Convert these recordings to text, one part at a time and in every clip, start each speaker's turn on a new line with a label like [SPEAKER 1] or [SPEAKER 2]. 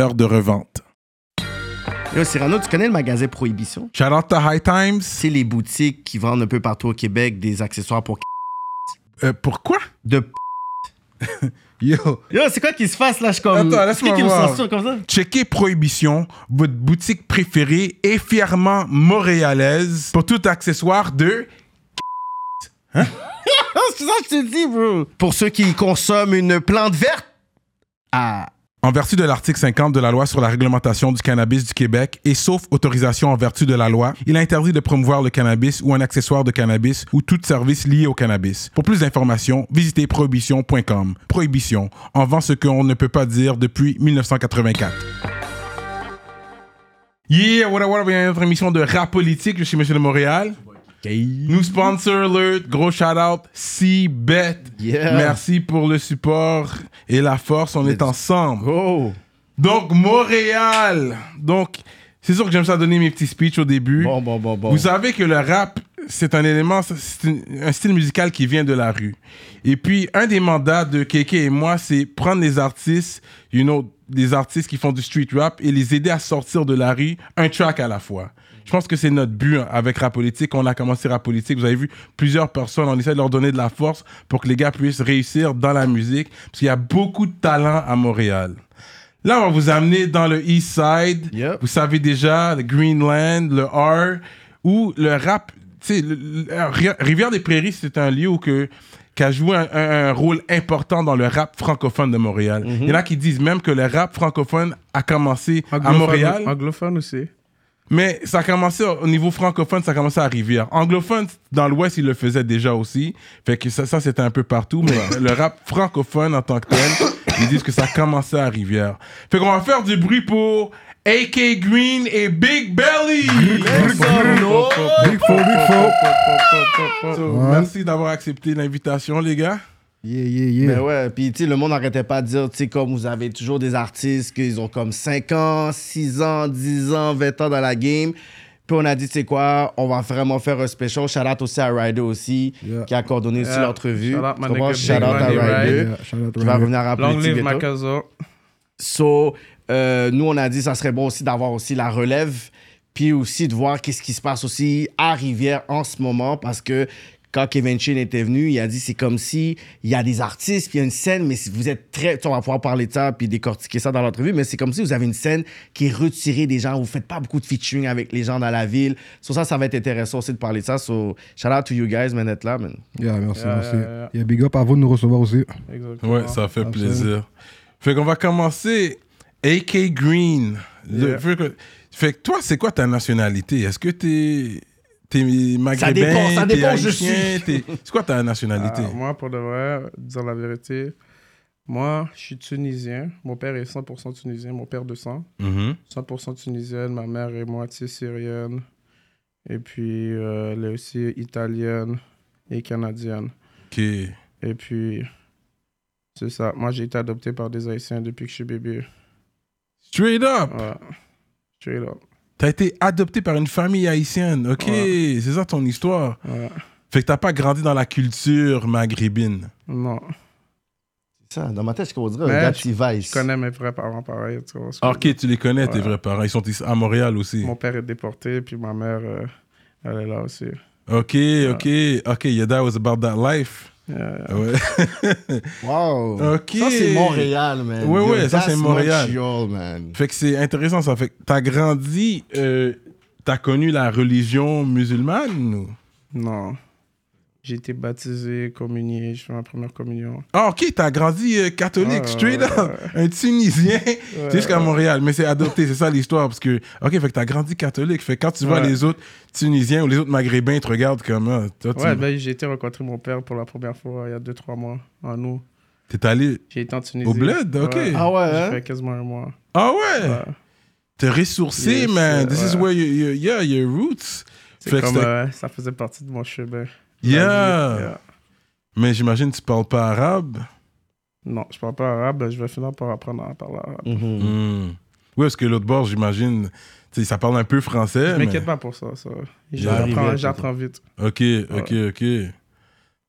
[SPEAKER 1] de revente.
[SPEAKER 2] Yo, Cyrano, tu connais le magasin Prohibition?
[SPEAKER 1] Shout out to High Times.
[SPEAKER 2] C'est les boutiques qui vendent un peu partout au Québec des accessoires pour
[SPEAKER 1] Euh, pourquoi?
[SPEAKER 2] de p-
[SPEAKER 1] Yo.
[SPEAKER 2] Yo, c'est quoi qui se passe là? Je suis comme.
[SPEAKER 1] Attends, laisse-moi
[SPEAKER 2] C'est qui qui me
[SPEAKER 1] voir.
[SPEAKER 2] censure comme ça?
[SPEAKER 1] Checkez Prohibition, votre boutique préférée et fièrement montréalaise pour tout accessoire de...
[SPEAKER 2] Ah, c'est ça que je te dis, bro. Pour ceux qui consomment une plante verte. Ah.
[SPEAKER 1] En vertu de l'article 50 de la loi sur la réglementation du cannabis du Québec et sauf autorisation en vertu de la loi, il est interdit de promouvoir le cannabis ou un accessoire de cannabis ou tout service lié au cannabis. Pour plus d'informations, visitez prohibition.com. Prohibition, en vend ce qu'on ne peut pas dire depuis 1984. Yeah, what up, what up, bienvenue à notre émission de rap politique, je suis Monsieur de Montréal. Nous sponsor alert, gros shout out, C-Bet.
[SPEAKER 2] Yeah.
[SPEAKER 1] Merci pour le support et la force, on est ensemble.
[SPEAKER 2] Oh.
[SPEAKER 1] Donc, Montréal. Donc, c'est sûr que j'aime ça donner mes petits speeches au début.
[SPEAKER 2] Bon, bon, bon, bon.
[SPEAKER 1] Vous savez que le rap, c'est un élément, c'est une- un style musical qui vient de la rue. Et puis, un des mandats de KK et moi, c'est prendre des artistes, you know, des artistes qui font du street rap et les aider à sortir de la rue un track à la fois. Je pense que c'est notre but hein, avec Rap Politique. On a commencé Rap Politique. Vous avez vu plusieurs personnes. On essaie de leur donner de la force pour que les gars puissent réussir dans la musique. Parce qu'il y a beaucoup de talent à Montréal. Là, on va vous amener dans le East Side.
[SPEAKER 2] Yep.
[SPEAKER 1] Vous savez déjà, le Greenland, le R, où le rap. Tu sais, le- le- Ri- Rivière-des-Prairies, c'est un lieu où que, qui a joué un, un- un rôle important dans le rap francophone de Montréal. Il y en a qui disent même que le rap francophone a commencé à
[SPEAKER 3] Anglophone-
[SPEAKER 1] Montréal.
[SPEAKER 3] Anglophone aussi.
[SPEAKER 1] Mais ça a commencé au au niveau francophone, ça a commencé à Rivière. Anglophone, dans l'Ouest, ils le faisaient déjà aussi. Fait que ça, ça c'était un peu partout. Mais le rap francophone en tant que tel, ils disent que ça a commencé à Rivière. Fait qu'on va faire du bruit pour AK Green et Big Belly.
[SPEAKER 4] Big four, big four.
[SPEAKER 1] So, Merci d'avoir accepté l'invitation, les gars.
[SPEAKER 4] Yeah, yeah,
[SPEAKER 2] Mais
[SPEAKER 4] yeah.
[SPEAKER 2] ouais, puis tu sais, le monde n'arrêtait pas de dire, tu sais, comme vous avez toujours des artistes qu'ils ont comme 5 ans, 6 ans, 10 ans, 20 ans dans la game. Puis on a dit, tu sais quoi, on va vraiment faire un special. Shout out aussi à Ryder aussi,
[SPEAKER 4] Yeah.
[SPEAKER 2] qui a coordonné aussi
[SPEAKER 3] Yeah.
[SPEAKER 2] l'entrevue.
[SPEAKER 3] Shout out my
[SPEAKER 2] Tu comprends?
[SPEAKER 3] nigga,
[SPEAKER 2] Shout
[SPEAKER 3] Big
[SPEAKER 2] out à
[SPEAKER 3] Money Ryder.
[SPEAKER 2] Ryder.
[SPEAKER 4] Yeah, shout out
[SPEAKER 2] Qui va
[SPEAKER 4] Ryder.
[SPEAKER 2] revenir à
[SPEAKER 3] Long live
[SPEAKER 2] bientôt.
[SPEAKER 3] Macazo.
[SPEAKER 2] So, euh, nous, on a dit ça serait bon aussi d'avoir aussi la relève, puis aussi de voir qu'est-ce qui se passe aussi à Rivière en ce moment, parce que quand Kevin Chin était venu, il a dit c'est comme si il y a des artistes, puis il y a une scène, mais si vous êtes très. tu sais, On va pouvoir parler de ça, puis décortiquer ça dans l'entrevue, mais c'est comme si vous avez une scène qui est retirée des gens, vous faites pas beaucoup de featuring avec les gens dans la ville. Sur ça, ça va être intéressant aussi de parler de ça. So, shout out to you guys, man, d'être là, man.
[SPEAKER 4] Yeah, merci,
[SPEAKER 3] Yeah,
[SPEAKER 4] merci.
[SPEAKER 3] yeah, yeah.
[SPEAKER 4] Yeah, big up à vous de nous recevoir aussi.
[SPEAKER 3] Exactement.
[SPEAKER 1] Ouais, ça fait plaisir. Fait qu'on va commencer. AK Green. Le-
[SPEAKER 3] Yeah.
[SPEAKER 1] fait, que, fait que toi, c'est quoi ta nationalité? Est-ce que t'es t'es maghrébin?
[SPEAKER 2] dépend, ça
[SPEAKER 1] t'es
[SPEAKER 2] dépend où je
[SPEAKER 1] haïtien,
[SPEAKER 2] suis.
[SPEAKER 1] t'es- C'est quoi ta nationalité?
[SPEAKER 3] Ah, moi, pour de vrai, dire la vérité, moi, je suis tunisien. Mon père est 100% tunisien. Mon père de sang.
[SPEAKER 1] Mhm.
[SPEAKER 3] 100% tunisienne. Ma mère est moitié syrienne. Et puis, euh, elle est aussi italienne et canadienne.
[SPEAKER 1] Ok.
[SPEAKER 3] Et puis, c'est ça. Moi, j'ai été adopté par des Haïtiens depuis que je suis bébé.
[SPEAKER 1] Straight up!
[SPEAKER 3] Ouais. Je suis là.
[SPEAKER 1] T'as été adopté par une famille haïtienne. Ok,
[SPEAKER 3] Ouais.
[SPEAKER 1] c'est ça ton histoire.
[SPEAKER 3] Ouais.
[SPEAKER 1] Fait que t'as pas grandi dans la culture maghrébine.
[SPEAKER 3] Non.
[SPEAKER 2] Ça, dans ma tête, je dirais,
[SPEAKER 3] Mais
[SPEAKER 2] regarde,
[SPEAKER 3] je-
[SPEAKER 2] il va
[SPEAKER 3] Je connais mes vrais parents pareil. tu vois ce que je veux
[SPEAKER 1] Ok, tu les connais, tes
[SPEAKER 3] Ouais.
[SPEAKER 1] vrais parents. Ils sont ici- à Montréal aussi.
[SPEAKER 3] Mon père est déporté, puis ma mère, euh, elle est là aussi.
[SPEAKER 1] Ok, ok, ok. Yeah, that was about that life. Ah
[SPEAKER 3] Euh,
[SPEAKER 1] Ouais.
[SPEAKER 2] Wow.
[SPEAKER 1] Ok.
[SPEAKER 2] Ça, c'est Montréal, man.
[SPEAKER 1] Ouais,
[SPEAKER 2] Yo,
[SPEAKER 1] ouais, ça,
[SPEAKER 2] that's
[SPEAKER 1] c'est Montréal.
[SPEAKER 2] Montreal, man.
[SPEAKER 1] Fait que c'est intéressant ça. Fait que t'as grandi, euh, t'as connu la religion musulmane ou
[SPEAKER 3] non. J'ai été baptisé, communié, je fais ma première communion.
[SPEAKER 1] Ah, ok, t'as grandi euh, catholique,
[SPEAKER 3] Ouais,
[SPEAKER 1] straight
[SPEAKER 3] Ah, ouais,
[SPEAKER 1] up. Un Tunisien. c'est jusqu'à Montréal, mais c'est adopté, c'est ça l'histoire. Parce que, ok, fait que t'as grandi catholique. Fait que quand tu vois
[SPEAKER 3] Ouais.
[SPEAKER 1] les autres Tunisiens ou les autres Maghrébins, ils te regardent comme. ah, toi, tu-
[SPEAKER 3] Ouais, ben, j'ai été rencontrer mon père pour la première fois il y a 2-3 mois, en août.
[SPEAKER 1] T'es allé.
[SPEAKER 3] J'ai été en Tunisie.
[SPEAKER 1] Au Bled, ok.
[SPEAKER 2] Ah ouais, hein?
[SPEAKER 3] J'ai fait quasiment un mois.
[SPEAKER 1] Ah ouais!
[SPEAKER 3] Ouais.
[SPEAKER 1] T'es ressourcé,
[SPEAKER 3] Yes,
[SPEAKER 1] man.
[SPEAKER 3] euh,
[SPEAKER 1] This is
[SPEAKER 3] ouais.
[SPEAKER 1] where you, you- yeah, your roots.
[SPEAKER 3] C'est
[SPEAKER 1] Fait que
[SPEAKER 3] comme,
[SPEAKER 1] c'était-
[SPEAKER 3] euh, ça faisait partie de mon chemin.
[SPEAKER 1] Yeah.
[SPEAKER 3] Yeah.
[SPEAKER 1] Mais j'imagine que tu parles pas arabe.
[SPEAKER 3] Non, je parle pas arabe, ben, je vais finir par apprendre à parler arabe.
[SPEAKER 2] Mhm.
[SPEAKER 1] Hmm. Oui, parce que l'autre bord, j'imagine, tu sais, ça parle un peu français.
[SPEAKER 3] Je
[SPEAKER 1] mais-
[SPEAKER 3] m'inquiète pas pour ça. ça.
[SPEAKER 1] J'arrive,
[SPEAKER 3] J'apprends, j'apprends vite.
[SPEAKER 1] Ok, ok, ok.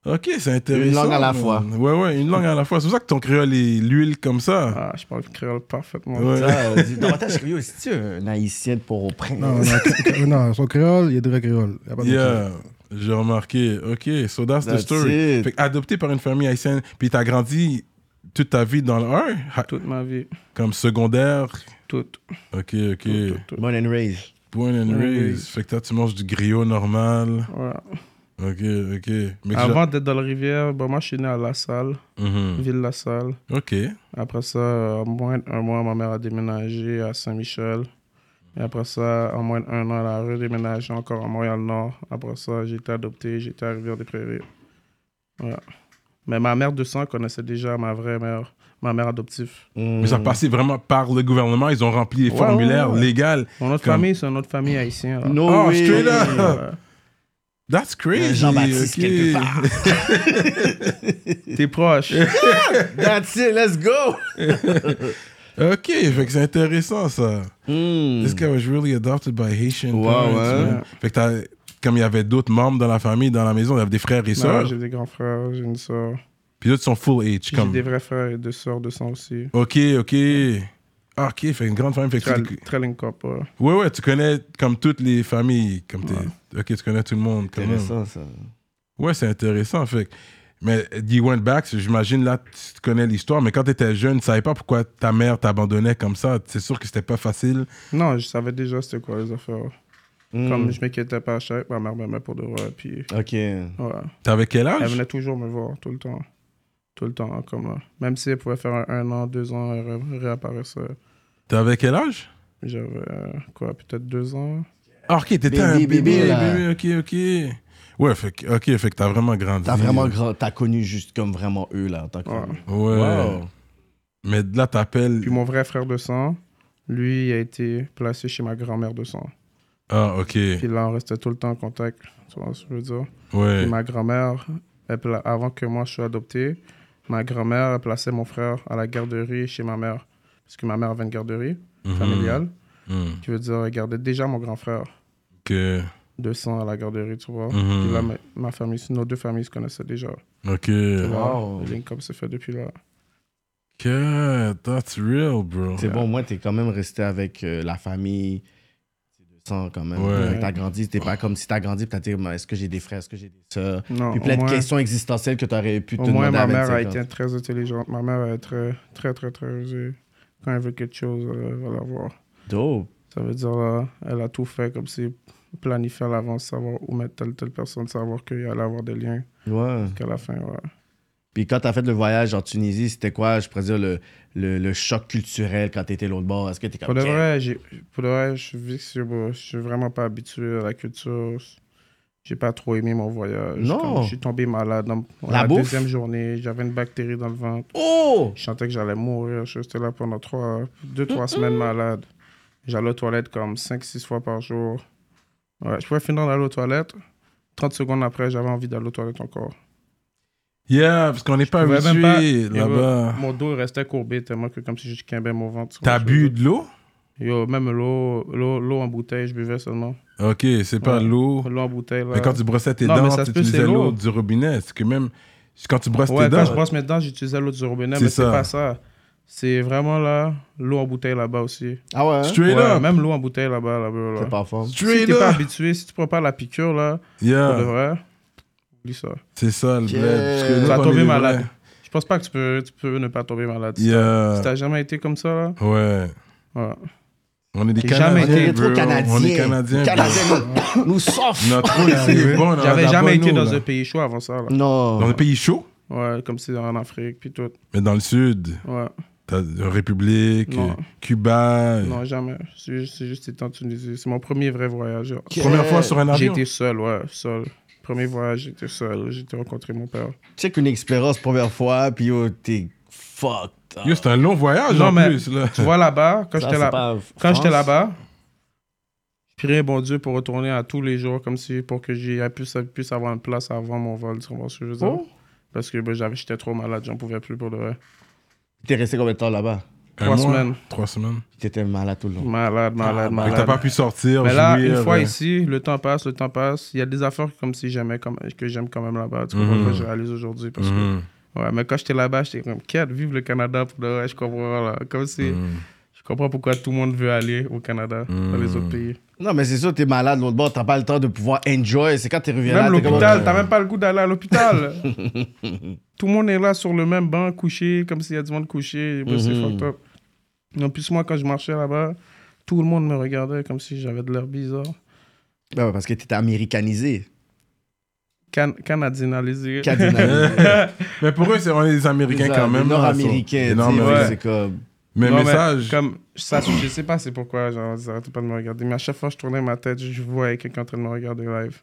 [SPEAKER 1] Ok, c'est intéressant.
[SPEAKER 2] Une langue à la
[SPEAKER 1] man.
[SPEAKER 2] fois.
[SPEAKER 1] Ouais, ouais, une langue à la fois. C'est pour ça que ton créole est l'huile comme ça.
[SPEAKER 3] Ah, je parle créole parfaitement.
[SPEAKER 1] Ouais.
[SPEAKER 2] Ça, euh, Dans ma tête, je suis curieux, c'est-tu un haïtien de
[SPEAKER 4] Non,
[SPEAKER 2] Port-au-Prince?
[SPEAKER 4] non, non, son créole, il est vrai créole. Il y a pas de
[SPEAKER 1] Yeah, j'ai remarqué. Ok, so that's, the
[SPEAKER 2] That's
[SPEAKER 1] story.
[SPEAKER 2] it.
[SPEAKER 1] Fait que adopté par une famille haïtienne, puis t'as grandi toute ta vie dans le 1,
[SPEAKER 3] Toute ma vie.
[SPEAKER 1] comme secondaire.
[SPEAKER 3] Toute.
[SPEAKER 1] Ok,
[SPEAKER 3] Toute,
[SPEAKER 1] ok.
[SPEAKER 3] toute, toute.
[SPEAKER 2] Born and raised.
[SPEAKER 1] Born and
[SPEAKER 3] Oui.
[SPEAKER 1] raised. Fait que toi, tu manges du griot normal.
[SPEAKER 3] Voilà.
[SPEAKER 1] Ok, ok. Bah, Mais que
[SPEAKER 3] Avant d'être dans la rivière, bah, moi, je suis né à La Salle,
[SPEAKER 1] j'a- Mhm.
[SPEAKER 3] ville La Salle.
[SPEAKER 1] Ok.
[SPEAKER 3] Après ça, en moins d'un mois, ma mère a déménagé à Saint-Michel. Et après ça, en moins d'un an, elle a redéménagé encore à Montréal-Nord. Après ça, j'ai été adopté, j'ai été à Rivière-des-Prairies. Voilà. Mais ma mère de sang connaissait déjà ma vraie mère, ma mère adoptive.
[SPEAKER 1] Mais ça
[SPEAKER 2] Mhm.
[SPEAKER 1] passait vraiment par le gouvernement. Ils ont rempli les
[SPEAKER 3] Ouais,
[SPEAKER 1] formulaires
[SPEAKER 3] ouais, ouais.
[SPEAKER 1] légaux.
[SPEAKER 3] Mon autre
[SPEAKER 1] Comme-
[SPEAKER 3] famille, c'est notre famille haïtienne. là.
[SPEAKER 2] Mm.
[SPEAKER 3] euh,
[SPEAKER 2] No
[SPEAKER 1] Oh,
[SPEAKER 2] way.
[SPEAKER 1] straight up.
[SPEAKER 3] Ouais.
[SPEAKER 1] That's crazy.
[SPEAKER 2] Jean-Baptiste
[SPEAKER 1] ok.
[SPEAKER 2] quelque part.
[SPEAKER 3] T'es proche.
[SPEAKER 2] That's it, let's go!
[SPEAKER 1] Ok, fait que c'est intéressant ça.
[SPEAKER 2] Mm.
[SPEAKER 1] This guy was really adopted by Haitian
[SPEAKER 2] Ouais,
[SPEAKER 1] parents,
[SPEAKER 2] ouais.
[SPEAKER 1] man. Fait que t'as- comme il y avait d'autres membres dans la famille, dans la maison, il y avait des frères et
[SPEAKER 3] Non,
[SPEAKER 1] sœurs.
[SPEAKER 3] j'ai des grands frères, j'ai une soeur.
[SPEAKER 1] Puis d'autres sont full age.
[SPEAKER 3] J'ai
[SPEAKER 1] Comme...
[SPEAKER 3] des vrais frères et deux soeurs de sang aussi.
[SPEAKER 1] Ok, ok. Ah, ok, fait une grande famille. Fait que tu-
[SPEAKER 3] Trailing Cop, ouais.
[SPEAKER 1] Ouais, ouais, tu connais comme toutes les familles. Comme t'es- Ok, tu connais tout le monde. Quand même.
[SPEAKER 2] Intéressant, ça.
[SPEAKER 1] Ouais, c'est intéressant. Fait que- Mais you went back, j'imagine là, tu connais l'histoire, mais quand tu étais jeune, tu savais pas pourquoi ta mère t'abandonnait comme ça. C'est sûr que c'était pas facile.
[SPEAKER 3] Non, je savais déjà c'était quoi les affaires.
[SPEAKER 2] Mm.
[SPEAKER 3] Comme je m'inquiétais pas à chaque, ma mère m'aimait pour de vrai. Puis,
[SPEAKER 2] Ok.
[SPEAKER 3] ouais.
[SPEAKER 1] T'avais quel
[SPEAKER 3] Elle
[SPEAKER 1] âge?
[SPEAKER 3] venait toujours me voir, tout le temps. Tout le temps, comme là. Même si elle pouvait faire un, un an, deux ans, elle ré- réapparaissait.
[SPEAKER 1] T'avais quel âge?
[SPEAKER 3] J'avais, euh, quoi, peut-être deux ans.
[SPEAKER 1] Ah, ok, t'étais
[SPEAKER 2] Bébé,
[SPEAKER 1] un bébé,
[SPEAKER 2] bébé, là.
[SPEAKER 1] bébé, ok, ok. Ouais, fait que, ok, fait que t'as vraiment grandi.
[SPEAKER 2] T'as vraiment grand, t'as connu juste comme vraiment eux, là, en tant que.
[SPEAKER 3] Ouais.
[SPEAKER 1] Ouais.
[SPEAKER 2] Wow.
[SPEAKER 1] Mais là, t'appelles.
[SPEAKER 3] Puis mon vrai frère de sang, lui, il a été placé chez ma grand-mère de sang.
[SPEAKER 1] Ah, ok.
[SPEAKER 3] Puis là, on restait tout le temps en contact, tu vois ce que je veux dire.
[SPEAKER 1] Ouais.
[SPEAKER 3] Puis ma grand-mère, elle pla- avant que moi je sois adopté, ma grand-mère elle plaçait mon frère à la garderie chez ma mère. Parce que ma mère avait une garderie
[SPEAKER 1] Mhm.
[SPEAKER 3] familiale.
[SPEAKER 1] Mhm.
[SPEAKER 3] Qui veut dire, elle gardait déjà mon grand frère
[SPEAKER 1] Ok.
[SPEAKER 3] de sang à la garderie, tu vois.
[SPEAKER 1] Mhm.
[SPEAKER 3] Puis là, ma, ma famille, nos deux familles se connaissaient déjà.
[SPEAKER 1] Ok.
[SPEAKER 3] Tu vois,
[SPEAKER 2] Wow.
[SPEAKER 3] Le link up s'est fait depuis là.
[SPEAKER 1] Ok, that's real, bro.
[SPEAKER 2] C'est bon, moi, t'es quand même resté avec euh, la famille. C'est de sang, quand même.
[SPEAKER 1] Ouais.
[SPEAKER 2] Fait que T'as grandi, t'es pas comme si t'as grandi, puis t'as dit, Mais est-ce que j'ai des frères, est-ce que j'ai des sœurs?
[SPEAKER 3] Non,
[SPEAKER 2] Puis
[SPEAKER 3] au
[SPEAKER 2] plein de
[SPEAKER 3] moins-
[SPEAKER 2] questions existentielles que t'aurais pu te
[SPEAKER 3] Au moins,
[SPEAKER 2] demander à
[SPEAKER 3] ma mère
[SPEAKER 2] 25
[SPEAKER 3] a
[SPEAKER 2] ans.
[SPEAKER 3] été très intelligente. Ma mère elle est très, très, très, très rusée. Quand elle veut quelque chose, euh, elle va l'avoir.
[SPEAKER 2] Dope.
[SPEAKER 3] Ça veut dire, là, elle a tout fait comme si planifié à l'avance, savoir où mettre telle, telle personne, savoir qu'il allait avoir des liens.
[SPEAKER 2] Ouais.
[SPEAKER 3] Qu'à la fin, ouais.
[SPEAKER 2] Puis quand t'as fait le voyage en Tunisie, c'était quoi, je pourrais dire, le, le, le choc culturel quand t'étais l'autre bord? Est-ce que t'es comme...
[SPEAKER 3] Pour de
[SPEAKER 2] Yeah.
[SPEAKER 3] vrai, j'ai- pour de vrai, je suis vicieux, bro. Je suis vraiment pas habitué à la culture. J'ai pas trop aimé mon voyage.
[SPEAKER 2] Non.
[SPEAKER 3] Comme, je suis tombé malade. dans-
[SPEAKER 2] La
[SPEAKER 3] la
[SPEAKER 2] bouffe?
[SPEAKER 3] deuxième journée, j'avais une bactérie dans le ventre.
[SPEAKER 2] Oh!
[SPEAKER 3] Je sentais que j'allais mourir. J'étais là pendant trois, deux, trois semaines malade. J'allais aux toilettes comme cinq, six fois par jour. Ouais, je pouvais finir d'aller aux toilettes. 30 secondes après, j'avais envie d'aller aux toilettes encore.
[SPEAKER 1] Yeah, parce qu'on n'est pas
[SPEAKER 3] pouvais même
[SPEAKER 1] habitué
[SPEAKER 3] pas-
[SPEAKER 1] là-bas.
[SPEAKER 3] Mon dos restait courbé tellement que comme si je quimbais mon ventre.
[SPEAKER 1] Ah. T'as bu de l'eau?
[SPEAKER 3] Yo, même l'eau, l'eau, l'eau en bouteille, je buvais seulement.
[SPEAKER 1] Ok, c'est pas
[SPEAKER 3] Ouais.
[SPEAKER 1] l'eau.
[SPEAKER 3] L'eau en bouteille, là.
[SPEAKER 1] Mais quand tu brossais tes
[SPEAKER 3] Non, mais
[SPEAKER 1] dents,
[SPEAKER 3] ça se
[SPEAKER 1] tu
[SPEAKER 3] peut, c'est
[SPEAKER 1] utilisais l'eau
[SPEAKER 3] l'eau.
[SPEAKER 1] du robinet. C'est que même quand tu brosses
[SPEAKER 3] Ouais,
[SPEAKER 1] tes
[SPEAKER 3] quand je
[SPEAKER 1] dents.
[SPEAKER 3] brosse mes dents, j'utilisais l'eau du robinet,
[SPEAKER 1] C'est
[SPEAKER 3] mais c'est
[SPEAKER 1] ça.
[SPEAKER 3] pas ça. C'est vraiment là, l'eau en bouteille là-bas aussi.
[SPEAKER 2] Ah ouais? hein?
[SPEAKER 1] Straight
[SPEAKER 3] Ouais,
[SPEAKER 1] up!
[SPEAKER 3] même l'eau en bouteille là-bas, là-bas. Là.
[SPEAKER 2] C'est pas fort.
[SPEAKER 3] Si
[SPEAKER 1] Straight
[SPEAKER 3] t'es pas
[SPEAKER 1] up! Ah.
[SPEAKER 3] habitué, si tu prends pas la piqûre, là, pour de
[SPEAKER 1] Yeah!
[SPEAKER 3] vrai, oublie ça.
[SPEAKER 1] C'est ça le
[SPEAKER 2] Yeah.
[SPEAKER 1] bled. Parce que
[SPEAKER 2] Tu
[SPEAKER 1] nous,
[SPEAKER 3] vas
[SPEAKER 1] on
[SPEAKER 3] tomber
[SPEAKER 1] est
[SPEAKER 3] malade.
[SPEAKER 1] vrais.
[SPEAKER 3] Je pense pas que tu peux, tu peux ne pas tomber malade. Si t'as- si
[SPEAKER 1] Yeah!
[SPEAKER 3] t'as jamais été comme ça, là,
[SPEAKER 1] Ouais.
[SPEAKER 3] ouais.
[SPEAKER 1] On est des
[SPEAKER 3] J'ai
[SPEAKER 1] Canadiens.
[SPEAKER 3] jamais été
[SPEAKER 2] est trop
[SPEAKER 1] bro.
[SPEAKER 2] canadiens.
[SPEAKER 1] On est Canadiens.
[SPEAKER 2] Canadiens, nous, nous soft.
[SPEAKER 1] bro. Notre rôle ici est bon. on a
[SPEAKER 3] J'avais
[SPEAKER 1] la
[SPEAKER 3] jamais
[SPEAKER 1] Ah, bonne
[SPEAKER 3] été
[SPEAKER 1] eau,
[SPEAKER 3] dans
[SPEAKER 1] là.
[SPEAKER 3] un pays chaud avant ça. Là.
[SPEAKER 2] Non.
[SPEAKER 1] Dans un pays chaud,
[SPEAKER 3] Ouais, comme c'est en Afrique, puis tout.
[SPEAKER 1] mais dans le sud.
[SPEAKER 3] Ouais.
[SPEAKER 1] T'as la République,
[SPEAKER 3] Non.
[SPEAKER 1] euh, Cuba.
[SPEAKER 3] Non, jamais. C'est juste, c'est juste été en Tunisie. C'est mon premier vrai voyage. genre.
[SPEAKER 1] Première fois sur un
[SPEAKER 3] J'ai
[SPEAKER 1] avion.
[SPEAKER 3] été seul, ouais, seul. Premier voyage, j'étais seul. J'étais rencontré mon père.
[SPEAKER 1] Hein.
[SPEAKER 2] Check une expérience première fois, puis yo, t'es fucked. up.
[SPEAKER 1] Yo, c'est un long voyage
[SPEAKER 3] Non,
[SPEAKER 1] en
[SPEAKER 3] mais-
[SPEAKER 1] plus. Là.
[SPEAKER 3] Tu vois là-bas, quand
[SPEAKER 2] Ça,
[SPEAKER 3] j'étais
[SPEAKER 2] c'est
[SPEAKER 3] là,
[SPEAKER 2] pas
[SPEAKER 3] quand
[SPEAKER 2] France.
[SPEAKER 3] j'étais là-bas, je priais bon Dieu pour retourner à tous les jours comme si pour que j'y puisse, puisse avoir une place avant mon vol, tu comprends ce que je veux dire?
[SPEAKER 2] Oh.
[SPEAKER 3] Parce que ben, j'avais- j'étais trop malade, j'en pouvais plus pour de vrai.
[SPEAKER 2] T'es resté combien de temps là-bas?
[SPEAKER 1] Un
[SPEAKER 3] trois
[SPEAKER 1] mois,
[SPEAKER 3] semaines.
[SPEAKER 1] Trois semaines.
[SPEAKER 2] T'étais malade tout le long.
[SPEAKER 3] Malade, malade,
[SPEAKER 2] Ah,
[SPEAKER 1] Fait que t'as
[SPEAKER 3] malade.
[SPEAKER 1] pas pu sortir.
[SPEAKER 3] Mais là,
[SPEAKER 1] jouir,
[SPEAKER 3] une fois
[SPEAKER 1] euh,
[SPEAKER 3] ici, le temps passe, le temps passe. Il y a des affaires comme si j'aimais comme, que j'aime quand même là-bas. Tu comprends
[SPEAKER 1] Mhm.
[SPEAKER 3] que je réalise aujourd'hui parce que
[SPEAKER 1] mhm,
[SPEAKER 3] Ouais, mais quand j'étais là-bas, j'étais comme, quête, vive le Canada pour de vrai, je comprends. Là. Comme si,
[SPEAKER 1] mhm.
[SPEAKER 3] je comprends pourquoi tout le monde veut aller au Canada, dans les autres pays.
[SPEAKER 2] Non, mais c'est sûr, t'es malade l'autre bord, t'as pas le temps de pouvoir enjoy. C'est quand t'es revenu là,
[SPEAKER 3] Même
[SPEAKER 2] t'es euh, comme-
[SPEAKER 3] l'hôpital, t'as même pas le goût d'aller à l'hôpital. tout le monde est là sur le même banc, couché, comme s'il y a du monde couché. Ben, C'est
[SPEAKER 2] Mhm.
[SPEAKER 3] fucked up. En plus, moi, quand je marchais là-bas, tout le monde me regardait comme si j'avais de l'air bizarre.
[SPEAKER 2] Ben ouais, parce que t'étais américanisé.
[SPEAKER 3] Can Canadinalisé.
[SPEAKER 2] Cadinalisé.
[SPEAKER 1] Mais pour eux, c'est on est des Américains
[SPEAKER 2] Des-
[SPEAKER 1] quand
[SPEAKER 2] des
[SPEAKER 1] même. là,
[SPEAKER 2] Nord-Américains,
[SPEAKER 1] ça. Des
[SPEAKER 2] tu sais,
[SPEAKER 1] Nord-Américains.
[SPEAKER 2] ouais, c'est comme...
[SPEAKER 1] Mais
[SPEAKER 3] Non, mais
[SPEAKER 1] message.
[SPEAKER 3] Comme, ça, je sais pas c'est pourquoi, genre, ils arrêtaient pas de me regarder. Mais à chaque fois que je tournais ma tête, je voyais quelqu'un en train de me regarder live.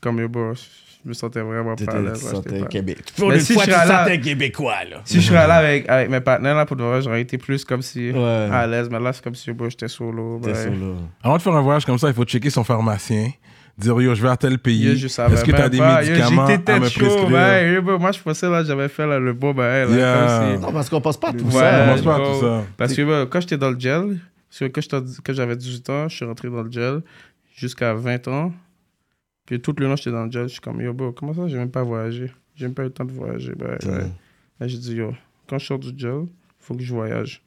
[SPEAKER 3] Comme yo, bro, je me sentais vraiment
[SPEAKER 2] T'étais
[SPEAKER 3] pas à l'aise.
[SPEAKER 2] tu
[SPEAKER 3] ouais,
[SPEAKER 2] sentais
[SPEAKER 3] j'étais pas-
[SPEAKER 2] Québec.
[SPEAKER 3] Mais
[SPEAKER 2] Pour une
[SPEAKER 3] si
[SPEAKER 2] fois,
[SPEAKER 3] je
[SPEAKER 2] tu
[SPEAKER 3] serais là-
[SPEAKER 2] sentais québécois, là.
[SPEAKER 3] Si je serais là avec, avec mes partenaires, là, pour de vrai, j'aurais été plus comme si
[SPEAKER 2] Ouais.
[SPEAKER 3] à l'aise. Mais là, c'est comme si bro, j'étais solo.
[SPEAKER 2] T'es
[SPEAKER 3] ben,
[SPEAKER 2] solo.
[SPEAKER 1] Avant de faire un voyage comme ça, il faut checker son pharmacien. Dire yo, je vais à tel pays.
[SPEAKER 3] Yo, je savais
[SPEAKER 1] Est-ce que
[SPEAKER 3] même
[SPEAKER 1] t'as des
[SPEAKER 3] pas. Yo,
[SPEAKER 1] médicaments
[SPEAKER 3] J'étais
[SPEAKER 1] à
[SPEAKER 3] tête
[SPEAKER 1] me
[SPEAKER 3] chaud,
[SPEAKER 1] prescrire?
[SPEAKER 3] ben, yo, bro, moi, je pensais là, j'avais fait là, le beau ben, là,
[SPEAKER 1] Yeah.
[SPEAKER 3] comme si-
[SPEAKER 2] Non, parce qu'on pense pas à tout
[SPEAKER 3] Ouais,
[SPEAKER 2] ça.
[SPEAKER 1] on pense pas à
[SPEAKER 3] bro.
[SPEAKER 1] tout ça.
[SPEAKER 3] Parce que bah, quand j'étais dans le gel, parce que quand j'étais- quand j'avais 18 ans, je suis rentré dans le gel jusqu'à 20 ans. Puis tout le long, j'étais dans le gel. Je suis comme, yo, bro, comment ça, j'ai même pas voyagé? J'ai même pas eu le temps de voyager. Ben,
[SPEAKER 2] Putain.
[SPEAKER 3] ouais. Là, j'ai dit, yo, quand je sors du gel, faut que je voyage.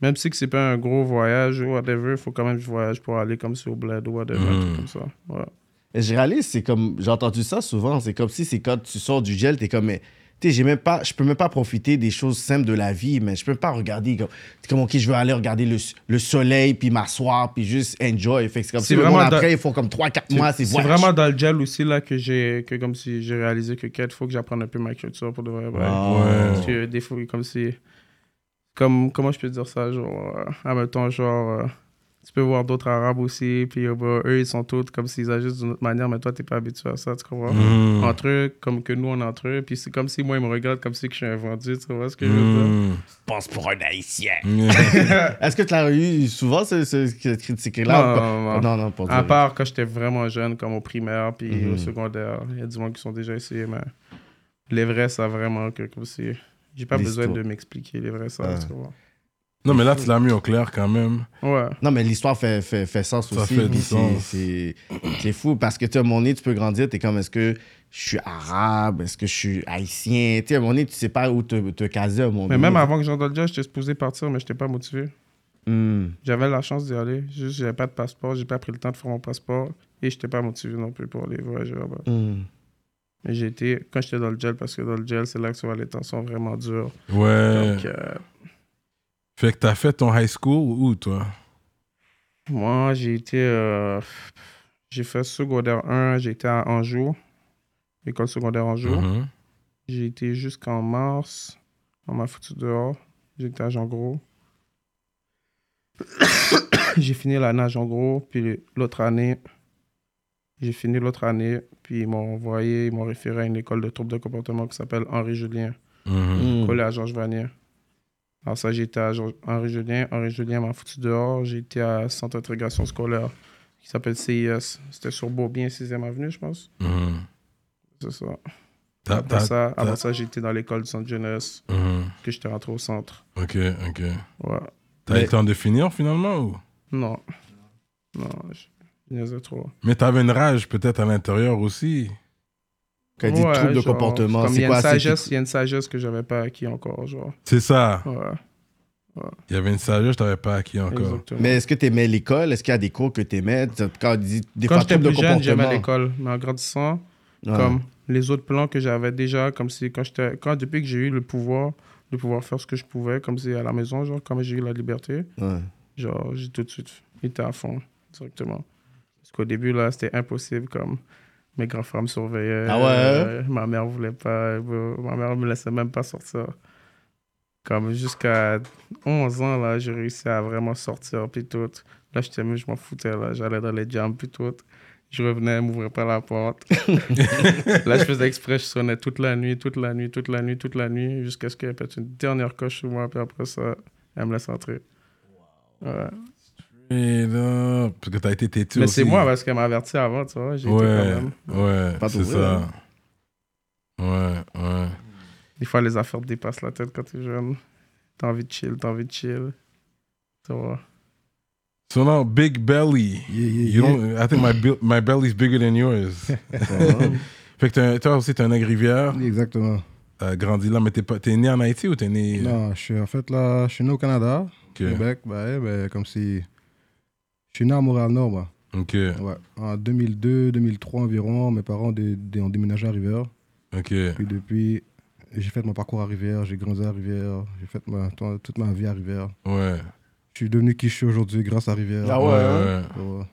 [SPEAKER 3] Même si que c'est pas un gros voyage ou whatever, faut quand même que je voyage pour aller comme ça au bled ou whatever,
[SPEAKER 1] Mm.
[SPEAKER 3] un truc comme ça. Ouais.
[SPEAKER 2] Et je réalise, c'est comme. J'ai entendu ça souvent. C'est comme si c'est quand tu sors du gel, t'es comme. mais, Tu sais, j'ai même pas. Je peux même pas profiter des choses simples de la vie, mais je peux pas regarder. Comme, c'est comme, ok, je veux aller regarder le, le soleil, puis m'asseoir, puis juste enjoy. Fait que c'est comme
[SPEAKER 3] C'est
[SPEAKER 2] si le
[SPEAKER 3] vraiment
[SPEAKER 2] monde
[SPEAKER 3] de-
[SPEAKER 2] après, il faut comme 3-4 mois, c'est
[SPEAKER 3] C'est
[SPEAKER 2] voyage.
[SPEAKER 3] vraiment dans le gel aussi là que j'ai que comme si j'ai réalisé que quête faut que j'apprenne un peu ma culture pour de vrai. ouais.
[SPEAKER 2] Ah.
[SPEAKER 3] Parce que des fois comme si comme comment je peux dire ça genre euh, en même temps genre euh, tu peux voir d'autres arabes aussi puis euh, bah, eux ils sont tous comme s'ils agissent d'une autre manière mais toi t'es pas habitué à ça tu comprends
[SPEAKER 1] Mhm.
[SPEAKER 3] entre eux comme que nous on est entre eux puis c'est comme si moi ils me regardent comme si que je suis un vendu tu vois ce que je veux dire
[SPEAKER 1] Mhm.
[SPEAKER 2] Pense pour un haïtien.
[SPEAKER 1] Yeah.
[SPEAKER 2] Est-ce que tu l'as eu souvent, ce, ce, ce
[SPEAKER 3] Non,
[SPEAKER 2] critique-là? Oh,
[SPEAKER 3] non, Ah, non.
[SPEAKER 2] non, non, pour
[SPEAKER 3] à
[SPEAKER 2] dire.
[SPEAKER 3] part quand j'étais vraiment jeune comme au primaire puis
[SPEAKER 2] Mhm.
[SPEAKER 3] au secondaire il y a du monde qui sont déjà essayés mais les vrais ça vraiment que comme si j'ai pas
[SPEAKER 2] Des
[SPEAKER 3] besoin
[SPEAKER 2] histoires.
[SPEAKER 3] de m'expliquer les vrais ça
[SPEAKER 2] Ah.
[SPEAKER 3] tu comprends
[SPEAKER 1] Non, mais là, tu l'as mis au clair quand même.
[SPEAKER 3] ouais
[SPEAKER 2] Non, mais l'histoire fait, fait, fait sens
[SPEAKER 1] Ça
[SPEAKER 2] aussi.
[SPEAKER 1] fait
[SPEAKER 2] puis
[SPEAKER 1] du
[SPEAKER 2] c'est-
[SPEAKER 1] sens.
[SPEAKER 2] C'est c'est fou parce que tu sais, à un moment donné, tu peux grandir, t'es comme est-ce que je suis arabe, est-ce que je suis haïtien. Tu sais, à un moment donné, tu sais pas où te, te caser à un moment
[SPEAKER 3] mais
[SPEAKER 2] donné.
[SPEAKER 3] même avant que j'entre dans le gel j'étais supposé partir mais j'étais pas motivé
[SPEAKER 2] Hmm.
[SPEAKER 3] J'avais la chance d'y aller. Juste, j'avais pas de passeport. J'ai pas pris le temps de faire mon passeport. Et j'étais pas motivé non plus pour aller voyager là-bas.
[SPEAKER 2] Hmm.
[SPEAKER 3] Mais j'ai été, quand j'étais dans le gel, parce que dans le gel, c'est là que tu vois les temps sont vraiment durs.
[SPEAKER 1] Ouais.
[SPEAKER 3] Donc, euh,
[SPEAKER 1] Fait que t'as fait ton high school où, toi?
[SPEAKER 3] moi, j'ai été. euh, j'ai fait secondaire 1, j'ai été à Anjou, école secondaire Anjou.
[SPEAKER 1] Mhm.
[SPEAKER 3] J'ai été jusqu'en mars. On m'a foutu dehors. J'étais à Jean Gros. j'ai fini l'année à Jean Gros, puis l'autre année, j'ai fini l'autre année, puis ils m'ont envoyé, ils m'ont référé à une école de troubles de comportement qui s'appelle Henri Julien,
[SPEAKER 1] Mhm.
[SPEAKER 2] Hmm.
[SPEAKER 3] collée à Georges Vanier. Alors ça, j'étais à Georges- Henri Julien. Henri Julien m'a foutu dehors. J'étais à Centre d'intégration scolaire qui s'appelle CIS. C'était sur Beaubien, 6e avenue, je pense.
[SPEAKER 1] Mhm.
[SPEAKER 3] C'est ça.
[SPEAKER 1] T'as-
[SPEAKER 3] Mm. Après
[SPEAKER 1] t'as-
[SPEAKER 3] ça,
[SPEAKER 1] t'as-
[SPEAKER 3] après ça j'étais dans l'école de Sainte-Jeunesse,
[SPEAKER 1] Mhm.
[SPEAKER 3] que j'étais rentré au centre.
[SPEAKER 1] Ok, ok.
[SPEAKER 3] Ouais.
[SPEAKER 1] T'as eu le temps de finir finalement ou?
[SPEAKER 3] Non. Non, je je niaisais trop.
[SPEAKER 1] Mais t'avais une rage peut-être à l'intérieur aussi.
[SPEAKER 2] Quand il dit
[SPEAKER 3] Ouais,
[SPEAKER 2] trouble de
[SPEAKER 3] genre,
[SPEAKER 2] comportement,
[SPEAKER 3] comme Il y
[SPEAKER 2] c'est
[SPEAKER 3] a une
[SPEAKER 2] quoi c'est-
[SPEAKER 3] sagesse- il y a une sagesse que j'avais pas acquis encore, genre.
[SPEAKER 1] C'est ça.
[SPEAKER 3] Ouais,
[SPEAKER 1] Il y avait une sagesse, t'avais pas acquis encore.
[SPEAKER 3] exactement.
[SPEAKER 2] Mais est-ce que t'aimais l'école? Est-ce qu'il y a des cours que t'aimais? T'sais, Quand il dit des
[SPEAKER 3] quand
[SPEAKER 2] fois
[SPEAKER 3] j'étais
[SPEAKER 2] trouble de
[SPEAKER 3] plus jeune, j'aimais
[SPEAKER 2] comportement.
[SPEAKER 3] l'école. Mais en grandissant,
[SPEAKER 2] Ouais.
[SPEAKER 3] comme les autres plans que j'avais déjà, comme si quand j'étais, quand depuis que j'ai eu le pouvoir de pouvoir faire ce que je pouvais, comme si à la maison, genre, comme j'ai eu la liberté,
[SPEAKER 2] Ouais.
[SPEAKER 3] genre, j'ai tout de suite été à fond directement. Parce qu'au début, là, c'était impossible, comme mes grands-frères me surveillaient. euh,
[SPEAKER 2] Ah ouais, hein?
[SPEAKER 3] ma mère voulait pas, euh, ma mère me laissait même pas sortir. Comme jusqu'à 11 ans, là, j'ai réussi à vraiment sortir, puis tout. Là, j'étais même, je m'en foutais, là. J'allais dans les jams, puis tout. Je revenais, elle m'ouvrait pas la porte. là, je faisais exprès, je sonnais toute la nuit, toute la nuit, toute la nuit, toute la nuit, jusqu'à ce qu'elle pète une dernière coche sur moi, puis après ça, elle me laisse entrer. Ouais.
[SPEAKER 1] Et là, parce que t'as été têtu
[SPEAKER 3] Mais
[SPEAKER 1] aussi.
[SPEAKER 3] c'est moi, parce qu'elle m'a averti avant, tu vois. J'ai été quand
[SPEAKER 1] Ouais,
[SPEAKER 3] même.
[SPEAKER 1] ouais,
[SPEAKER 2] Pas
[SPEAKER 1] c'est
[SPEAKER 2] t'ouvrir,
[SPEAKER 1] ça. Ouais, ouais.
[SPEAKER 3] Des fois, les affaires te dépassent la tête quand t'es jeune. T'as envie de chill, t'as envie de chill. Tu vois.
[SPEAKER 1] So now, big belly.
[SPEAKER 4] Yeah, yeah,
[SPEAKER 1] You
[SPEAKER 4] yeah.
[SPEAKER 1] don't, I think my, bu- my belly's bigger than yours. fait que t'es un- toi aussi, t'es un nègre rivière.
[SPEAKER 4] Oui, Exactement.
[SPEAKER 1] T'as grandi là, mais t'es, pas, t'es né en Haïti ou t'es né...
[SPEAKER 4] Non, je suis en fait là, je suis né au Canada,
[SPEAKER 1] Ok.
[SPEAKER 4] Québec, ben, ben, comme si. Je suis né à Montréal-Nord, moi.
[SPEAKER 1] Ok,
[SPEAKER 4] Ouais. En 2002, 2003 environ, mes parents dé- dé- ont déménagé à Rivière.
[SPEAKER 1] ok.
[SPEAKER 4] Puis depuis, j'ai fait mon parcours à Rivière, j'ai grandi à Rivière, j'ai fait ma, to- toute ma vie à Rivière.
[SPEAKER 1] Ouais.
[SPEAKER 4] Je suis devenu qui je suis aujourd'hui grâce à Rivière.
[SPEAKER 2] Ah ouais, hein?
[SPEAKER 1] ouais.
[SPEAKER 4] Ouais.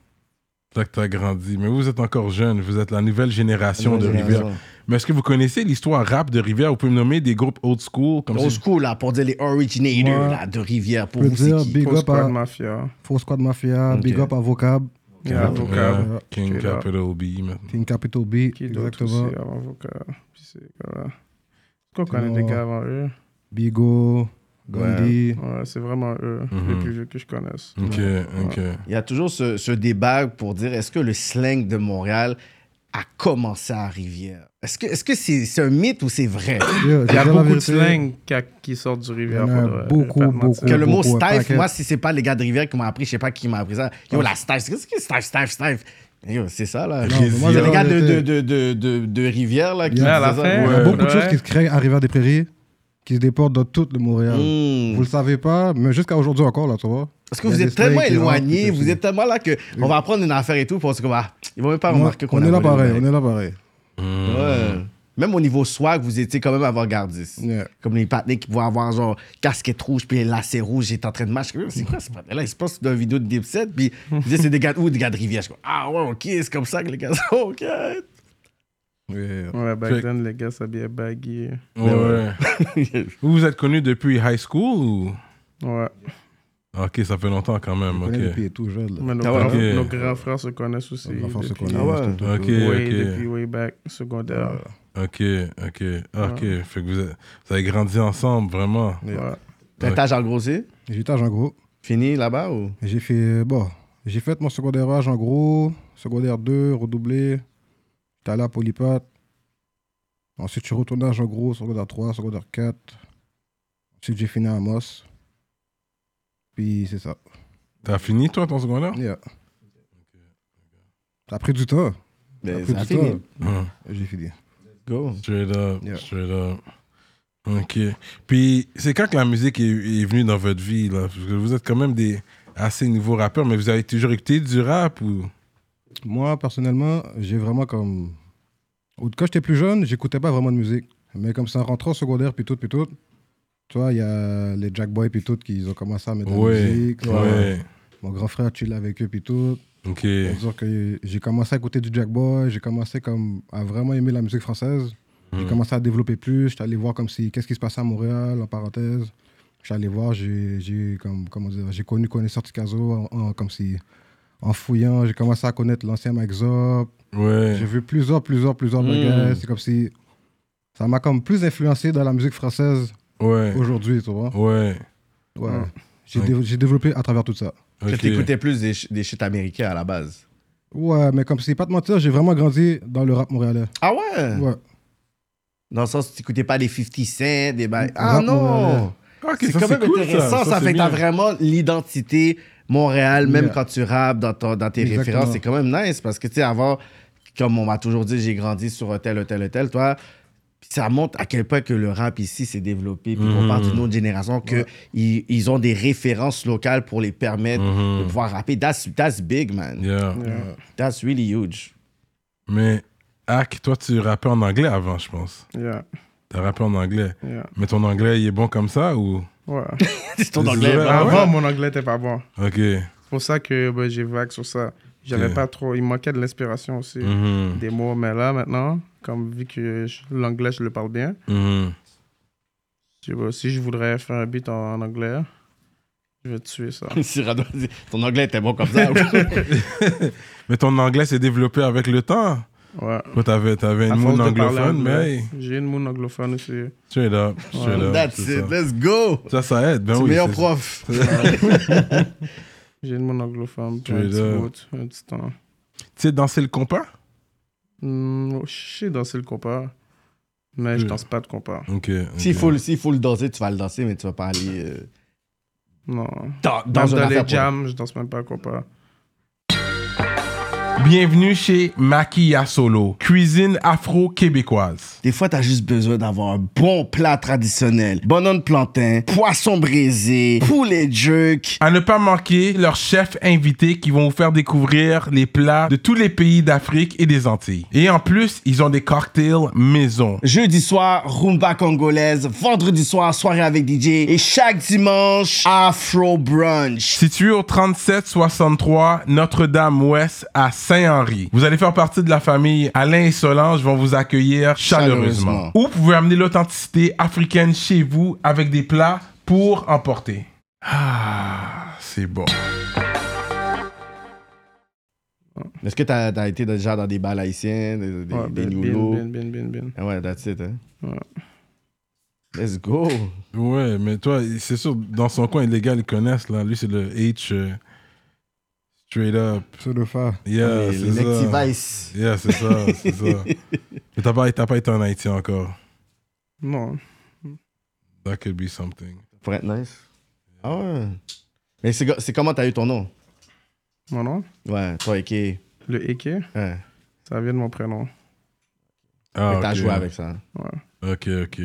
[SPEAKER 1] C'est là que t'as grandi. Mais vous êtes encore jeune, vous êtes la nouvelle génération de Rivière. Mais est-ce que vous connaissez l'histoire rap de Rivière Vous pouvez me nommer des groupes old school comme
[SPEAKER 2] Old
[SPEAKER 1] si...
[SPEAKER 2] school, là, pour dire les originators
[SPEAKER 4] Ouais.
[SPEAKER 2] là, de Rivière. Pour
[SPEAKER 4] Je
[SPEAKER 2] vous,
[SPEAKER 4] veux
[SPEAKER 2] c'est
[SPEAKER 4] dire,
[SPEAKER 2] qui?
[SPEAKER 4] Big
[SPEAKER 3] Faux
[SPEAKER 4] Up à
[SPEAKER 3] squad mafia.
[SPEAKER 4] Faux Squad Mafia,
[SPEAKER 2] Ok.
[SPEAKER 4] Big Up à Vocab,
[SPEAKER 3] Il y a avocat.
[SPEAKER 1] Ouais. King
[SPEAKER 3] Straight up.
[SPEAKER 1] Capital B maintenant.
[SPEAKER 4] Team Capital B,
[SPEAKER 3] Qui d'autre
[SPEAKER 4] exactement.
[SPEAKER 3] aussi hein. avant avocat. Puis c'est voilà. Qu'on connaît des
[SPEAKER 4] Sinon-
[SPEAKER 3] gars avant eux.
[SPEAKER 4] Bigo, Gandhi.
[SPEAKER 3] Ouais, c'est vraiment eux, les
[SPEAKER 1] Mhm.
[SPEAKER 3] plus vieux que je connaisse.
[SPEAKER 1] Ok, ok.
[SPEAKER 2] Il y a toujours ce, ce débat pour dire est-ce que le slang de Montréal a commencé à Rivière Est-ce que est-ce que c'est c'est un mythe ou c'est vrai
[SPEAKER 4] Yo, je
[SPEAKER 3] Il y a
[SPEAKER 4] dirais la
[SPEAKER 3] beaucoup de
[SPEAKER 4] vérité,
[SPEAKER 3] slang qui, a- qui sortent du rivière.
[SPEAKER 4] Il y en a
[SPEAKER 3] pour de vrai, je
[SPEAKER 4] beaucoup,
[SPEAKER 3] vais pas te mentir.
[SPEAKER 2] Que le mot
[SPEAKER 4] Beaucoup, un
[SPEAKER 2] stife,
[SPEAKER 4] paquet. Ah.
[SPEAKER 2] moi, si c'est pas les gars de Rivière qui m'ont appris, je sais pas qui m'a appris ça. Yo, la stife, c'est- qu'est-ce que stife, stife, stife Yo, c'est ça, là.
[SPEAKER 1] Non, mais moi,
[SPEAKER 2] c'est les
[SPEAKER 1] j'ai
[SPEAKER 2] gars de, de,
[SPEAKER 4] arrêté.
[SPEAKER 2] de, de, de, de Rivière, là, qui
[SPEAKER 4] Il y a
[SPEAKER 3] à la
[SPEAKER 2] disaient
[SPEAKER 3] fin,
[SPEAKER 4] Il y
[SPEAKER 2] ça.
[SPEAKER 4] a
[SPEAKER 1] Ouais.
[SPEAKER 4] beaucoup de choses
[SPEAKER 3] Ouais.
[SPEAKER 4] qui se créent à Rivière des Prairies, qui se déportent dans tout le Montréal.
[SPEAKER 2] Hmm.
[SPEAKER 4] Vous le savez pas, mais jusqu'à aujourd'hui encore, là, tu vois.
[SPEAKER 2] Parce que
[SPEAKER 4] Il y a
[SPEAKER 2] vous
[SPEAKER 4] des
[SPEAKER 2] êtes tellement
[SPEAKER 4] slangs qui rentrent,
[SPEAKER 2] éloignés,
[SPEAKER 4] qui
[SPEAKER 2] vous
[SPEAKER 4] aussi.
[SPEAKER 2] êtes tellement là que on va apprendre une affaire et tout, parce que bah, ils vont même pas
[SPEAKER 4] Moi,
[SPEAKER 2] remarquer qu'on
[SPEAKER 4] on
[SPEAKER 2] a
[SPEAKER 4] est là
[SPEAKER 2] volé le
[SPEAKER 4] pareil,
[SPEAKER 2] mec.
[SPEAKER 4] on est là pareil.
[SPEAKER 1] Hmm.
[SPEAKER 2] Ouais. Même au niveau swag, vous étiez quand même avant-gardiste.
[SPEAKER 4] Yeah.
[SPEAKER 2] Comme les partenaires qui pouvaient avoir genre casquette rouge puis lacet rouge, j'étais en train de marcher. C'est quoi ce partenaire-là? Il se passe dans une vidéo de Dipset, puis il disait c'est des gars de où? Des gars de Rivière. Je suis comme, ah ouais, ok, c'est comme ça que les gars sont, ok.
[SPEAKER 4] Yeah.
[SPEAKER 3] Ouais,
[SPEAKER 1] Fait-
[SPEAKER 3] back then, les gars s'habillaient baggy.
[SPEAKER 1] Ouais.
[SPEAKER 2] Ah
[SPEAKER 1] Vous vous êtes connu depuis high school ou
[SPEAKER 3] Ouais.
[SPEAKER 1] Ok, ça fait longtemps quand même.
[SPEAKER 4] On
[SPEAKER 1] Ok.
[SPEAKER 4] est depuis et tout jeune. là.
[SPEAKER 3] Mais nos,
[SPEAKER 2] Ah ouais,
[SPEAKER 3] grands,
[SPEAKER 1] ok.
[SPEAKER 3] nos grands frères se connaissent aussi.
[SPEAKER 4] Nos grands frères se
[SPEAKER 3] depuis-
[SPEAKER 4] connaissent,
[SPEAKER 3] Ah ouais.
[SPEAKER 4] tout, tout,
[SPEAKER 1] Ok,
[SPEAKER 4] tout.
[SPEAKER 3] Way-
[SPEAKER 1] ok, Ah,
[SPEAKER 3] Depuis way back, secondaire.
[SPEAKER 1] ok, ok, ok. Fait que vous, êtes- vous avez grandi ensemble, vraiment.
[SPEAKER 4] Yeah.
[SPEAKER 3] Ouais.
[SPEAKER 2] T'as
[SPEAKER 1] Ouais.
[SPEAKER 2] un âge en gros, c'est
[SPEAKER 4] J'étais à Jean Gros.
[SPEAKER 2] Fini là-bas ou?
[SPEAKER 4] J'ai fait, euh, bon, j'ai fait mon secondaire à Jean Gros, secondaire 2, redoublé. J'étais allé à Polypat. Ensuite, je suis retourné à Jean Gros, secondaire 3, secondaire 4. Ensuite, j'ai fini à Amos. Puis, c'est ça.
[SPEAKER 1] T'as fini toi ton secondaire
[SPEAKER 4] Yeah. Ça a pris du temps.
[SPEAKER 2] Ben,
[SPEAKER 4] Ça a
[SPEAKER 2] ça
[SPEAKER 4] pris du
[SPEAKER 2] fini.
[SPEAKER 4] temps.
[SPEAKER 1] Hmm.
[SPEAKER 4] J'ai fini.
[SPEAKER 2] Go.
[SPEAKER 1] Straight up,
[SPEAKER 4] Yeah.
[SPEAKER 1] straight up. Ok. Puis, c'est quand que la musique est, est venue dans votre vie, là? Parce que vous êtes quand même des assez nouveaux rappeurs, mais vous avez toujours écouté du rap ou.
[SPEAKER 4] Moi, personnellement, j'ai vraiment comme. Ou- Quand j'étais plus jeune, j'écoutais pas vraiment de musique. Mais comme ça, en rentrant au secondaire, puis tout, puis tout, tu vois, il y a les Jack Boys, puis tout, qui ont commencé à mettre de la
[SPEAKER 1] Ouais.
[SPEAKER 4] musique.
[SPEAKER 1] Ouais.
[SPEAKER 4] Mon grand frère, tu l'as avec eux, puis tout.
[SPEAKER 1] Ok.
[SPEAKER 4] C'est-à-dire que j'ai commencé à écouter du Jack Boy, j'ai commencé comme à vraiment aimer la musique française. J'ai
[SPEAKER 1] Hmm.
[SPEAKER 4] commencé à développer plus, j'étais allé voir comme si, qu'est-ce qui se passait à Montréal, en parenthèse. J'étais allé voir, j'ai, j'ai, comme, comment dire, j'ai connu Connaisseur Ticazo en, en- comme si, en fouillant, j'ai commencé à connaître l'ancien Mike Zop.
[SPEAKER 1] Ouais.
[SPEAKER 4] J'ai vu plusieurs, plusieurs, plusieurs
[SPEAKER 2] Hmm.
[SPEAKER 4] bagages. C'est comme si, ça m'a comme plus influencé dans la musique française
[SPEAKER 1] Ouais.
[SPEAKER 4] aujourd'hui, tu vois.
[SPEAKER 1] Ouais.
[SPEAKER 4] Ouais.
[SPEAKER 3] Hmm.
[SPEAKER 4] J'ai,
[SPEAKER 1] Ouais.
[SPEAKER 4] dé- j'ai développé à travers tout ça.
[SPEAKER 2] Que
[SPEAKER 1] Ok.
[SPEAKER 2] t'écoutais plus des, ch- des shit américains à la base.
[SPEAKER 4] Ouais, mais comme si, pas te mentir, j'ai vraiment grandi dans le rap montréalais.
[SPEAKER 2] Ah ouais?
[SPEAKER 4] Ouais.
[SPEAKER 2] Dans le sens où t'écoutais pas des 50 Cent, des bails.
[SPEAKER 4] Rap
[SPEAKER 2] Ah non!
[SPEAKER 4] montréalais.
[SPEAKER 1] Ok,
[SPEAKER 2] c'est
[SPEAKER 1] ça,
[SPEAKER 2] quand même
[SPEAKER 1] cool,
[SPEAKER 2] intéressant. Ça,
[SPEAKER 1] c'est
[SPEAKER 2] fait que t'as
[SPEAKER 1] bien.
[SPEAKER 2] vraiment l'identité Montréal, même
[SPEAKER 4] Yeah.
[SPEAKER 2] quand tu rappes dans, ton- dans tes
[SPEAKER 4] Exactement.
[SPEAKER 2] références. C'est quand même nice parce que, tu sais, avant, comme on m'a toujours dit, j'ai grandi sur un tel, un tel, un tel, toi. Ça montre à quel point que le rap ici s'est développé, puis qu'on
[SPEAKER 1] Mhm.
[SPEAKER 2] part d'une autre génération, que ils, ils ont des références locales pour les permettre
[SPEAKER 1] Mhm.
[SPEAKER 2] de pouvoir rapper. That's, that's big, man.
[SPEAKER 1] Yeah.
[SPEAKER 3] Yeah.
[SPEAKER 2] That's really huge.
[SPEAKER 1] Mais, Hack, toi, tu rappais en anglais avant, je pense.
[SPEAKER 3] Yeah.
[SPEAKER 1] T'as rappé en anglais.
[SPEAKER 3] Yeah.
[SPEAKER 1] Mais ton anglais, il est bon comme ça ou.
[SPEAKER 3] Ouais.
[SPEAKER 2] C'est ton anglais.
[SPEAKER 1] Ouais,
[SPEAKER 2] bro.
[SPEAKER 1] ah ouais?
[SPEAKER 3] Avant, mon anglais était pas bon.
[SPEAKER 1] Ok.
[SPEAKER 3] C'est pour ça que ben, j'ai vague sur ça. J'avais
[SPEAKER 1] Ok.
[SPEAKER 3] pas trop. Il manquait de l'inspiration aussi.
[SPEAKER 1] Mhm,
[SPEAKER 3] Des mots, mais là, maintenant, comme vu que je- l'anglais, je le parle bien,
[SPEAKER 1] mhm.
[SPEAKER 3] je sais pas, si je voudrais faire un beat en, en anglais, je vais tuer ça.
[SPEAKER 2] Cyrano dit, Ton anglais était bon comme ça.
[SPEAKER 1] Ah Mais ton anglais s'est développé avec le temps.
[SPEAKER 3] Ouais.
[SPEAKER 1] Toi, t'avais, t'avais
[SPEAKER 3] À
[SPEAKER 1] une
[SPEAKER 3] force
[SPEAKER 1] moune
[SPEAKER 3] de parler
[SPEAKER 1] anglophone,
[SPEAKER 3] anglais,
[SPEAKER 1] mais hey,
[SPEAKER 3] J'ai une moune anglophone aussi.
[SPEAKER 1] straight up, straight up.
[SPEAKER 2] That's
[SPEAKER 1] c'est
[SPEAKER 2] it. Let's go.
[SPEAKER 1] Ça. ça, ça aide. Ben
[SPEAKER 2] C'est
[SPEAKER 1] oui.
[SPEAKER 2] meilleur
[SPEAKER 1] c'est-
[SPEAKER 2] prof.
[SPEAKER 3] J'ai une moune anglophone. pour
[SPEAKER 1] Tu
[SPEAKER 3] un
[SPEAKER 1] es
[SPEAKER 3] petit
[SPEAKER 1] là.
[SPEAKER 3] bout, un petit temps.
[SPEAKER 1] Tu sais danser le compas?
[SPEAKER 3] Hmm, je sais danser le compas, mais je
[SPEAKER 1] Oui.
[SPEAKER 3] danse pas de compas.
[SPEAKER 1] Ok. ok.
[SPEAKER 2] S'il faut, le- s'il faut le danser, tu vas le danser, mais tu vas pas aller euh,
[SPEAKER 3] Non.
[SPEAKER 2] dans,
[SPEAKER 3] Dans,
[SPEAKER 2] dans
[SPEAKER 3] dans
[SPEAKER 2] un
[SPEAKER 3] les
[SPEAKER 2] affaire pour-
[SPEAKER 3] jams, je danse même pas le compas.
[SPEAKER 1] Bienvenue chez Maquilla Solo, cuisine afro-québécoise.
[SPEAKER 2] Des fois, t'as juste besoin d'avoir un bon plat traditionnel. Bonhomme plantain, poisson brisé, poulet jerk.
[SPEAKER 1] À ne pas manquer leurs chefs invités qui vont vous faire découvrir les plats de tous les pays d'Afrique et des Antilles. Et en plus, ils ont des cocktails maison.
[SPEAKER 2] Jeudi soir, rumba congolaise. Vendredi soir, soirée avec DJ. Et chaque dimanche, Afro Brunch.
[SPEAKER 1] Situé au 3763 Notre-Dame-Ouest à Saint-Henri. Vous allez faire partie de la famille Alain et Solange vont vous accueillir chaleureusement.
[SPEAKER 2] Chaleureusement.
[SPEAKER 1] Ou vous pouvez amener l'authenticité africaine chez vous avec des plats pour emporter. Ah, c'est bon.
[SPEAKER 2] Est-ce que t'as as été déjà dans des balles haïtiennes, des, des,
[SPEAKER 3] Ouais,
[SPEAKER 2] des
[SPEAKER 3] ben, bin,
[SPEAKER 2] Nioulos?
[SPEAKER 3] bin, bin, bin, bin.
[SPEAKER 2] Ah ouais, that's it, hein?
[SPEAKER 3] Ouais.
[SPEAKER 2] Let's go!
[SPEAKER 1] Ouais, mais toi, c'est sûr, dans son coin, les gars le connaissent, là. Lui, c'est le H euh, straight up.
[SPEAKER 4] C'est le fa.
[SPEAKER 1] Yeah,
[SPEAKER 2] les
[SPEAKER 1] c'est
[SPEAKER 2] les Nexi
[SPEAKER 1] ça.
[SPEAKER 2] Vice.
[SPEAKER 1] Yeah, c'est ça, c'est ça. Mais t'as pas, t'as pas été en Haïti encore.
[SPEAKER 3] Non.
[SPEAKER 1] That could be something.
[SPEAKER 2] Pourrait être nice. Ah ouais. Mais c'est go- c'est comment t'as eu ton nom?
[SPEAKER 3] Mon nom,
[SPEAKER 2] Ouais, toi, Ike. Ouais.
[SPEAKER 3] le Eke,
[SPEAKER 2] Mais
[SPEAKER 3] ça vient de mon prénom.
[SPEAKER 1] Ah,
[SPEAKER 2] T'as
[SPEAKER 1] ok.
[SPEAKER 2] joué avec ça. hein.
[SPEAKER 1] Ok, ok.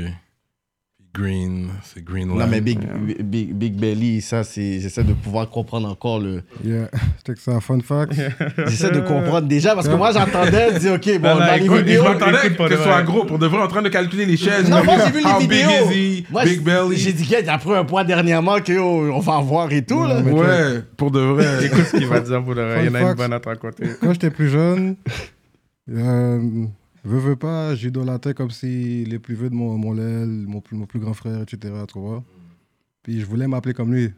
[SPEAKER 1] Green, c'est Green Line.
[SPEAKER 2] Non, mais Big, Big, Big Belly, ça, c'est. J'essaie de pouvoir comprendre encore le.
[SPEAKER 4] Yeah. Check ça, fun fact.
[SPEAKER 2] J'essaie de comprendre déjà parce que moi, j'entendais, je dis, OK, bon,
[SPEAKER 3] Non, non,
[SPEAKER 2] dans les
[SPEAKER 3] écoute,
[SPEAKER 1] Je
[SPEAKER 2] vidéos.
[SPEAKER 3] écoute,
[SPEAKER 1] m'attendais
[SPEAKER 3] écoute pas,
[SPEAKER 1] que ce
[SPEAKER 3] ouais.
[SPEAKER 1] soit gros pour de vrai en train de calculer les chaises.
[SPEAKER 2] Non, moi,
[SPEAKER 1] mais-
[SPEAKER 2] j'ai vu les
[SPEAKER 1] How
[SPEAKER 2] vidéos.
[SPEAKER 1] Ah, Big is he?
[SPEAKER 2] Moi,
[SPEAKER 1] Big
[SPEAKER 2] je-
[SPEAKER 1] Belly.
[SPEAKER 2] J'ai dit, gars, t'as pris un point dernièrement que oh, on va en voir et tout, là.
[SPEAKER 1] Ouais, pour de vrai.
[SPEAKER 3] Écoute ce qu'il va dire pour le reste. Il y en a
[SPEAKER 4] Fun
[SPEAKER 3] une
[SPEAKER 4] fact.
[SPEAKER 3] bonne autre à côté.
[SPEAKER 4] Quand j'étais plus jeune, euh, veux, veux pas, j'idolâtrais comme si les plus vieux de mon, mon l'aile, mon, plus- mon plus grand frère, etc. Tu vois Puis je voulais m'appeler comme lui,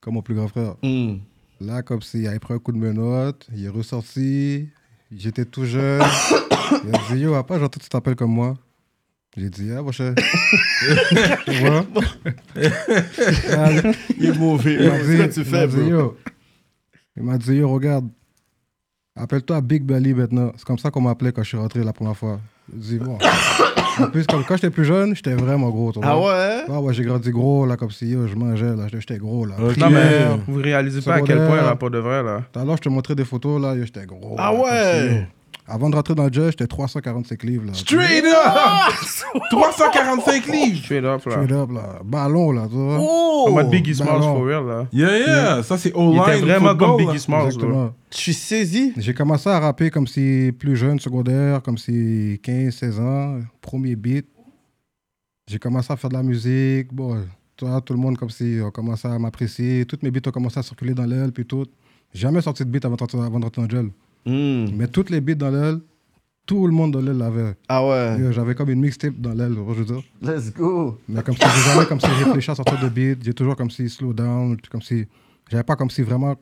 [SPEAKER 4] comme mon plus grand frère.
[SPEAKER 2] Hmm.
[SPEAKER 4] Là, comme s'il avait pris un coup de menotte, il est ressorti, j'étais tout jeune. il a dit Yo, après, j'entends que tu t'appelles comme moi. J'ai dit Ah, mon cher. tu vois Ah,
[SPEAKER 2] Il est mauvais.
[SPEAKER 4] il m'a
[SPEAKER 2] Qu'est-ce que
[SPEAKER 4] dit,
[SPEAKER 2] tu
[SPEAKER 4] il m'a
[SPEAKER 2] fais,
[SPEAKER 4] dit,
[SPEAKER 2] bro?
[SPEAKER 4] yo. Il m'a dit, yo, regarde, appelle-toi Big Belly maintenant. C'est comme ça qu'on m'appelait quand je suis rentré la première fois. Je dis, bon. en plus, comme quand j'étais plus jeune, j'étais vraiment gros. tu
[SPEAKER 2] Ah
[SPEAKER 4] vois.
[SPEAKER 2] ouais?
[SPEAKER 4] Ah ouais, j'ai grandi gros, là, comme si yo, je mangeais, là, j'étais gros, là.
[SPEAKER 1] Ok.
[SPEAKER 4] Tout
[SPEAKER 3] Non, mais
[SPEAKER 1] Yeah.
[SPEAKER 3] vous réalisez pas à quel point, là, pour de vrai, là.
[SPEAKER 4] à l'heure, je te montrais des photos, là, yo, j'étais gros.
[SPEAKER 2] Ah
[SPEAKER 4] là, comme si, yo.
[SPEAKER 2] ouais?
[SPEAKER 4] Avant de rentrer dans le jeu, j'étais 345 livres, là.
[SPEAKER 1] Straight
[SPEAKER 2] Ah,
[SPEAKER 1] up! 345 livres!
[SPEAKER 3] Straight up, là.
[SPEAKER 4] Straight up, là. Ballon, là, tu vois.
[SPEAKER 3] En mode
[SPEAKER 2] Oh!
[SPEAKER 3] Biggie Smalls,
[SPEAKER 4] Ballon.
[SPEAKER 3] for real, là.
[SPEAKER 1] Yeah, yeah, ça c'est
[SPEAKER 3] Il
[SPEAKER 1] O-line.
[SPEAKER 3] était vraiment comme
[SPEAKER 1] football, là.
[SPEAKER 3] Biggie Smalls, là.
[SPEAKER 4] Exactement.
[SPEAKER 2] Je suis saisi.
[SPEAKER 4] J'ai commencé à rapper comme si plus jeune, secondaire, comme si 15, 16 ans, premier beat. J'ai commencé à faire de la musique. Bon, toi, tout le monde, comme si on commençait à m'apprécier. Toutes mes beats ont commencé à circuler dans l'aile, puis tout. Jamais sorti de beat avant de avant de rentrer dans l'aile.
[SPEAKER 2] Hmm.
[SPEAKER 4] Mais toutes les beats dans l'aile, tout le monde dans l'aile l'avait.
[SPEAKER 2] Ah ouais?
[SPEAKER 4] Yo, J'avais comme une mixtape dans l'aile, je veux dire.
[SPEAKER 2] Let's go!
[SPEAKER 4] Mais comme si j'ai jamais comme si j'ai réfléchi à sortir de beat. J'ai toujours comme si slow down, comme si. J'avais pas comme si vraiment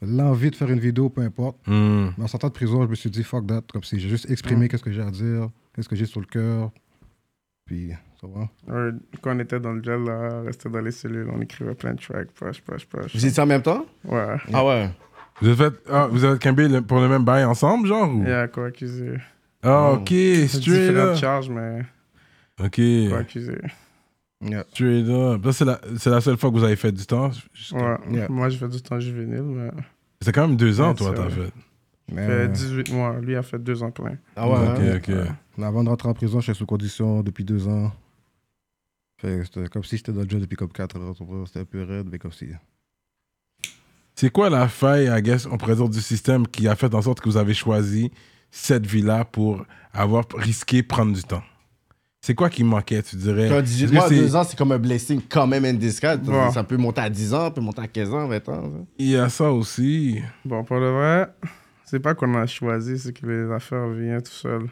[SPEAKER 4] l'envie de faire une vidéo, peu importe.
[SPEAKER 1] Hmm.
[SPEAKER 4] Mais en sortant de prison, je me suis dit fuck that, comme si j'ai juste exprimé qu'est-ce que j'ai à dire, qu'est-ce que j'ai sur le cœur. Puis, ça va.
[SPEAKER 3] Euh, Quand on était dans le gel, là, restait dans les cellules, on écrivait plein de tracks, push, push, push.
[SPEAKER 2] Vous étiez en même temps?
[SPEAKER 3] Ouais.
[SPEAKER 2] Ah ouais?
[SPEAKER 1] Vous êtes fait, ah, vous êtes campé le- pour le même bail ensemble, genre? Ou?
[SPEAKER 3] Yeah, Hmm. co-accusé.
[SPEAKER 1] Ah, ok, straight
[SPEAKER 3] Différentes
[SPEAKER 1] up.
[SPEAKER 3] charges, mais
[SPEAKER 1] Ok,
[SPEAKER 3] co-accusé.
[SPEAKER 1] straight up. Là, c'est la, c'est la seule fois que vous avez fait du temps. jusqu'à-
[SPEAKER 3] Ouais.
[SPEAKER 4] Yeah.
[SPEAKER 3] Moi, je fais du temps juvénile, mais
[SPEAKER 1] C'est quand même deux ans,
[SPEAKER 3] Ouais,
[SPEAKER 1] toi,
[SPEAKER 3] c'est
[SPEAKER 1] t'as
[SPEAKER 3] vrai.
[SPEAKER 1] fait.
[SPEAKER 4] Mais
[SPEAKER 3] je fais 18 mois. Lui a fait 2 ans plein.
[SPEAKER 2] Ah ouais?
[SPEAKER 1] ok,
[SPEAKER 2] hein?
[SPEAKER 1] ok.
[SPEAKER 4] euh, avant de rentrer en prison, j'étais sous condition depuis deux ans. Fait que c'était comme si j'étais dans le jeu depuis comme quatre heures. tu vois. C'était un peu raide, mais comme si.
[SPEAKER 1] C'est quoi la faille, I guess, on pourrait dire, du système qui a fait en sorte que vous avez choisi cette vie-là pour avoir risqué prendre du temps? C'est quoi qui manquait, tu dirais?
[SPEAKER 2] Quand
[SPEAKER 1] Est-ce
[SPEAKER 2] 18
[SPEAKER 1] que
[SPEAKER 2] mois à
[SPEAKER 1] c'est-
[SPEAKER 2] 2 ans, c'est comme un blessing quand même indiscret.
[SPEAKER 3] Ouais.
[SPEAKER 2] Ça peut monter à 10 ans, peut monter à 15 ans, 20 ans. ça.
[SPEAKER 1] Il y a ça aussi.
[SPEAKER 3] Bon, pour le vrai, c'est pas qu'on a choisi, c'est que les affaires viennent tout seul.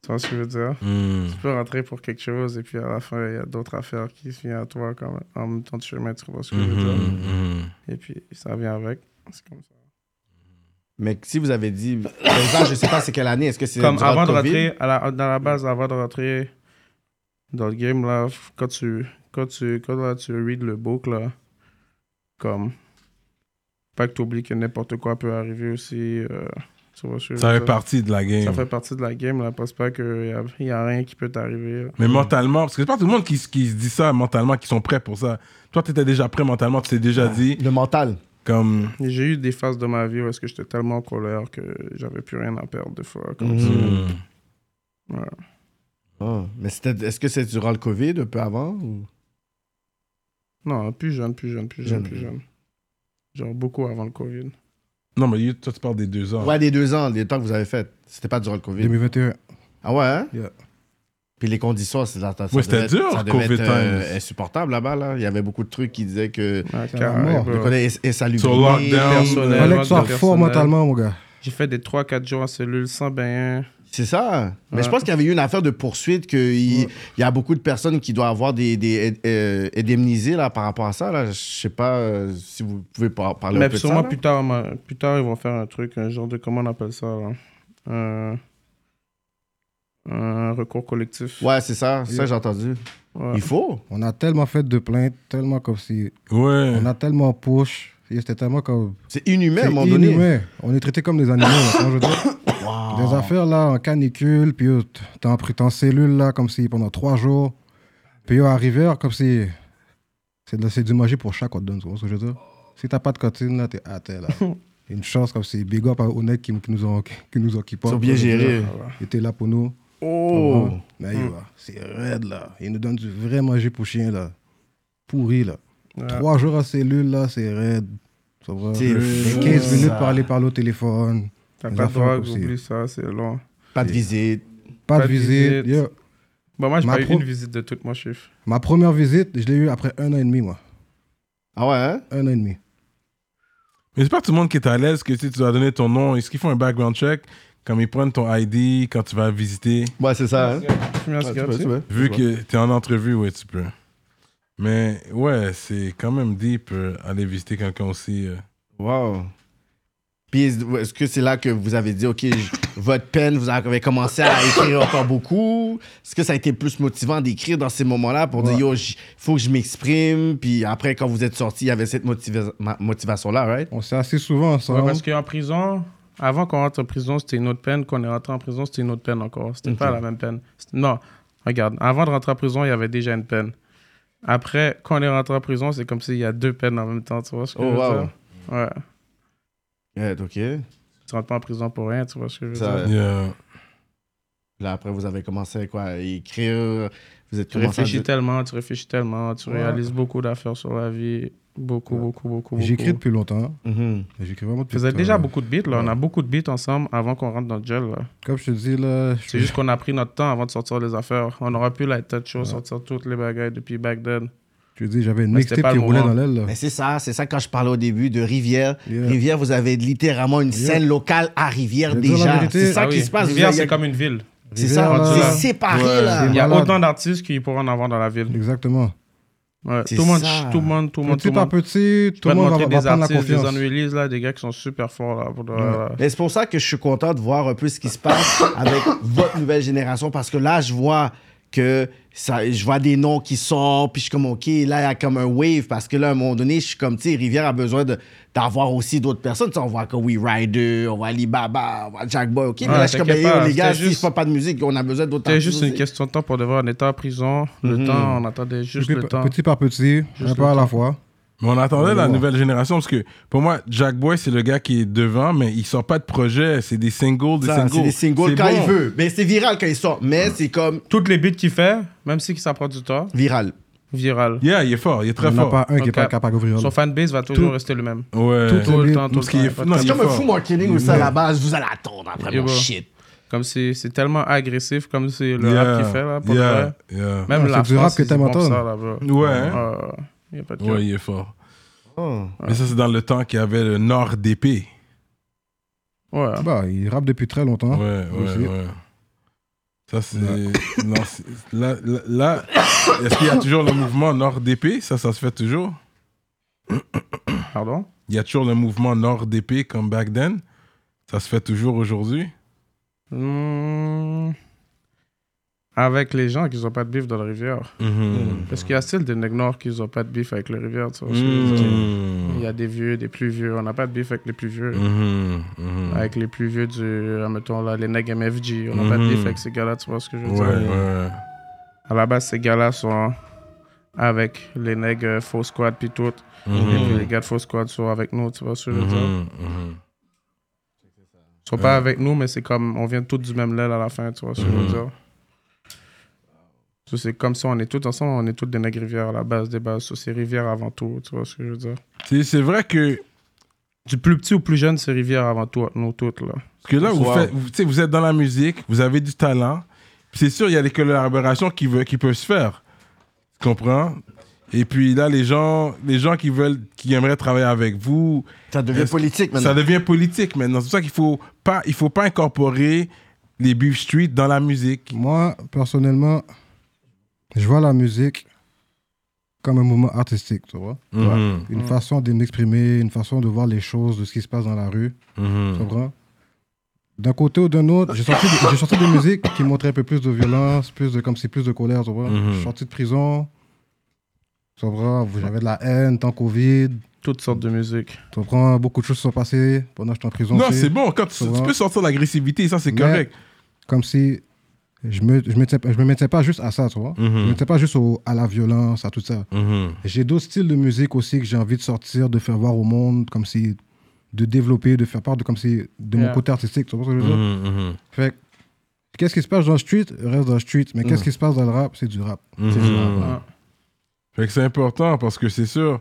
[SPEAKER 3] Tu vois ce que je veux dire?
[SPEAKER 1] Hmm.
[SPEAKER 3] Tu peux rentrer pour quelque chose et puis à la fin, il y a d'autres affaires qui viennent à toi comme en même temps de chemin, tu vois ce que je veux dire?
[SPEAKER 1] Mhm, mhm.
[SPEAKER 3] Et puis ça vient avec. C'est comme ça.
[SPEAKER 2] Mais si vous avez dit 15 ans, je sais pas c'est quelle année, est-ce que c'est
[SPEAKER 3] Comme
[SPEAKER 2] durant
[SPEAKER 3] avant de
[SPEAKER 2] le COVID?
[SPEAKER 3] rentrer, à la, dans la base, avant de rentrer dans le game, là, quand tu, quand tu, quand là, tu read le book, là, comme, pas que tu oublies que n'importe quoi peut arriver aussi. euh, tu vois ce que je
[SPEAKER 1] Ça
[SPEAKER 3] veux
[SPEAKER 1] fait
[SPEAKER 3] dire?
[SPEAKER 1] partie de la game.
[SPEAKER 3] Ça fait partie de la game, là. Pense pas qu'il n'y a, rien qui peut t'arriver. là.
[SPEAKER 1] Mais mentalement, parce que c'est pas tout le monde qui, se- qui se dit ça mentalement, qui sont prêts pour ça. Toi, t'étais déjà prêt mentalement, tu t'es déjà dit,
[SPEAKER 2] Le mental.
[SPEAKER 1] comme,
[SPEAKER 3] J'ai eu des phases de ma vie où est-ce que j'étais tellement en colère que j'avais plus rien à perdre, des fois. Comme ça.
[SPEAKER 1] hmm,
[SPEAKER 3] Ouais.
[SPEAKER 2] Ah, Mais c'était- est-ce que c'est durant le COVID, un peu avant ou-
[SPEAKER 3] Non, plus jeune, plus jeune, plus jeune,
[SPEAKER 2] Jeune.
[SPEAKER 1] Mm.
[SPEAKER 3] plus jeune. Genre beaucoup avant le COVID.
[SPEAKER 1] Non, mais you- toi, tu parles des deux ans.
[SPEAKER 2] Ouais, des deux ans, des temps que vous avez fait. C'était pas durant le COVID.
[SPEAKER 4] 2021.
[SPEAKER 2] Ah ouais, hein?
[SPEAKER 4] Yeah.
[SPEAKER 2] Puis les conditions, c'est ça, ça
[SPEAKER 1] Ouais, c'était
[SPEAKER 2] devait être-
[SPEAKER 1] dur,
[SPEAKER 2] ça devait
[SPEAKER 1] COVID
[SPEAKER 2] être, euh,
[SPEAKER 1] times.
[SPEAKER 2] insupportable là-bas. Là. Il y avait beaucoup de trucs qui disaient que
[SPEAKER 3] Ah,
[SPEAKER 4] C'est la
[SPEAKER 3] carré,
[SPEAKER 4] mort.
[SPEAKER 3] bro.
[SPEAKER 2] le côté est- insalubre.
[SPEAKER 1] Sur lockdown,
[SPEAKER 3] personnel.
[SPEAKER 4] Il
[SPEAKER 3] Ouais,
[SPEAKER 4] fallait
[SPEAKER 3] manque
[SPEAKER 4] que
[SPEAKER 3] de
[SPEAKER 4] tu sois
[SPEAKER 3] personnel.
[SPEAKER 4] fort mentalement, mon gars.
[SPEAKER 3] J'ai fait des 3-4 jours en cellule sans bain.
[SPEAKER 2] C'est ça. Mais je
[SPEAKER 3] Ouais.
[SPEAKER 2] pense qu'il y avait eu une affaire de poursuite, qu'il il y a beaucoup de personnes qui doivent avoir des, des euh, indemnisés là, par rapport à ça. Là. Je sais pas euh, si vous pouvez par- parler un
[SPEAKER 3] Mais
[SPEAKER 2] peu de ça.
[SPEAKER 3] sûrement
[SPEAKER 4] hein?
[SPEAKER 2] là.
[SPEAKER 3] plus tard, ma- plus tard, ils vont faire un truc, un genre de. Comment on appelle ça là? Euh, Un recours collectif.
[SPEAKER 2] Ouais, c'est ça. Ça, j'ai entendu.
[SPEAKER 3] Ouais.
[SPEAKER 2] Il faut.
[SPEAKER 4] On a tellement fait de plaintes, tellement comme si.
[SPEAKER 1] Ouais.
[SPEAKER 4] On a tellement push. Et C'était tellement comme.
[SPEAKER 2] C'est inhumain à un
[SPEAKER 4] C'est
[SPEAKER 2] moment donné. Ah.
[SPEAKER 4] inhumain. On est traité comme des animaux. là, comment je veux dire.
[SPEAKER 2] Wow.
[SPEAKER 4] Des affaires là, en canicule, puis yo, t- t'es en, t'es en cellule là, comme si pendant trois jours. Puis yo, arrivé, euh, comme si. C'est de- c'est du manger pour chaque qu'on te donne, tu vois ce que je veux dire? Si t'as pas de cotine là, t'es à terre là. Une chance comme si big up aux nègres qui, qui nous ont qui nous ont qui
[SPEAKER 2] Ils
[SPEAKER 4] portent,
[SPEAKER 2] sont bien
[SPEAKER 4] tu vois ce que je veux
[SPEAKER 3] Ah,
[SPEAKER 2] gérés.
[SPEAKER 4] dire. Ils étaient là pour nous.
[SPEAKER 2] Oh.
[SPEAKER 4] Ouais. Mais yo, là, c'est raide là. Ils nous donnent du vrai manger pour chien là. Pourri là.
[SPEAKER 3] Ouais.
[SPEAKER 4] Trois jours en cellule là, c'est raide. C'est vrai.
[SPEAKER 2] C'est
[SPEAKER 4] Les
[SPEAKER 2] fou,
[SPEAKER 4] 15
[SPEAKER 2] ça.
[SPEAKER 4] minutes parler par le téléphone.
[SPEAKER 3] T'as
[SPEAKER 4] Les
[SPEAKER 3] pas de
[SPEAKER 4] affaires
[SPEAKER 3] drogue,
[SPEAKER 4] possibles.
[SPEAKER 3] oublie ça, c'est long.
[SPEAKER 2] Pas de visite.
[SPEAKER 4] Pas,
[SPEAKER 3] Pas
[SPEAKER 4] de
[SPEAKER 3] de
[SPEAKER 4] visite.
[SPEAKER 3] visite.
[SPEAKER 4] Yo,
[SPEAKER 3] Bon, moi, j'ai
[SPEAKER 4] Ma
[SPEAKER 3] pas eu
[SPEAKER 4] pro-
[SPEAKER 3] une visite de toute mon chiffre.
[SPEAKER 4] Ma première visite, je l'ai eue après un an et demi, moi.
[SPEAKER 2] Ah ouais, hein?
[SPEAKER 4] Un an et demi.
[SPEAKER 1] Mais c'est pas tout le monde qui est à l'aise que si tu dois donner ton nom. Est-ce qu'ils font un background check comme ils prennent ton ID quand tu vas visiter
[SPEAKER 2] Ouais, c'est ça. Hein?
[SPEAKER 3] Tu me
[SPEAKER 2] Ouais, tu peux,
[SPEAKER 3] tu
[SPEAKER 2] tu peux.
[SPEAKER 1] Vu que t'es en entrevue, ouais, tu peux. Mais ouais, c'est quand même deep euh, aller visiter quelqu'un aussi. euh.
[SPEAKER 2] Wow. Puis est- est-ce que c'est là que vous avez dit, OK, je- votre peine, vous avez commencé à écrire encore beaucoup? Est-ce que ça a été plus motivant d'écrire dans ces moments-là pour dire, yo, il faut que je m'exprime? Puis après, quand vous êtes sorti, il y avait cette motiva- ma- motivation-là, right?
[SPEAKER 4] On s'est assez souvent
[SPEAKER 3] Ouais,
[SPEAKER 4] ensemble.
[SPEAKER 3] parce qu'en prison, avant qu'on rentre en prison, c'était une autre peine. Quand on est rentré en prison, c'était une autre peine encore. C'était pas la même peine. C'était- Non, regarde, avant de rentrer en prison, il y avait déjà une peine. Après, quand on est rentré en prison, c'est comme s'il y a deux peines en même temps, tu vois ce que
[SPEAKER 2] Oh,
[SPEAKER 3] je veux
[SPEAKER 2] wow.
[SPEAKER 3] dire? Ouais.
[SPEAKER 2] Yeah, OK.
[SPEAKER 3] Tu rentres pas en prison pour rien, tu vois ce que je veux
[SPEAKER 2] Ça-
[SPEAKER 3] dire?
[SPEAKER 1] Yeah.
[SPEAKER 2] Là, après, vous avez commencé quoi, à écrire. Vous êtes
[SPEAKER 3] Tu
[SPEAKER 2] commencé à-
[SPEAKER 3] réfléchis tellement, tu réfléchis tellement, tu
[SPEAKER 4] Ouais.
[SPEAKER 3] réalises beaucoup d'affaires sur la vie. Beaucoup, beaucoup, beaucoup, beaucoup.
[SPEAKER 4] J'écris depuis longtemps. hein.
[SPEAKER 2] Mhm.
[SPEAKER 4] J'écris vraiment depuis
[SPEAKER 3] Vous avez déjà
[SPEAKER 4] longtemps.
[SPEAKER 3] beaucoup de beats, là. On a beaucoup de beats ensemble avant qu'on rentre dans le gel, là.
[SPEAKER 4] Comme je te dis, là, je
[SPEAKER 3] C'est
[SPEAKER 4] suis
[SPEAKER 3] juste qu'on a pris notre temps avant de sortir les affaires. On aurait pu la tête chaud, sortir toutes les bagailles depuis back then.
[SPEAKER 4] Je te dis, j'avais une
[SPEAKER 3] Mais c'était
[SPEAKER 4] mixtape
[SPEAKER 3] pas
[SPEAKER 4] qui
[SPEAKER 3] le
[SPEAKER 4] roulait
[SPEAKER 3] moment.
[SPEAKER 4] dans l'aile. là.
[SPEAKER 2] Mais c'est ça, c'est ça quand je parlais au début de Rivière.
[SPEAKER 4] Yeah.
[SPEAKER 2] Rivière, vous avez littéralement une scène locale à Rivière
[SPEAKER 4] Je vais dire la
[SPEAKER 2] déjà.
[SPEAKER 4] vérité.
[SPEAKER 2] C'est ça
[SPEAKER 3] Ah
[SPEAKER 2] qui
[SPEAKER 3] oui,
[SPEAKER 2] se passe.
[SPEAKER 3] Rivière,
[SPEAKER 2] Vous
[SPEAKER 3] c'est
[SPEAKER 2] avez-
[SPEAKER 3] comme une ville.
[SPEAKER 2] C'est
[SPEAKER 4] Rivière,
[SPEAKER 2] ça,
[SPEAKER 4] là.
[SPEAKER 2] c'est séparé là.
[SPEAKER 3] Il y a
[SPEAKER 4] malade.
[SPEAKER 3] autant d'artistes qu'il pourrait en avoir dans la ville.
[SPEAKER 4] Exactement.
[SPEAKER 3] Ouais,
[SPEAKER 2] C'est
[SPEAKER 3] tout le monde,
[SPEAKER 2] ça.
[SPEAKER 3] tout le monde, tout le monde, tout
[SPEAKER 4] Petit
[SPEAKER 3] le
[SPEAKER 4] par
[SPEAKER 3] monde.
[SPEAKER 4] petit,
[SPEAKER 3] Je
[SPEAKER 4] tout
[SPEAKER 3] vais te
[SPEAKER 4] le monde va,
[SPEAKER 3] montrer
[SPEAKER 4] va
[SPEAKER 3] des
[SPEAKER 4] prendre la
[SPEAKER 3] artistes, des
[SPEAKER 4] confiance.
[SPEAKER 3] unreleased, là, des gars qui sont super forts. Là, pour de- là.
[SPEAKER 2] Mais c'est pour ça que je suis content de voir un peu ce qui se passe avec votre nouvelle génération parce que là, je vois que ça, je vois des noms qui sortent, puis je suis comme, OK, là, il y a comme un wave parce que là, à un moment donné, je suis comme, tu sais, Rivière a besoin de- d'avoir aussi d'autres personnes. Tu sais, on voit que We Rider, on voit Alibaba, on voit Jack Boy, OK, mais là, je suis comme,
[SPEAKER 3] t'inquiète
[SPEAKER 2] ben, yo,
[SPEAKER 3] pas,
[SPEAKER 2] les gars,
[SPEAKER 3] c'était
[SPEAKER 2] s'ils ne
[SPEAKER 3] juste-
[SPEAKER 2] font pas de musique, on a besoin d'autres
[SPEAKER 3] C'était juste
[SPEAKER 2] artistes.
[SPEAKER 3] une question de temps pour devoir. On était en prison, le temps, on attendait juste
[SPEAKER 4] Petit
[SPEAKER 3] le
[SPEAKER 4] par-
[SPEAKER 3] temps.
[SPEAKER 4] Petit par petit, un
[SPEAKER 3] le
[SPEAKER 4] pas à la fois.
[SPEAKER 1] Mais on attendait la
[SPEAKER 4] voir.
[SPEAKER 1] nouvelle génération parce que pour moi, Jack Boy, c'est le gars qui est devant, mais il sort pas de projet. C'est des singles, des
[SPEAKER 2] Ça,
[SPEAKER 1] singles.
[SPEAKER 2] C'est des singles
[SPEAKER 1] C'est
[SPEAKER 2] quand
[SPEAKER 1] bon.
[SPEAKER 2] il veut. Mais c'est viral quand il sort. Mais c'est comme
[SPEAKER 3] Toutes les beats qu'il fait, même si ça prend du temps,
[SPEAKER 2] viral.
[SPEAKER 3] viral.
[SPEAKER 1] Yeah, il est fort, il est très
[SPEAKER 4] Il n'y en
[SPEAKER 1] fort.
[SPEAKER 4] a pas un qui n'est
[SPEAKER 3] Donc,
[SPEAKER 4] pas
[SPEAKER 3] à-
[SPEAKER 4] capable d'ouvrir.
[SPEAKER 3] Son fanbase va toujours rester le même.
[SPEAKER 1] Ouais.
[SPEAKER 4] Tout-
[SPEAKER 3] Tout le temps,
[SPEAKER 4] Parce
[SPEAKER 3] tout le
[SPEAKER 1] qu'il est-
[SPEAKER 3] temps.
[SPEAKER 1] non,
[SPEAKER 3] Parce
[SPEAKER 2] C'est
[SPEAKER 1] il est
[SPEAKER 2] comme un
[SPEAKER 1] fort.
[SPEAKER 2] fou marketing ou ça à la base. Vous allez attendre après
[SPEAKER 3] Et
[SPEAKER 2] mon
[SPEAKER 3] voilà.
[SPEAKER 2] shit.
[SPEAKER 3] Comme c'est c'est tellement agressif, comme c'est le
[SPEAKER 1] Yeah,
[SPEAKER 3] rap qu'il fait, là, pour
[SPEAKER 1] yeah,
[SPEAKER 3] vrai.
[SPEAKER 1] yeah.
[SPEAKER 3] Même
[SPEAKER 4] Ah,
[SPEAKER 3] la
[SPEAKER 4] c'est du
[SPEAKER 3] France,
[SPEAKER 4] rap que
[SPEAKER 3] ils
[SPEAKER 4] t'aimes
[SPEAKER 3] font
[SPEAKER 4] entendre.
[SPEAKER 3] ça, là-bas.
[SPEAKER 1] Ouais. hein.
[SPEAKER 3] Euh, y a pas de cap.
[SPEAKER 1] Ouais, il est fort.
[SPEAKER 2] Oh.
[SPEAKER 1] Mais ça, c'est dans le temps qu'il y avait le Nord d'épée.
[SPEAKER 3] Ouais.
[SPEAKER 4] Bah, il rappe depuis très longtemps.
[SPEAKER 1] Ouais,
[SPEAKER 4] Vous
[SPEAKER 1] ouais,
[SPEAKER 4] Ah, aussi.
[SPEAKER 1] ouais. Ça, c'est. non, c'est- là, là, là, est-ce qu'il y a toujours le mouvement Nord d'épée Ça, ça se fait toujours
[SPEAKER 4] Bah.
[SPEAKER 3] Pardon?
[SPEAKER 1] Il y a toujours le mouvement Nord d'épée comme back then Ça se fait toujours aujourd'hui
[SPEAKER 3] Hmm. Avec les gens qui n'ont pas de bif dans la rivière.
[SPEAKER 1] Mm-hmm.
[SPEAKER 3] Parce qu'il y a style des nègres qui n'ont pas de bif avec la rivière. tu vois.
[SPEAKER 1] Hmm.
[SPEAKER 3] Il
[SPEAKER 1] Mm-hmm.
[SPEAKER 3] y a des vieux, des plus vieux. On n'a pas de bif avec les plus vieux.
[SPEAKER 1] Mhm, mhm.
[SPEAKER 3] Avec les plus vieux du, euh, mettons là, les nègres MFG. On n'a pas de
[SPEAKER 1] Mhm.
[SPEAKER 3] bif avec ces gars-là, tu vois ce que je veux
[SPEAKER 1] Ouais,
[SPEAKER 3] dire?
[SPEAKER 1] ouais.
[SPEAKER 3] À la base, ces gars-là sont avec les nègres euh, Faux Squad puis tout.
[SPEAKER 1] Hmm.
[SPEAKER 3] Et puis les gars de Faux Squad sont avec nous, tu vois ce que je veux dire?
[SPEAKER 1] Mhm, mhm.
[SPEAKER 3] Ils sont pas avec nous, mais c'est comme on vient tous du même lèvre à la fin, tu vois ce que je veux
[SPEAKER 1] Mhm.
[SPEAKER 3] dire. So, C'est comme ça, on est tous ensemble, on est tous des nègres rivières à la base des bases. So, c'est rivière avant tout, tu vois ce que je veux dire.
[SPEAKER 1] C'est c'est vrai que
[SPEAKER 3] Du plus petit au plus jeune, c'est rivière avant tout, nous toutes là.
[SPEAKER 1] Parce que là, vous,
[SPEAKER 2] Wow.
[SPEAKER 1] faites- vous, tu sais, vous êtes dans la musique, vous avez du talent. Puis C'est sûr, il y a des collaborations qui, veulent- qui peuvent se faire. Tu comprends? Et puis là, les gens, les gens qui veulent, qui aimeraient travailler avec vous,
[SPEAKER 2] Ça devient
[SPEAKER 1] Est-ce-
[SPEAKER 2] politique maintenant.
[SPEAKER 1] ça devient politique maintenant. C'est pour ça qu'il faut pas, il faut pas incorporer les beef street dans la musique.
[SPEAKER 4] Moi, personnellement, je vois la musique comme un mouvement artistique, tu vois.
[SPEAKER 1] Mhm,
[SPEAKER 4] Une façon de m'exprimer, une façon de voir les choses, de ce qui se passe dans la rue, tu
[SPEAKER 1] mhm,
[SPEAKER 4] comprends D'un côté ou d'un autre, j'ai sorti, de- j'ai sorti des musiques qui montraient un peu plus de violence, plus de, comme si plus de colère, tu vois.
[SPEAKER 1] Mhm.
[SPEAKER 4] Je suis sorti de prison, tu comprends J'avais de la haine, tant Covid,
[SPEAKER 3] Toutes sortes de musique.
[SPEAKER 4] tu comprends Beaucoup de choses se sont passées pendant que j'étais en prison.
[SPEAKER 1] Non,
[SPEAKER 4] aussi.
[SPEAKER 1] c'est bon. Quand tu,
[SPEAKER 4] Ça
[SPEAKER 1] tu
[SPEAKER 4] va.
[SPEAKER 1] peux sortir de l'agressivité, ça c'est
[SPEAKER 4] Mais-
[SPEAKER 1] correct.
[SPEAKER 4] comme si je me, je me, tiens- je me mettais pas juste à ça, tu vois. Je
[SPEAKER 1] Hmm.
[SPEAKER 3] Mm-hmm.
[SPEAKER 4] me mettais pas juste au- à la violence, à tout ça.
[SPEAKER 1] Mhm,
[SPEAKER 4] J'ai d'autres styles de musique aussi que j'ai envie de sortir, de faire voir au monde, comme si de développer, de faire part de comme si de
[SPEAKER 3] Yeah.
[SPEAKER 4] mon côté artistique, tu vois ce que je veux dire.
[SPEAKER 1] mhm, mhm,
[SPEAKER 4] Fait que, qu'est-ce qui se passe dans le street reste dans le street, mais qu'est-ce qui se passe dans le rap, c'est du rap.
[SPEAKER 1] mhm.
[SPEAKER 3] Ouais.
[SPEAKER 1] Fait que c'est important parce que c'est sûr,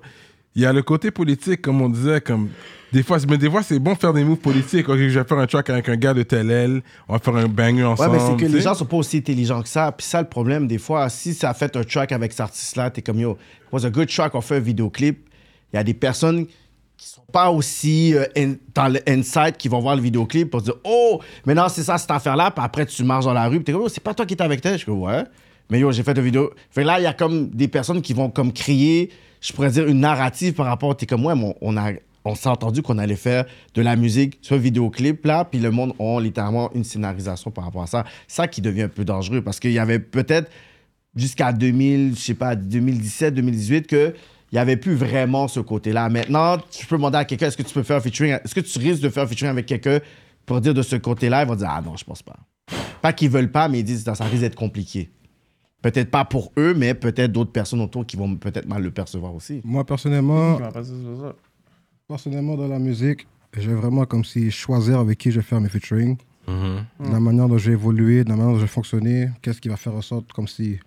[SPEAKER 1] il y a le côté politique, comme on disait, comme des fois, mais des fois c'est bon de faire des moves politiques. Ok, je vais faire un track avec un gars de telle aile, on va faire un banger
[SPEAKER 2] Ouais,
[SPEAKER 1] ensemble.
[SPEAKER 2] mais c'est que
[SPEAKER 1] tu
[SPEAKER 2] les
[SPEAKER 1] sais.
[SPEAKER 2] gens sont pas aussi intelligents que ça. Puis ça, le problème, des fois, si ça a fait un track avec cet artiste-là, t'es comme, yo, it was a good track, on fait un vidéoclip. Il y a des personnes qui sont pas aussi euh, in- dans le inside qui vont voir le vidéoclip pour dire, oh, mais non, c'est ça, cette affaire-là. Puis après, tu marches dans la rue, puis t'es comme, yo, c'est pas toi qui étais avec elle. Je suis comme, ouais. Mais yo, j'ai fait une vidéo. Fait que là, il y a comme des personnes qui vont comme crier, je pourrais dire, une narrative par rapport. T'es comme, ouais, mais on, on a. On s'est entendu qu'on allait faire de la musique sur un vidéoclip, là, puis le monde a littéralement une scénarisation par rapport à ça. Ça qui devient un peu dangereux parce qu'il y avait peut-être jusqu'à 2000, je sais pas, 2017, 2018, que il n'y avait plus vraiment ce côté-là. Maintenant, tu peux demander à quelqu'un est-ce que tu peux faire un featuring Est-ce que tu risques de faire un featuring avec quelqu'un pour dire de ce côté-là Ils vont dire ah non, je pense pas. Pas qu'ils veulent pas, mais ils disent ça risque d'être compliqué. Peut-être pas pour eux, mais peut-être d'autres personnes autour qui vont peut-être mal le percevoir aussi.
[SPEAKER 4] Moi, personnellement,
[SPEAKER 3] Tu m'as pas dit ça, ça.
[SPEAKER 4] personnellement dans la musique, j'ai vraiment comme si choisir avec qui je vais faire mes featuring.
[SPEAKER 1] Mhm.
[SPEAKER 4] de la manière dont j'ai évolué, de la manière dont j'ai fonctionné, qu'est-ce qui va faire en sorte comme si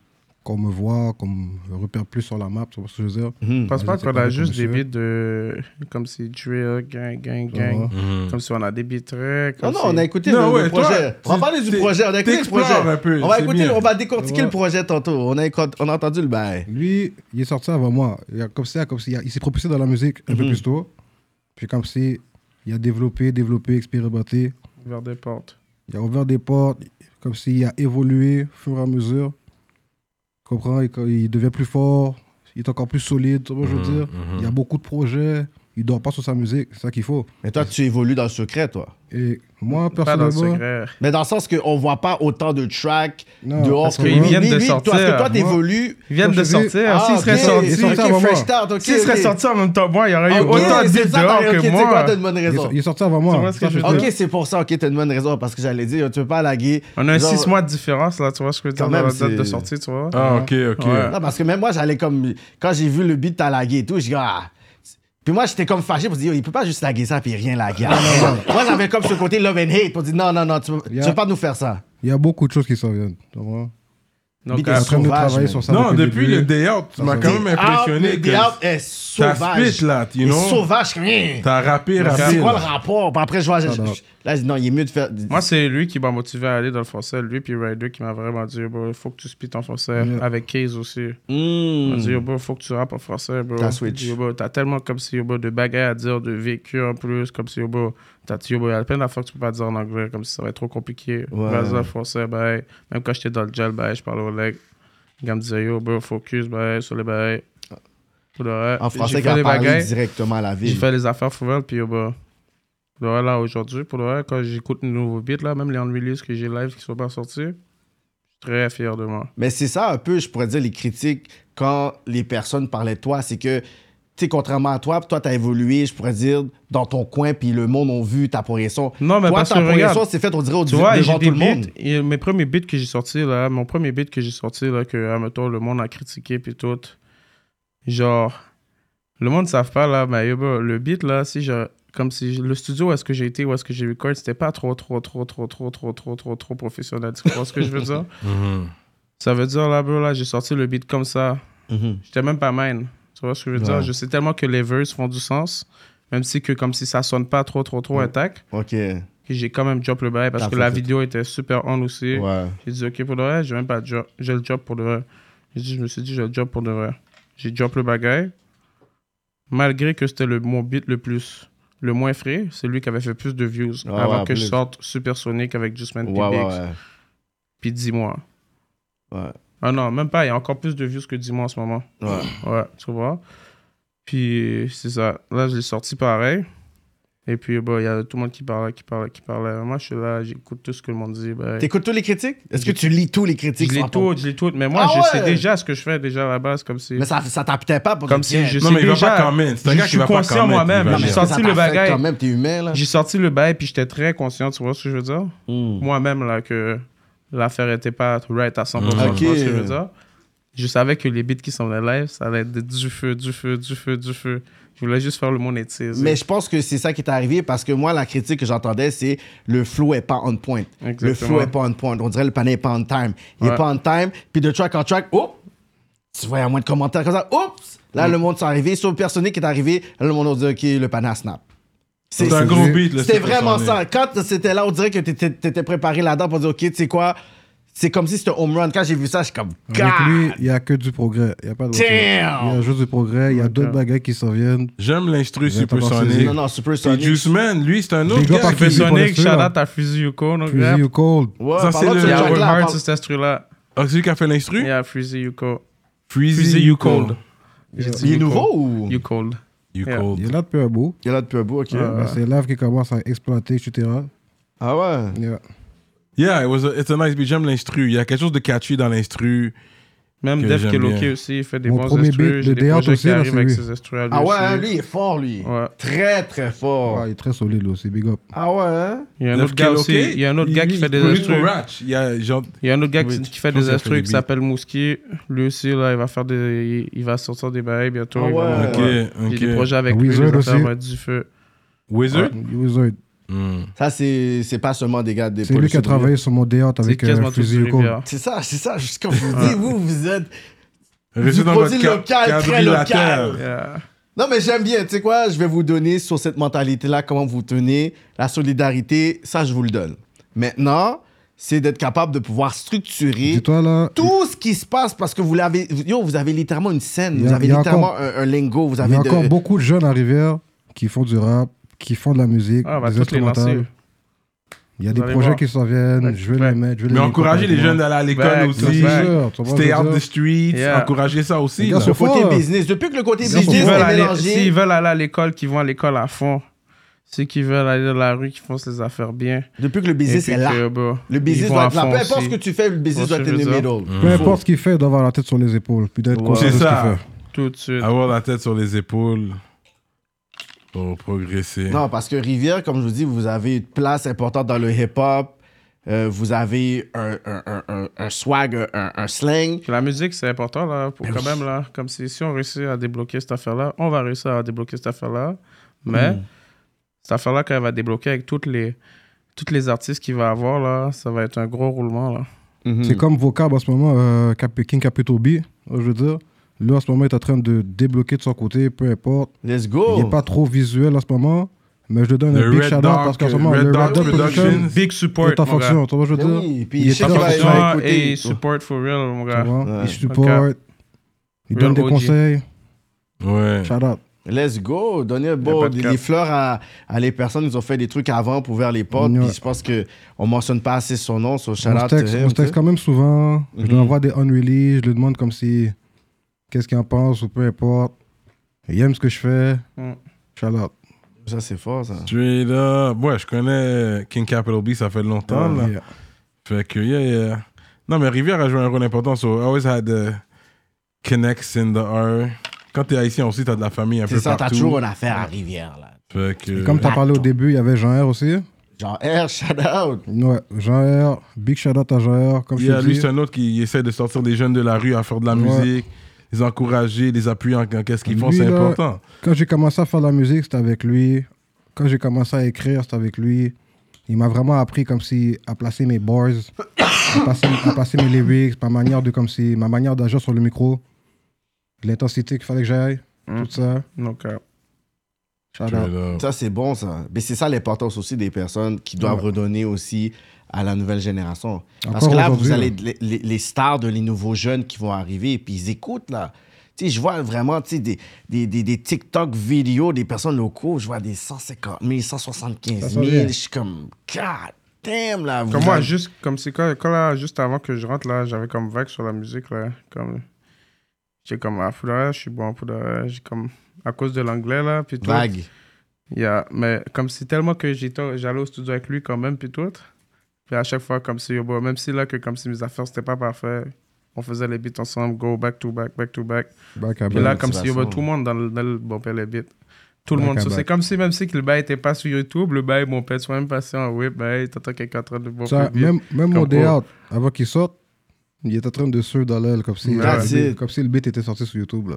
[SPEAKER 4] qu'on me voit, qu'on me repère plus sur la map, tu vois ce que je veux dire
[SPEAKER 2] Hmm.
[SPEAKER 3] Je pense
[SPEAKER 4] Ouais,
[SPEAKER 3] pas
[SPEAKER 4] j'étais
[SPEAKER 3] qu'on
[SPEAKER 4] pas
[SPEAKER 3] a
[SPEAKER 4] avec
[SPEAKER 3] juste
[SPEAKER 4] monsieur.
[SPEAKER 3] des beats de. Comme si drill, gang, gang, gang.
[SPEAKER 1] Mhm.
[SPEAKER 3] Comme si on a des beats très.
[SPEAKER 2] Non,
[SPEAKER 3] comme
[SPEAKER 2] non,
[SPEAKER 3] si-
[SPEAKER 2] on a écouté
[SPEAKER 1] Non,
[SPEAKER 2] le,
[SPEAKER 1] ouais,
[SPEAKER 2] le
[SPEAKER 1] toi,
[SPEAKER 2] projet. on va
[SPEAKER 1] tu-
[SPEAKER 2] parler du
[SPEAKER 1] t'es-
[SPEAKER 2] projet, on a écouté le
[SPEAKER 1] t'explores
[SPEAKER 2] projet.
[SPEAKER 1] un peu,
[SPEAKER 2] on va
[SPEAKER 1] c'est
[SPEAKER 2] écouter,
[SPEAKER 1] bien.
[SPEAKER 2] on va décortiquer
[SPEAKER 4] Ouais.
[SPEAKER 2] le projet tantôt. On a, écout- on a entendu le bail.
[SPEAKER 4] Lui, il est sorti avant moi. Il, a- comme ça, comme si, il s'est propulsé dans la musique un peu
[SPEAKER 3] Mhm.
[SPEAKER 4] plus tôt. Puis comme si il a développé, développé, expérimenté.
[SPEAKER 3] Vers des portes.
[SPEAKER 4] Il a ouvert des portes, comme s'il a évolué au fur et à mesure. Tu comprends il, il devient plus fort, il est encore plus solide, tu vois ce que
[SPEAKER 3] Mhm,
[SPEAKER 4] je veux dire Il y a beaucoup de projets, il dort pas sur sa musique, c'est ça qu'il faut.
[SPEAKER 2] Mais toi, tu évolues dans le secret, toi.
[SPEAKER 4] Et moi,
[SPEAKER 3] Pas dans le
[SPEAKER 4] personnellement...
[SPEAKER 3] secret.
[SPEAKER 2] Mais dans le sens qu'on voit pas autant de tracks
[SPEAKER 4] Non,
[SPEAKER 2] dehors.
[SPEAKER 4] parce
[SPEAKER 2] que-
[SPEAKER 3] qu'ils
[SPEAKER 2] lui,
[SPEAKER 3] viennent de
[SPEAKER 2] lui, toi,
[SPEAKER 3] sortir. Ah,
[SPEAKER 2] Parce que toi,
[SPEAKER 3] Moi-
[SPEAKER 2] t'évolues. Ah,
[SPEAKER 3] Ils viennent
[SPEAKER 4] Comme
[SPEAKER 3] de
[SPEAKER 4] je dis-
[SPEAKER 3] sortir. S'ils
[SPEAKER 2] ok,
[SPEAKER 3] seraient
[SPEAKER 2] ils
[SPEAKER 3] sortis.
[SPEAKER 2] sont
[SPEAKER 4] sortis
[SPEAKER 2] ok,
[SPEAKER 4] avant moi.
[SPEAKER 2] fresh start, ok,
[SPEAKER 3] S'ils seraient
[SPEAKER 2] ok.
[SPEAKER 3] sortis en même temps que moi, il y aurait eu
[SPEAKER 2] Ok,
[SPEAKER 3] autant de
[SPEAKER 2] c'est
[SPEAKER 3] beats
[SPEAKER 2] ça,
[SPEAKER 3] dehors
[SPEAKER 2] ok,
[SPEAKER 3] que
[SPEAKER 2] tu sais quoi,
[SPEAKER 3] moi.
[SPEAKER 2] t'as une bonne
[SPEAKER 4] Il est,
[SPEAKER 2] raison.
[SPEAKER 4] il est sorti avant moi.
[SPEAKER 3] Tu vois ce que
[SPEAKER 4] Ça,
[SPEAKER 3] je veux
[SPEAKER 4] c'est
[SPEAKER 3] dire?
[SPEAKER 4] sûr.
[SPEAKER 2] Ok, c'est pour ça, ok, t'as une bonne raison. Parce que j'allais dire, tu veux pas laguer.
[SPEAKER 3] On a un
[SPEAKER 2] Genre-
[SPEAKER 3] 6 mois de différence là, tu vois ce que je veux dire
[SPEAKER 2] Quand
[SPEAKER 3] dans
[SPEAKER 2] même,
[SPEAKER 3] la date de
[SPEAKER 2] c'est-
[SPEAKER 3] sortie, tu vois.
[SPEAKER 1] Ah, ok, ok.
[SPEAKER 3] Ouais.
[SPEAKER 2] Non, parce que même moi, j'allais comme. Quand j'ai vu le beat, t'as lagué et tout, j'ai dit, ah. Puis moi, j'étais comme fâché pour dire, Yo, il peut pas juste laguer ça puis rien laguer. moi, j'avais comme ce côté love and hate pour dire, non, non, non, tu, tu
[SPEAKER 4] Yeah.
[SPEAKER 2] veux pas nous faire ça.
[SPEAKER 4] Il y a beaucoup de choses qui s'en viennent. tu vois.
[SPEAKER 3] Donc, euh,
[SPEAKER 2] Beat
[SPEAKER 4] Je
[SPEAKER 3] à-
[SPEAKER 4] suis en train de
[SPEAKER 2] Sauvage,
[SPEAKER 4] travailler
[SPEAKER 2] man.
[SPEAKER 4] sur ça.
[SPEAKER 1] Non,
[SPEAKER 4] depuis,
[SPEAKER 1] depuis le day out, tu
[SPEAKER 4] Ça,
[SPEAKER 1] m'as
[SPEAKER 4] ça-
[SPEAKER 1] quand même impressionné.
[SPEAKER 2] Out, mais Ah, out
[SPEAKER 1] que
[SPEAKER 2] est
[SPEAKER 1] T'as
[SPEAKER 2] sauvage.
[SPEAKER 1] split là, tu
[SPEAKER 2] Et
[SPEAKER 1] know.
[SPEAKER 2] sauvage, rien.
[SPEAKER 1] T'as rappé,
[SPEAKER 2] C'est
[SPEAKER 1] rappé.
[SPEAKER 2] quoi le
[SPEAKER 1] là.
[SPEAKER 2] rapport? Puis après, je vois. je- je- Là, il dit, non, il est mieux de faire.
[SPEAKER 3] Moi, c'est lui qui m'a motivé à aller dans le français. Lui puis Ryder qui m'a vraiment dit, bro, faut que tu spit en français.
[SPEAKER 4] Yeah.
[SPEAKER 3] Avec Case aussi. Il m'a
[SPEAKER 2] Hmm.
[SPEAKER 3] dit, yo, bro, faut que tu rappes en français, bro.
[SPEAKER 2] T'as switch.
[SPEAKER 3] Yo, bro, t'as tellement comme si, yo, bro, de bagailles à dire, de vécu en plus, comme si, yo, bro, t'as dit, yo, bro, il y a plein d'affaires que tu peux pas dire en anglais, comme si ça va être trop compliqué.
[SPEAKER 2] Ouais.
[SPEAKER 3] Vas-y en français, bye. Même quand j'étais dans le gel, bye, je parlais au leg. Le gars me disait, yo, bro, focus, bye, sur les bails. Pour de vrai,
[SPEAKER 2] En
[SPEAKER 3] j'ai
[SPEAKER 2] français,
[SPEAKER 3] fait
[SPEAKER 2] quand
[SPEAKER 3] des
[SPEAKER 2] il parle
[SPEAKER 3] bagailles,
[SPEAKER 2] directement à la
[SPEAKER 3] j'ai
[SPEAKER 2] ville.
[SPEAKER 3] fait les affaires fourelles, puis, oh, yo, bro. Pour de vrai, là, aujourd'hui, pour de vrai, quand j'écoute les nouveaux beats, là, même les unreleased que j'ai live qui sont pas sortis, je suis très fier de moi.
[SPEAKER 2] Mais c'est ça un peu, je pourrais dire, les critiques quand les personnes parlaient de toi. C'est que, tu sais, contrairement à toi, toi, t'as évolué, je pourrais dire, dans ton coin, puis le monde a vu ta progression.
[SPEAKER 3] Non, mais
[SPEAKER 2] toi,
[SPEAKER 3] parce
[SPEAKER 2] ta
[SPEAKER 3] que
[SPEAKER 2] progression,
[SPEAKER 3] regarde,
[SPEAKER 2] c'est faite, on dirait, au
[SPEAKER 3] Tu vois, j'ai
[SPEAKER 2] devant
[SPEAKER 3] des
[SPEAKER 2] tout le
[SPEAKER 3] beats,
[SPEAKER 2] monde.
[SPEAKER 3] et mes premiers beats que j'ai sortis, là, mon premier beat que j'ai sorti, là, que, admettons, le monde a critiqué, puis tout, genre, le monde ne savent pas, là, mais yo, bro, le beat, là, si je, comme si je- le studio où est-ce que j'ai été, où est-ce que j'ai record, c'était pas trop, trop, trop, trop, trop, trop, trop, trop, trop professionnel, tu comprends ce que je veux dire?
[SPEAKER 2] Mm-hmm.
[SPEAKER 3] Ça veut dire, là, bro, là, j'ai sorti le beat comme ça,
[SPEAKER 2] Mhm.
[SPEAKER 3] j'étais même pas mine, tu vois ce que je veux dire?
[SPEAKER 2] Ouais.
[SPEAKER 3] Je sais tellement que les verses font du sens, même si que, comme si ça sonne pas trop, trop, trop intact,
[SPEAKER 2] OK.
[SPEAKER 3] que j'ai quand même drop le bail parce
[SPEAKER 2] T'as
[SPEAKER 3] que
[SPEAKER 2] fait
[SPEAKER 3] la
[SPEAKER 2] tout.
[SPEAKER 3] vidéo était super on aussi.
[SPEAKER 2] Ouais.
[SPEAKER 3] J'ai dit, OK, pour de vrai, j'ai même pas de job. J'ai le job pour de vrai. J'ai dit, je me suis dit, j'ai le job pour de vrai. J'ai drop le bagage. Malgré que c'était le, mon beat le plus, le moins frais, c'est lui qui avait fait plus de views
[SPEAKER 2] Ah
[SPEAKER 3] avant
[SPEAKER 2] ouais,
[SPEAKER 3] que je
[SPEAKER 2] plus.
[SPEAKER 3] sorte Supersonic avec Justman
[SPEAKER 2] Ouais, ouais,
[SPEAKER 3] PBX.
[SPEAKER 2] ouais.
[SPEAKER 3] Puis 10 mois.
[SPEAKER 2] Ouais.
[SPEAKER 3] Ah non, même pas. Il y a encore plus de views que 10 mois en ce moment.
[SPEAKER 2] Ouais.
[SPEAKER 3] Ouais, tu vois. Puis c'est ça. Là, je l'ai sorti pareil. Et puis, bah, il y a tout le monde qui parlait, qui parlait, qui parlait. Moi, je suis là, j'écoute tout ce que le monde dit. bah,
[SPEAKER 2] T'écoutes tous les critiques? Est-ce que tu lis tous les
[SPEAKER 3] je
[SPEAKER 2] critiques?
[SPEAKER 3] les
[SPEAKER 2] sans ton-
[SPEAKER 3] tout, je les tout. Mais moi,
[SPEAKER 2] Ah
[SPEAKER 3] je sais
[SPEAKER 2] ouais?
[SPEAKER 3] déjà ce que je fais déjà à la base, comme si.
[SPEAKER 2] Mais ça, ça t'appétait pas pour
[SPEAKER 3] Comme
[SPEAKER 2] dire,
[SPEAKER 3] si
[SPEAKER 2] yeah.
[SPEAKER 3] je
[SPEAKER 1] Non,
[SPEAKER 3] sais
[SPEAKER 1] mais il va
[SPEAKER 3] déjà.
[SPEAKER 1] pas comment. C'est un
[SPEAKER 3] Je
[SPEAKER 1] gars qui
[SPEAKER 3] suis
[SPEAKER 1] va pas
[SPEAKER 3] conscient
[SPEAKER 1] comment.
[SPEAKER 3] moi-même.
[SPEAKER 1] il va
[SPEAKER 2] Non, mais
[SPEAKER 3] j'ai
[SPEAKER 1] dire.
[SPEAKER 2] ça,
[SPEAKER 3] sorti
[SPEAKER 2] ça
[SPEAKER 3] le
[SPEAKER 2] t'affecte
[SPEAKER 3] bagage.
[SPEAKER 2] quand même, t'es humain, là.
[SPEAKER 3] J'ai sorti le bail, puis j'étais très conscient, tu vois ce que je veux dire?
[SPEAKER 2] Hmm.
[SPEAKER 3] Moi-même, là, que l'affaire était pas right à 100%.
[SPEAKER 2] Ok.
[SPEAKER 3] Tu vois ce que je veux dire? Je savais que les beats qui sont live, ça allait être du feu, du feu, du feu, du feu. Je voulais juste faire le monétise.
[SPEAKER 2] Mais je pense que c'est ça qui est arrivé parce que moi, la critique que j'entendais, c'est le flow est pas on point. Le
[SPEAKER 3] Exactement.
[SPEAKER 2] flow est pas on point. On dirait le panier est pas on time. Il est
[SPEAKER 3] Ouais.
[SPEAKER 2] pas on time. Puis de track en track, oh! Tu vois, il y a moins de commentaires comme ça. Oups!
[SPEAKER 1] Mm.
[SPEAKER 2] Là, le monde s'est arrivé. Sur le personnage qui est arrivé, là, le monde a dit, OK, le panier à snap.
[SPEAKER 1] C'est un gros beat, là.
[SPEAKER 2] C'était
[SPEAKER 1] c'est
[SPEAKER 2] vraiment
[SPEAKER 1] personnel.
[SPEAKER 2] ça. Quand c'était là, on dirait que t'étais t'étais préparé là-dedans pour dire, OK, tu sais quoi? C'est comme si c'était un home run. Quand j'ai vu ça, je suis comme, God!
[SPEAKER 4] Avec lui, il n'y a que du progrès. Il n'y a pas de retour.
[SPEAKER 2] Damn!
[SPEAKER 4] Il y a juste du progrès.
[SPEAKER 2] Oh
[SPEAKER 4] Il y a d'autres bagailles qui s'en viennent.
[SPEAKER 1] J'aime l'instru
[SPEAKER 4] Vous êtes
[SPEAKER 1] Super
[SPEAKER 4] encore
[SPEAKER 1] Sonic.
[SPEAKER 4] saisi.
[SPEAKER 2] Non, non, Super
[SPEAKER 1] C'est
[SPEAKER 2] Sonic.
[SPEAKER 1] Juice Man, lui, c'est un
[SPEAKER 4] Les
[SPEAKER 1] autre
[SPEAKER 4] gars,
[SPEAKER 1] gars.
[SPEAKER 4] par
[SPEAKER 1] qui fait
[SPEAKER 4] qui-
[SPEAKER 1] ça.
[SPEAKER 3] Sonic,
[SPEAKER 4] Pour le feu,
[SPEAKER 3] shout
[SPEAKER 4] là.
[SPEAKER 3] out à Freezy Yuko, no
[SPEAKER 4] Freezy
[SPEAKER 3] grab.
[SPEAKER 4] you cold.
[SPEAKER 2] Ouais,
[SPEAKER 1] Ça,
[SPEAKER 2] parlant de
[SPEAKER 1] c'est le-
[SPEAKER 3] Il y
[SPEAKER 2] ce
[SPEAKER 3] a
[SPEAKER 1] Jack
[SPEAKER 2] track-là,
[SPEAKER 3] Will
[SPEAKER 2] on
[SPEAKER 4] hein.
[SPEAKER 3] Hart,
[SPEAKER 2] parle-
[SPEAKER 3] c'est cet instru-là.
[SPEAKER 1] Ah, c'est lui qui a fait l'instru?
[SPEAKER 3] Il y a Freezy Yuko.
[SPEAKER 1] Freezy,
[SPEAKER 3] Freezy
[SPEAKER 1] you
[SPEAKER 3] You
[SPEAKER 1] cold.
[SPEAKER 3] Cold. J'ai dit
[SPEAKER 2] Il est
[SPEAKER 3] You
[SPEAKER 2] nouveau
[SPEAKER 3] Cold.
[SPEAKER 2] ou?
[SPEAKER 3] You Cold.
[SPEAKER 1] You
[SPEAKER 3] Yeah.
[SPEAKER 1] cold.
[SPEAKER 4] Il est là depuis un bout.
[SPEAKER 2] Il est là depuis un bout, OK.
[SPEAKER 3] Ouais.
[SPEAKER 4] Ben, C'est l'ave qui commence à exploiter, etc.
[SPEAKER 2] Ah ouais?
[SPEAKER 4] Yeah.
[SPEAKER 1] Yeah, it was a, it's a nice beat. J'aime l'instru. Il y a quelque chose de catchy dans l'instru.
[SPEAKER 3] Même
[SPEAKER 1] Que
[SPEAKER 3] Dev
[SPEAKER 1] j'aime
[SPEAKER 3] Keloki
[SPEAKER 1] bien.
[SPEAKER 3] aussi, il fait des
[SPEAKER 4] Mon
[SPEAKER 3] bons
[SPEAKER 4] premier
[SPEAKER 3] instrus.
[SPEAKER 4] beat
[SPEAKER 3] J'ai
[SPEAKER 4] de
[SPEAKER 3] des
[SPEAKER 4] Day Out
[SPEAKER 3] projets
[SPEAKER 4] aussi,
[SPEAKER 3] qui
[SPEAKER 4] là,
[SPEAKER 3] arrivent
[SPEAKER 4] c'est
[SPEAKER 3] avec
[SPEAKER 4] lui.
[SPEAKER 3] ses instrus à lui
[SPEAKER 2] Ah ouais,
[SPEAKER 3] aussi.
[SPEAKER 2] hein, lui, il est fort, lui.
[SPEAKER 3] Ouais.
[SPEAKER 2] Très, très fort.
[SPEAKER 4] Ouais, Ah, il est très solide là aussi, big up.
[SPEAKER 2] Ah ouais, hein?
[SPEAKER 3] Il y a un autre gars aussi, il y a un autre gars qui fait des instrus.
[SPEAKER 1] instrus. Il y a genre...
[SPEAKER 3] Il y a un autre gars qui
[SPEAKER 1] Oui,
[SPEAKER 3] qui fait
[SPEAKER 1] je pense
[SPEAKER 3] des
[SPEAKER 1] qu'il a fait
[SPEAKER 3] instrus
[SPEAKER 1] des
[SPEAKER 3] qui s'appelle Mouski. Lui aussi, là, il va faire des... il- Il va sortir des bails bientôt.
[SPEAKER 2] Ah
[SPEAKER 3] il va-
[SPEAKER 2] ouais.
[SPEAKER 1] Ok,
[SPEAKER 3] J'ai des
[SPEAKER 1] ok.
[SPEAKER 3] projets avec lui,
[SPEAKER 4] Wizard
[SPEAKER 3] les affaires
[SPEAKER 4] aussi.
[SPEAKER 3] vont être euh, du feu.
[SPEAKER 1] Wizard?
[SPEAKER 4] Wizard.
[SPEAKER 1] Hmm.
[SPEAKER 2] Ça, c'est c'est pas seulement des gars des
[SPEAKER 4] C'est lui qui
[SPEAKER 2] policiers
[SPEAKER 4] a
[SPEAKER 2] de
[SPEAKER 4] travaillé sur mon day out
[SPEAKER 3] C'est
[SPEAKER 4] avec
[SPEAKER 3] quasiment
[SPEAKER 4] euh,
[SPEAKER 3] tout
[SPEAKER 4] Freezy
[SPEAKER 3] du
[SPEAKER 4] you cold.
[SPEAKER 3] Rivière.
[SPEAKER 2] ville. C'est ça, c'est ça. Juste comme je vous dis, vous, vous êtes
[SPEAKER 1] Restez
[SPEAKER 2] du
[SPEAKER 1] dans
[SPEAKER 2] produit
[SPEAKER 1] votre ca-
[SPEAKER 2] local, très
[SPEAKER 1] quadrilatère.
[SPEAKER 2] local.
[SPEAKER 3] Yeah.
[SPEAKER 2] Non, mais j'aime bien. Tu sais quoi? Je vais vous donner sur cette mentalité-là, comment vous tenez. La solidarité, ça, je vous le donne. Maintenant, c'est d'être capable de pouvoir structurer
[SPEAKER 4] Dis-toi là,
[SPEAKER 2] tout ce qui se passe parce que vous l'avez... Yo, vous avez littéralement une scène.
[SPEAKER 4] Il y a-
[SPEAKER 2] Vous avez
[SPEAKER 4] il y a
[SPEAKER 2] littéralement
[SPEAKER 4] encore-
[SPEAKER 2] un, un lingo. Vous
[SPEAKER 4] il y
[SPEAKER 2] avez
[SPEAKER 4] a
[SPEAKER 2] de-
[SPEAKER 4] encore beaucoup de jeunes à Rivière qui font du rap, qui font de la musique,
[SPEAKER 3] Ah, on va
[SPEAKER 4] des
[SPEAKER 3] tous les lancer.
[SPEAKER 4] instrumentales. Il y a des
[SPEAKER 3] allez
[SPEAKER 4] projets
[SPEAKER 3] voir.
[SPEAKER 4] qui s'en viennent.
[SPEAKER 3] Ouais.
[SPEAKER 4] Je vais les mettre. je vais
[SPEAKER 1] Mais
[SPEAKER 4] mettre
[SPEAKER 1] encouragez les
[SPEAKER 4] avec moi.
[SPEAKER 1] jeunes d'aller à l'école
[SPEAKER 3] Back,
[SPEAKER 1] aussi.
[SPEAKER 3] back.
[SPEAKER 4] Sûr, tu vois,
[SPEAKER 1] Stay
[SPEAKER 4] je veux
[SPEAKER 1] out the
[SPEAKER 4] dire.
[SPEAKER 1] streets.
[SPEAKER 3] Yeah.
[SPEAKER 1] Encouragez ça aussi.
[SPEAKER 4] Les gars
[SPEAKER 1] là.
[SPEAKER 4] sont
[SPEAKER 2] Le côté
[SPEAKER 4] Faut-
[SPEAKER 2] business. Depuis que le côté
[SPEAKER 4] S'ils
[SPEAKER 3] S'ils
[SPEAKER 2] business
[SPEAKER 4] Ils
[SPEAKER 2] est
[SPEAKER 4] vont
[SPEAKER 3] veulent, aller,
[SPEAKER 2] mélangé...
[SPEAKER 3] s'ils veulent aller à l'école, qui vont à l'école à fond. Ceux qui veulent aller dans la rue, qui font ces affaires bien.
[SPEAKER 2] Depuis que le business
[SPEAKER 3] Et
[SPEAKER 2] est
[SPEAKER 3] puis
[SPEAKER 2] là.
[SPEAKER 3] que, bah,
[SPEAKER 2] Le
[SPEAKER 3] ils
[SPEAKER 2] business
[SPEAKER 3] vont
[SPEAKER 2] doit
[SPEAKER 3] à
[SPEAKER 2] être là.
[SPEAKER 3] fond
[SPEAKER 2] Peu importe ce
[SPEAKER 3] aussi.
[SPEAKER 2] que tu fais, le business
[SPEAKER 3] Faut
[SPEAKER 2] doit être in
[SPEAKER 3] suivre
[SPEAKER 2] the
[SPEAKER 3] ça. Mmh.
[SPEAKER 2] middle.
[SPEAKER 4] Peu importe ce qu'il fait, il doit avoir la tête sur les épaules. Puis d'être
[SPEAKER 2] Ouais.
[SPEAKER 4] conscient
[SPEAKER 1] C'est
[SPEAKER 4] de ce qu'il
[SPEAKER 1] ça.
[SPEAKER 4] fait.
[SPEAKER 3] Tout de suite.
[SPEAKER 1] Avoir la tête sur les épaules pour progresser.
[SPEAKER 2] Non, parce que Rivière, comme je vous dis, vous avez une place importante dans le hip-hop. Euh, vous avez un, un- un- un- un swag, un- un, un slang.
[SPEAKER 3] Puis La musique, c'est important, là, pour quand même, là. Comme si, si on réussit à débloquer cette affaire-là, on va réussir à débloquer cette affaire-là. Mais cette affaire-là, quand elle va débloquer avec toutes les, toutes les artistes qu'il va avoir, là, ça va être un gros roulement, là.
[SPEAKER 4] C'est
[SPEAKER 1] Hmm.
[SPEAKER 4] comme vocab en ce moment, euh, Cap- King Capital B, euh, je veux dire. Lui, en ce moment, il est en train de débloquer de son côté, peu importe.
[SPEAKER 2] Let's
[SPEAKER 4] Il
[SPEAKER 2] go.
[SPEAKER 4] n'est pas trop visuel en ce moment. Mais je te donne
[SPEAKER 1] Oh. Le
[SPEAKER 4] un big
[SPEAKER 1] Red
[SPEAKER 4] shout-out
[SPEAKER 1] Dog,
[SPEAKER 4] parce qu'en ce moment,
[SPEAKER 1] Red
[SPEAKER 4] le
[SPEAKER 1] Dog
[SPEAKER 4] Red Dog
[SPEAKER 1] Production,
[SPEAKER 4] Production,
[SPEAKER 3] Big support,
[SPEAKER 4] c'est ta
[SPEAKER 3] mon
[SPEAKER 4] fonction,
[SPEAKER 3] gars.
[SPEAKER 4] tu vois, je
[SPEAKER 2] Mais
[SPEAKER 4] veux dire.
[SPEAKER 2] Ben oui, puis
[SPEAKER 4] il
[SPEAKER 2] je
[SPEAKER 4] est
[SPEAKER 2] sais
[SPEAKER 4] ta
[SPEAKER 2] qu'il va- il
[SPEAKER 4] fonction,
[SPEAKER 2] va
[SPEAKER 3] Production
[SPEAKER 2] écouter.
[SPEAKER 3] et support for real, mon
[SPEAKER 4] Tu
[SPEAKER 3] gars.
[SPEAKER 4] vois,
[SPEAKER 2] Ouais.
[SPEAKER 4] il supporte, il
[SPEAKER 3] Real
[SPEAKER 4] donne des
[SPEAKER 3] OG.
[SPEAKER 4] conseils.
[SPEAKER 1] Ouais.
[SPEAKER 4] Shout-out.
[SPEAKER 2] Let's go, donner bon,
[SPEAKER 3] pas de
[SPEAKER 2] des,
[SPEAKER 3] cap.
[SPEAKER 2] des fleurs à, à les personnes qui nous ont fait des trucs avant pour ouvrir les portes.
[SPEAKER 4] Ouais.
[SPEAKER 2] Puis je pense qu'on mentionne pas assez son nom, so shout
[SPEAKER 4] On se
[SPEAKER 2] out to
[SPEAKER 4] texte,
[SPEAKER 2] him,
[SPEAKER 4] on se texte
[SPEAKER 2] tu sais.
[SPEAKER 4] quand même souvent. Je lui
[SPEAKER 2] Mhm.
[SPEAKER 4] envoie des unreleased, je lui demande comme si qu'est-ce qu'il en pense ou peu importe. Il aime ce que je fais.
[SPEAKER 1] Hmm.
[SPEAKER 3] Mm.
[SPEAKER 4] Shout out.
[SPEAKER 2] Ça, c'est fort, ça.
[SPEAKER 1] Straight up. Ouais, je connais King Capital B, ça fait longtemps, là.
[SPEAKER 4] Oh, Yeah.
[SPEAKER 1] Fait que, yeah, yeah. Non, mais Rivière a joué un rôle important. So, I always had uh, connects in the R. Quand t'es haïtien aussi, t'as de la famille un
[SPEAKER 2] C'est
[SPEAKER 1] peu
[SPEAKER 2] ça, t'as
[SPEAKER 1] partout.
[SPEAKER 2] toujours une affaire à Rivière, là.
[SPEAKER 1] Fait que,
[SPEAKER 4] Comme tu as
[SPEAKER 2] Back
[SPEAKER 4] parlé au
[SPEAKER 2] to-
[SPEAKER 4] début, il y avait Jean-R aussi.
[SPEAKER 2] Genre, R, shout out.
[SPEAKER 4] Ouais, Jean-R, big shout out à Jean-R. Comme
[SPEAKER 1] Yeah,
[SPEAKER 4] je te
[SPEAKER 1] lui,
[SPEAKER 4] dis,
[SPEAKER 1] c'est un autre qui essaie de sortir des jeunes de la rue à faire de la
[SPEAKER 4] Ouais.
[SPEAKER 1] musique, les encourager, les appuyer en, en qu'est-ce qu'ils font,
[SPEAKER 4] Lui,
[SPEAKER 1] c'est
[SPEAKER 4] là,
[SPEAKER 1] important.
[SPEAKER 4] quand j'ai commencé à faire de la musique, c'était avec lui. Quand j'ai commencé à écrire, c'était avec lui. Il m'a vraiment appris comme si à placer mes bars, à, placer, à placer mes lyrics, ma manière de comme si ma manière d'agir sur le micro, l'intensité qu'il fallait que j'aille,
[SPEAKER 1] Hmm.
[SPEAKER 3] Mm.
[SPEAKER 4] tout ça.
[SPEAKER 3] No cap.
[SPEAKER 4] Shout out.
[SPEAKER 1] Straight up.
[SPEAKER 2] Ça, c'est bon, ça. Mais c'est ça l'importance aussi des personnes qui doivent redonner aussi à la nouvelle génération. Parce
[SPEAKER 4] Encore
[SPEAKER 2] que là, vous
[SPEAKER 4] aujourd'hui,
[SPEAKER 2] allez les, les- les stars de les nouveaux jeunes qui vont arriver, puis ils écoutent, là. Tu sais, je vois vraiment tu sais, des, des, des, des TikTok vidéos des personnes locaux, je vois des 150 000, 175 000.
[SPEAKER 4] Ça sent bien.
[SPEAKER 2] Je suis comme, God damn, là.
[SPEAKER 3] Comme
[SPEAKER 2] vous
[SPEAKER 3] moi,
[SPEAKER 2] avez-
[SPEAKER 3] juste, comme c'est quand, quand là, juste avant que je rentre, là, j'avais comme vague sur la musique, là. Comme, j'ai comme, ah, Foudara, je suis bon, Foudara, j'ai comme, à cause de l'anglais, là, puis tout.
[SPEAKER 2] Vague.
[SPEAKER 3] Yeah, mais comme c'est tellement que j'étais- j'allais au studio avec lui quand même, puis tout. Puis à chaque fois, comme si, yo, bro, même si là, que comme si mes affaires, c'était pas parfait, on faisait les beats ensemble, go back to back, back to back.
[SPEAKER 4] back à
[SPEAKER 3] Puis
[SPEAKER 4] back.
[SPEAKER 3] là, comme si, yo, bro,
[SPEAKER 2] motivation.
[SPEAKER 3] tout le monde dans le, dans le bombait les beats. Tout le
[SPEAKER 4] Back
[SPEAKER 3] monde.
[SPEAKER 4] à
[SPEAKER 3] So,
[SPEAKER 4] back.
[SPEAKER 3] c'est comme si, même si que le bail était pas sur YouTube, le bail, mon père, soit même passé en web, bail, t'entends quelqu'un en train de bomber.
[SPEAKER 4] Ça,
[SPEAKER 3] le beat.
[SPEAKER 4] même même
[SPEAKER 3] Comme
[SPEAKER 4] mon day
[SPEAKER 3] quoi.
[SPEAKER 4] out, avant qu'il sorte, il était en train de suer dans l'aile, comme si,
[SPEAKER 2] That's
[SPEAKER 4] le beat-
[SPEAKER 2] it.
[SPEAKER 4] comme si le beat était sorti sur YouTube. Là.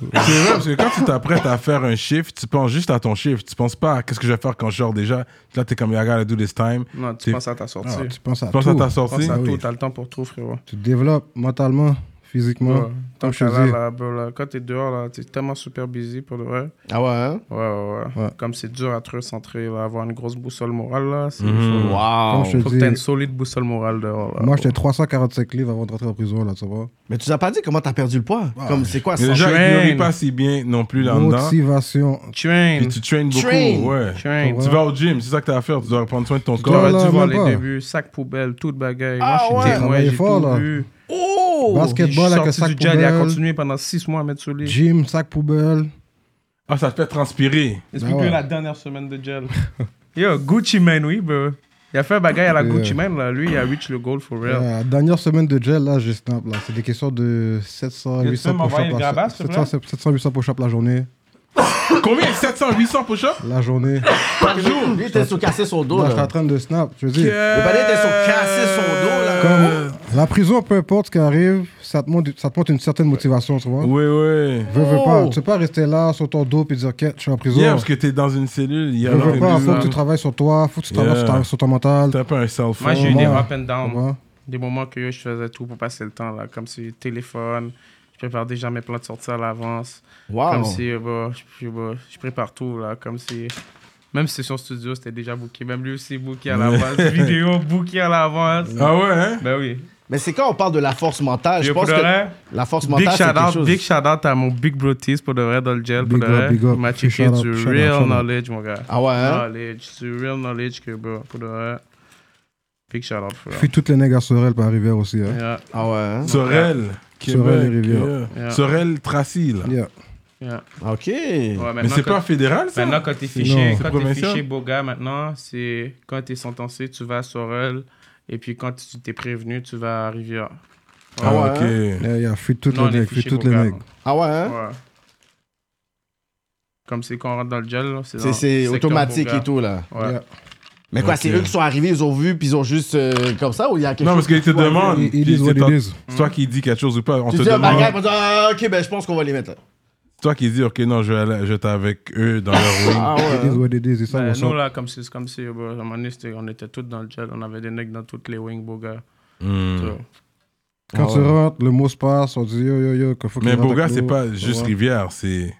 [SPEAKER 1] C'est vrai, parce que quand tu t'apprêtes à faire un shift, tu penses juste à ton shift. Tu penses pas à qu'est-ce que je vais faire quand je sors déjà. Là, t'es comme, I gotta do this time.
[SPEAKER 3] Non, tu
[SPEAKER 1] T'es-
[SPEAKER 3] penses à ta sortie.
[SPEAKER 4] Ah, tu penses à
[SPEAKER 1] Tu penses
[SPEAKER 4] tout.
[SPEAKER 1] à ta
[SPEAKER 3] tu penses
[SPEAKER 1] sortie.
[SPEAKER 3] à
[SPEAKER 4] Ah oui.
[SPEAKER 3] tout, t'as le temps pour tout, frérot.
[SPEAKER 4] Tu te développes mentalement, physiquement.
[SPEAKER 3] Ouais. Tant
[SPEAKER 4] je
[SPEAKER 3] que là,
[SPEAKER 4] dis.
[SPEAKER 3] là, bro, là, quand t'es dehors, là, t'es tellement super busy pour le vrai.
[SPEAKER 2] Ah ouais, hein?
[SPEAKER 3] Ouais, ouais, ouais.
[SPEAKER 4] Ouais.
[SPEAKER 3] Comme c'est dur à te recentrer, là, avoir une grosse boussole morale, là. c'est-
[SPEAKER 2] Wow.
[SPEAKER 1] Mhm.
[SPEAKER 4] Mm. Comme je te
[SPEAKER 3] Faut, faut que t'aies une
[SPEAKER 4] dis,
[SPEAKER 3] solide boussole morale dehors, là.
[SPEAKER 4] moi, j'étais 345 livres avant de rentrer en prison, là, tu vois.
[SPEAKER 2] Mais tu nous as pas dit comment t'as perdu le poids. Comme c'est quoi
[SPEAKER 1] Mais
[SPEAKER 2] Ah, ça?
[SPEAKER 1] les gens,
[SPEAKER 3] train.
[SPEAKER 1] ils nourrissent pas si bien non plus là-dedans.
[SPEAKER 4] Motivation.
[SPEAKER 3] Train,
[SPEAKER 1] Puis tu traînes beaucoup.
[SPEAKER 2] Train.
[SPEAKER 1] Ouais.
[SPEAKER 3] train.
[SPEAKER 4] Ouais.
[SPEAKER 1] Tu vas au gym, c'est ça que t'as à faire. Tu dois prendre soin de ton corps.
[SPEAKER 3] T'aurais
[SPEAKER 4] Voilà,
[SPEAKER 3] dû voir
[SPEAKER 4] même
[SPEAKER 3] les
[SPEAKER 4] pas.
[SPEAKER 3] débuts, sac poubelle, toute bagaille. moi,
[SPEAKER 2] Ah ouais.
[SPEAKER 3] j'étais témoin,
[SPEAKER 4] Travaillé
[SPEAKER 3] j'ai
[SPEAKER 4] fort,
[SPEAKER 3] tout
[SPEAKER 4] là.
[SPEAKER 3] vu.
[SPEAKER 2] Oh!
[SPEAKER 4] Basketball
[SPEAKER 3] Je
[SPEAKER 4] avec un
[SPEAKER 3] suis sorti
[SPEAKER 4] sac
[SPEAKER 3] du jad, il a
[SPEAKER 4] poubelle.
[SPEAKER 3] continué pendant 6 mois à mettre sous lit.
[SPEAKER 4] Gym, sac poubelle.
[SPEAKER 1] Ah, ça te fait transpirer.
[SPEAKER 3] Explique-lui
[SPEAKER 4] Ah ouais.
[SPEAKER 3] la dernière semaine de gel. Ben Yo, Gucci Mane, oui, bro. Il a fait un bagage à la
[SPEAKER 4] Yeah.
[SPEAKER 3] Gucci Mane, là. Lui, il a reach le goal for real.
[SPEAKER 4] La Euh, dernière semaine de gel, là, j'ai snap, là. C'est des questions de 700,
[SPEAKER 3] peux
[SPEAKER 4] 800 push-ups
[SPEAKER 3] m'envoyer le
[SPEAKER 4] la-
[SPEAKER 3] grabat, s'il te plaît
[SPEAKER 4] 700, 700, 800 push-ups la journée.
[SPEAKER 1] Combien 700, 800 push-ups
[SPEAKER 4] La journée.
[SPEAKER 2] Par jour! Lui, t'es sous cassé son dos,
[SPEAKER 4] Là, j'étais en
[SPEAKER 2] là.
[SPEAKER 4] train de snap, tu veux dire.
[SPEAKER 2] Le palais était sur cassé son dos, là.
[SPEAKER 4] Comme la prison, peu importe ce qui arrive, ça te montre, ça te montre une certaine motivation, tu vois.
[SPEAKER 1] Oui, oui.
[SPEAKER 4] Veux, veux
[SPEAKER 2] Oh.
[SPEAKER 4] pas. Tu peux pas rester là sur ton dos puis dire que je suis en prison.
[SPEAKER 1] Yeah, parce que t'es dans une cellule. Il y a
[SPEAKER 4] veux,
[SPEAKER 1] un
[SPEAKER 4] veux pas, faut que
[SPEAKER 1] peu
[SPEAKER 4] tu travailles sur toi, faut que tu
[SPEAKER 1] Yeah.
[SPEAKER 4] travailles sur, ta- sur ton mental.
[SPEAKER 1] T'as pas un cell phone.
[SPEAKER 3] Moi, j'ai eu des
[SPEAKER 4] Ouais.
[SPEAKER 3] up and
[SPEAKER 4] tu
[SPEAKER 3] down.
[SPEAKER 4] vois.
[SPEAKER 3] Des moments que yo, je faisais tout pour passer le temps, là. Comme si téléphone, je prépare déjà mes plans de sortie à l'avance. Comme
[SPEAKER 2] Wow.
[SPEAKER 3] si, euh, bah, je, je- bah, je prépare tout, là. Comme si. Même session studio, c'était déjà booké. Même lui aussi, booké à l'avance. Vidéo, booké à l'avance.
[SPEAKER 1] Ah ouais, hein
[SPEAKER 3] Ben oui.
[SPEAKER 2] Mais c'est quand on parle de la force mentale, je
[SPEAKER 3] Yo, pour
[SPEAKER 2] pense
[SPEAKER 3] de
[SPEAKER 2] que
[SPEAKER 3] vrai,
[SPEAKER 2] la force
[SPEAKER 3] big
[SPEAKER 2] mentale, c'est quelque
[SPEAKER 3] shout-out
[SPEAKER 2] chose.
[SPEAKER 3] big shout-out à mon Big Bro Tease pour de vrai dans le gel. pour
[SPEAKER 4] Big
[SPEAKER 3] de
[SPEAKER 4] up,
[SPEAKER 3] vrai.
[SPEAKER 4] big up.
[SPEAKER 3] Il m'a
[SPEAKER 4] Big
[SPEAKER 3] checké
[SPEAKER 4] shout-out,
[SPEAKER 3] du
[SPEAKER 4] shout-out,
[SPEAKER 3] real
[SPEAKER 4] shout-out.
[SPEAKER 3] knowledge, mon gars.
[SPEAKER 2] Ah ouais, hein?
[SPEAKER 3] Knowledge, du real knowledge que, bro, pour de vrai. Big shout-out, frère.
[SPEAKER 4] Fuis toutes les nègres à Sorel par Rivière aussi. Hein.
[SPEAKER 3] Yeah,
[SPEAKER 2] Ah ouais, hein?
[SPEAKER 1] Sorel. Québec,
[SPEAKER 4] Sorel et Rivière.
[SPEAKER 1] yeah.
[SPEAKER 3] Yeah.
[SPEAKER 1] Sorel, Tracy, là.
[SPEAKER 4] Yeah.
[SPEAKER 3] yeah.
[SPEAKER 2] OK.
[SPEAKER 3] Ouais,
[SPEAKER 1] Mais c'est
[SPEAKER 3] quand-
[SPEAKER 1] pas fédéral, ça
[SPEAKER 3] Maintenant, quand t'es
[SPEAKER 4] Non.
[SPEAKER 3] fiché,
[SPEAKER 1] C'est
[SPEAKER 3] quand t'es
[SPEAKER 1] provincial.
[SPEAKER 3] fiché beau gars, maintenant, c'est quand t'es sentencé, tu vas à Sorel. Et puis quand tu t'es prévenu, tu vas à Rivière.
[SPEAKER 1] Ah
[SPEAKER 2] Ah
[SPEAKER 1] ok.
[SPEAKER 4] Yeah, yeah, fuis toutes
[SPEAKER 3] Non,
[SPEAKER 4] les
[SPEAKER 3] les
[SPEAKER 4] nègres, fuis
[SPEAKER 3] fichés
[SPEAKER 4] toutes les
[SPEAKER 3] beaux gars,
[SPEAKER 4] nègres.
[SPEAKER 2] Ah ouais, hein?
[SPEAKER 3] non. Ouais. Comme c'est quand on rentre dans le gel, là, c'est dans
[SPEAKER 2] C'est-
[SPEAKER 3] le
[SPEAKER 2] C'est
[SPEAKER 3] secteur
[SPEAKER 2] automatique
[SPEAKER 3] beau gars.
[SPEAKER 2] et tout, là.
[SPEAKER 3] Ouais.
[SPEAKER 4] Yeah.
[SPEAKER 2] Mais quoi,
[SPEAKER 1] Ok.
[SPEAKER 2] c'est eux qui sont arrivés, ils ont vu, puis ils ont juste euh, comme ça, ou il y a quelque
[SPEAKER 1] Non,
[SPEAKER 2] chose
[SPEAKER 1] parce qu'ils te
[SPEAKER 2] qui-
[SPEAKER 1] demandent.
[SPEAKER 4] Ils- ils
[SPEAKER 1] puis
[SPEAKER 4] disent
[SPEAKER 1] c'est
[SPEAKER 4] what
[SPEAKER 1] toi-
[SPEAKER 4] it is.
[SPEAKER 1] C'est toi qui dis quelque chose ou pas. On
[SPEAKER 2] Tu
[SPEAKER 1] te
[SPEAKER 3] oh
[SPEAKER 2] dis un
[SPEAKER 1] demande.
[SPEAKER 2] bagage, ils vont dire, ah, OK, ben je pense qu'on va les mettre là.
[SPEAKER 1] C'est toi qui dis, ok, non, je vais aller- j'étais avec eux dans leur wing.
[SPEAKER 2] Ah ouais.
[SPEAKER 4] It is
[SPEAKER 2] hein?
[SPEAKER 4] what it is, ils savent
[SPEAKER 3] Ben,
[SPEAKER 4] où
[SPEAKER 3] nous,
[SPEAKER 4] ça.
[SPEAKER 3] là, comme si, comme si, bah, à un moment donné, c'était- on était tous dans le gel, on avait des nègres dans toutes les wings, beau gars.
[SPEAKER 1] Hmm.
[SPEAKER 3] So,
[SPEAKER 4] Quand
[SPEAKER 2] Ah
[SPEAKER 4] tu
[SPEAKER 2] ouais.
[SPEAKER 4] rentres, le mot se passe, on dit yo yo yo, qu'il faut qu'il
[SPEAKER 1] Mais
[SPEAKER 4] rentre
[SPEAKER 1] Boga,
[SPEAKER 4] avec
[SPEAKER 1] c'est
[SPEAKER 4] nous.
[SPEAKER 1] pas
[SPEAKER 4] Tu
[SPEAKER 1] juste
[SPEAKER 4] vois.
[SPEAKER 1] Rivière, c'est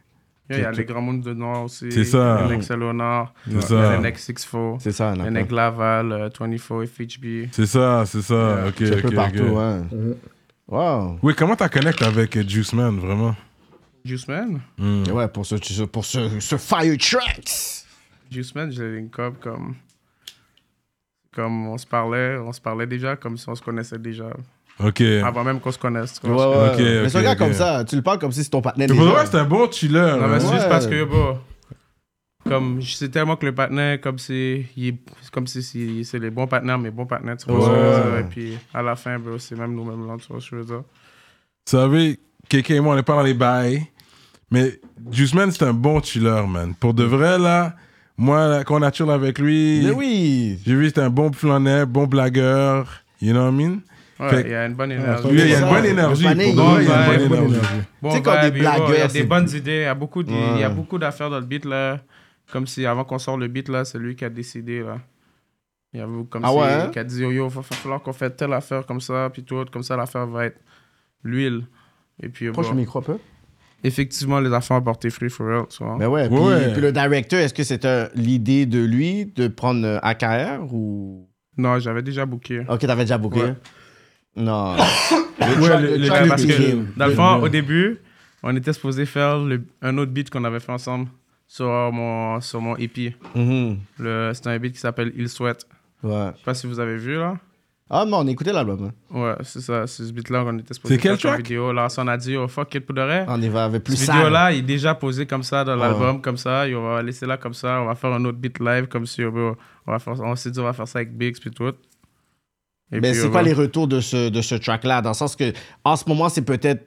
[SPEAKER 3] Il y a les grands mondes de Noir aussi.
[SPEAKER 1] C'est ça.
[SPEAKER 3] Le Nex Nord.
[SPEAKER 1] C'est
[SPEAKER 3] Il y a
[SPEAKER 1] ça.
[SPEAKER 3] le Nex Six Four.
[SPEAKER 2] C'est ça,
[SPEAKER 3] Le
[SPEAKER 2] là.
[SPEAKER 3] Nex Laval, euh, 24 FHB.
[SPEAKER 1] C'est ça, c'est ça. Ok,
[SPEAKER 2] Un peu
[SPEAKER 1] ok,
[SPEAKER 2] partout,
[SPEAKER 1] ok.
[SPEAKER 2] hein. Wow.
[SPEAKER 1] Oui, comment t'as connecté avec euh, Juice Man, vraiment
[SPEAKER 3] Juice Man.
[SPEAKER 1] Hmm.
[SPEAKER 2] Ouais, pour ce, ce- pour ce, ce Fire Tracks.
[SPEAKER 3] Juice Man, j'avais une cop comme. Comme on se parlait, on se parlait déjà comme si on se connaissait déjà.
[SPEAKER 1] Ok.
[SPEAKER 3] Avant même qu'on se connaisse. tu
[SPEAKER 2] Ouais, ouais.
[SPEAKER 3] vois.
[SPEAKER 1] Ok,
[SPEAKER 2] ouais. mais
[SPEAKER 1] ok,
[SPEAKER 2] ce gars
[SPEAKER 1] ok.
[SPEAKER 2] comme ça, tu le parles comme si c'était ton partenaire.
[SPEAKER 1] Mais pour de vrai,
[SPEAKER 2] déjà.
[SPEAKER 1] c'est un bon chiller.
[SPEAKER 3] Non, mais
[SPEAKER 1] hein.
[SPEAKER 3] c'est
[SPEAKER 2] Ouais.
[SPEAKER 3] juste parce que, bon, comme je sais tellement que le partenaire, comme si, il est- c'est comme si, si- c'est les bons partenaires, mes bons partenaires, tu vois ce que je veux dire?
[SPEAKER 2] Ouais.
[SPEAKER 3] Et puis, à la fin, bro, c'est même nous-mêmes, là, tu vois ce que je veux dire.
[SPEAKER 1] Vous savez, KK et moi, on est pas dans les bails. Mais Juice Man, c'est un bon chiller, man. Pour de vrai, là, moi, là, quand on a chill avec lui,
[SPEAKER 2] Mais oui.
[SPEAKER 1] j'ai vu que c'était un bon flâneur, bon blagueur. You know what I mean?
[SPEAKER 3] Ouais,
[SPEAKER 1] Fait-
[SPEAKER 3] il y a une bonne
[SPEAKER 4] ça,
[SPEAKER 3] énergie.
[SPEAKER 1] Euh, Lui, il y a
[SPEAKER 2] ça.
[SPEAKER 1] une bonne
[SPEAKER 2] Le
[SPEAKER 1] énergie. Pour de
[SPEAKER 2] pané,
[SPEAKER 1] vrai, il y a
[SPEAKER 3] il
[SPEAKER 1] une
[SPEAKER 3] est
[SPEAKER 1] bonne énergie.
[SPEAKER 3] Bon,
[SPEAKER 2] Tu sais, quand
[SPEAKER 3] vibe,
[SPEAKER 2] des
[SPEAKER 3] yo,
[SPEAKER 2] blagueurs,
[SPEAKER 3] il y a
[SPEAKER 2] c'est-
[SPEAKER 3] des bonnes idées, il y a beaucoup d- il y a
[SPEAKER 2] Ouais.
[SPEAKER 3] beaucoup d'affaires dans le beat, là. Comme si, avant qu'on sorte le beat, là, c'est lui qui a décidé, là. Il y a beaucoup comme
[SPEAKER 2] Ah
[SPEAKER 3] si,
[SPEAKER 2] ouais, hein?
[SPEAKER 3] qui a dit, yo, yo, va va falloir qu'on fait telle affaire comme ça, puis tout, comme ça, l'affaire va être l'huile. Et puis,
[SPEAKER 2] Proche
[SPEAKER 3] bon.
[SPEAKER 2] le micro un peu.
[SPEAKER 3] effectivement, les affaires ont porté free for real, tu vois.
[SPEAKER 2] Mais ouais. Puis,
[SPEAKER 1] Ouais.
[SPEAKER 2] puis le directeur, est-ce que c'était l'idée de lui de prendre euh, AKR ou.
[SPEAKER 3] Non, j'avais déjà booké.
[SPEAKER 2] Ok, t'avais déjà booké.
[SPEAKER 3] Ouais.
[SPEAKER 2] Non.
[SPEAKER 1] Ouais,
[SPEAKER 2] track-
[SPEAKER 1] le- le
[SPEAKER 3] Ouais,
[SPEAKER 2] track
[SPEAKER 1] clip
[SPEAKER 3] parce
[SPEAKER 2] est
[SPEAKER 1] est-
[SPEAKER 2] game.
[SPEAKER 3] que, dans le fond, au début, on était supposé faire le- un autre beat qu'on avait fait ensemble sur mon, sur mon EP.
[SPEAKER 2] Mhm.
[SPEAKER 3] Le- C'est un beat qui s'appelle Il Souhaite.
[SPEAKER 2] Ouais.
[SPEAKER 3] Je sais pas si vous avez vu, là.
[SPEAKER 2] Ah, mais on écoutait l'album. hein.
[SPEAKER 3] Ouais, c'est ça, c'est ce beat-là qu'on était supposé
[SPEAKER 1] C'est quel
[SPEAKER 3] faire sur
[SPEAKER 1] track?
[SPEAKER 3] vidéo. Là, on a dit, oh fuck, quel pour de vrai.
[SPEAKER 2] On y va avec Ah, plus
[SPEAKER 3] Cette
[SPEAKER 2] sale.
[SPEAKER 3] vidéo-là, il est déjà posé comme ça dans l'album, comme ça. Et on va laisser là comme ça. On va faire un autre beat live comme si, oh, bro, on, va faire- on s'est dit, on va faire ça avec Biggs, puis tout. Et
[SPEAKER 2] Mais
[SPEAKER 3] puis,
[SPEAKER 1] euh,
[SPEAKER 2] c'est
[SPEAKER 3] oh,
[SPEAKER 2] quoi
[SPEAKER 3] bro.
[SPEAKER 2] les retours de ce, de ce track-là? Dans le sens que, en ce moment, c'est peut-être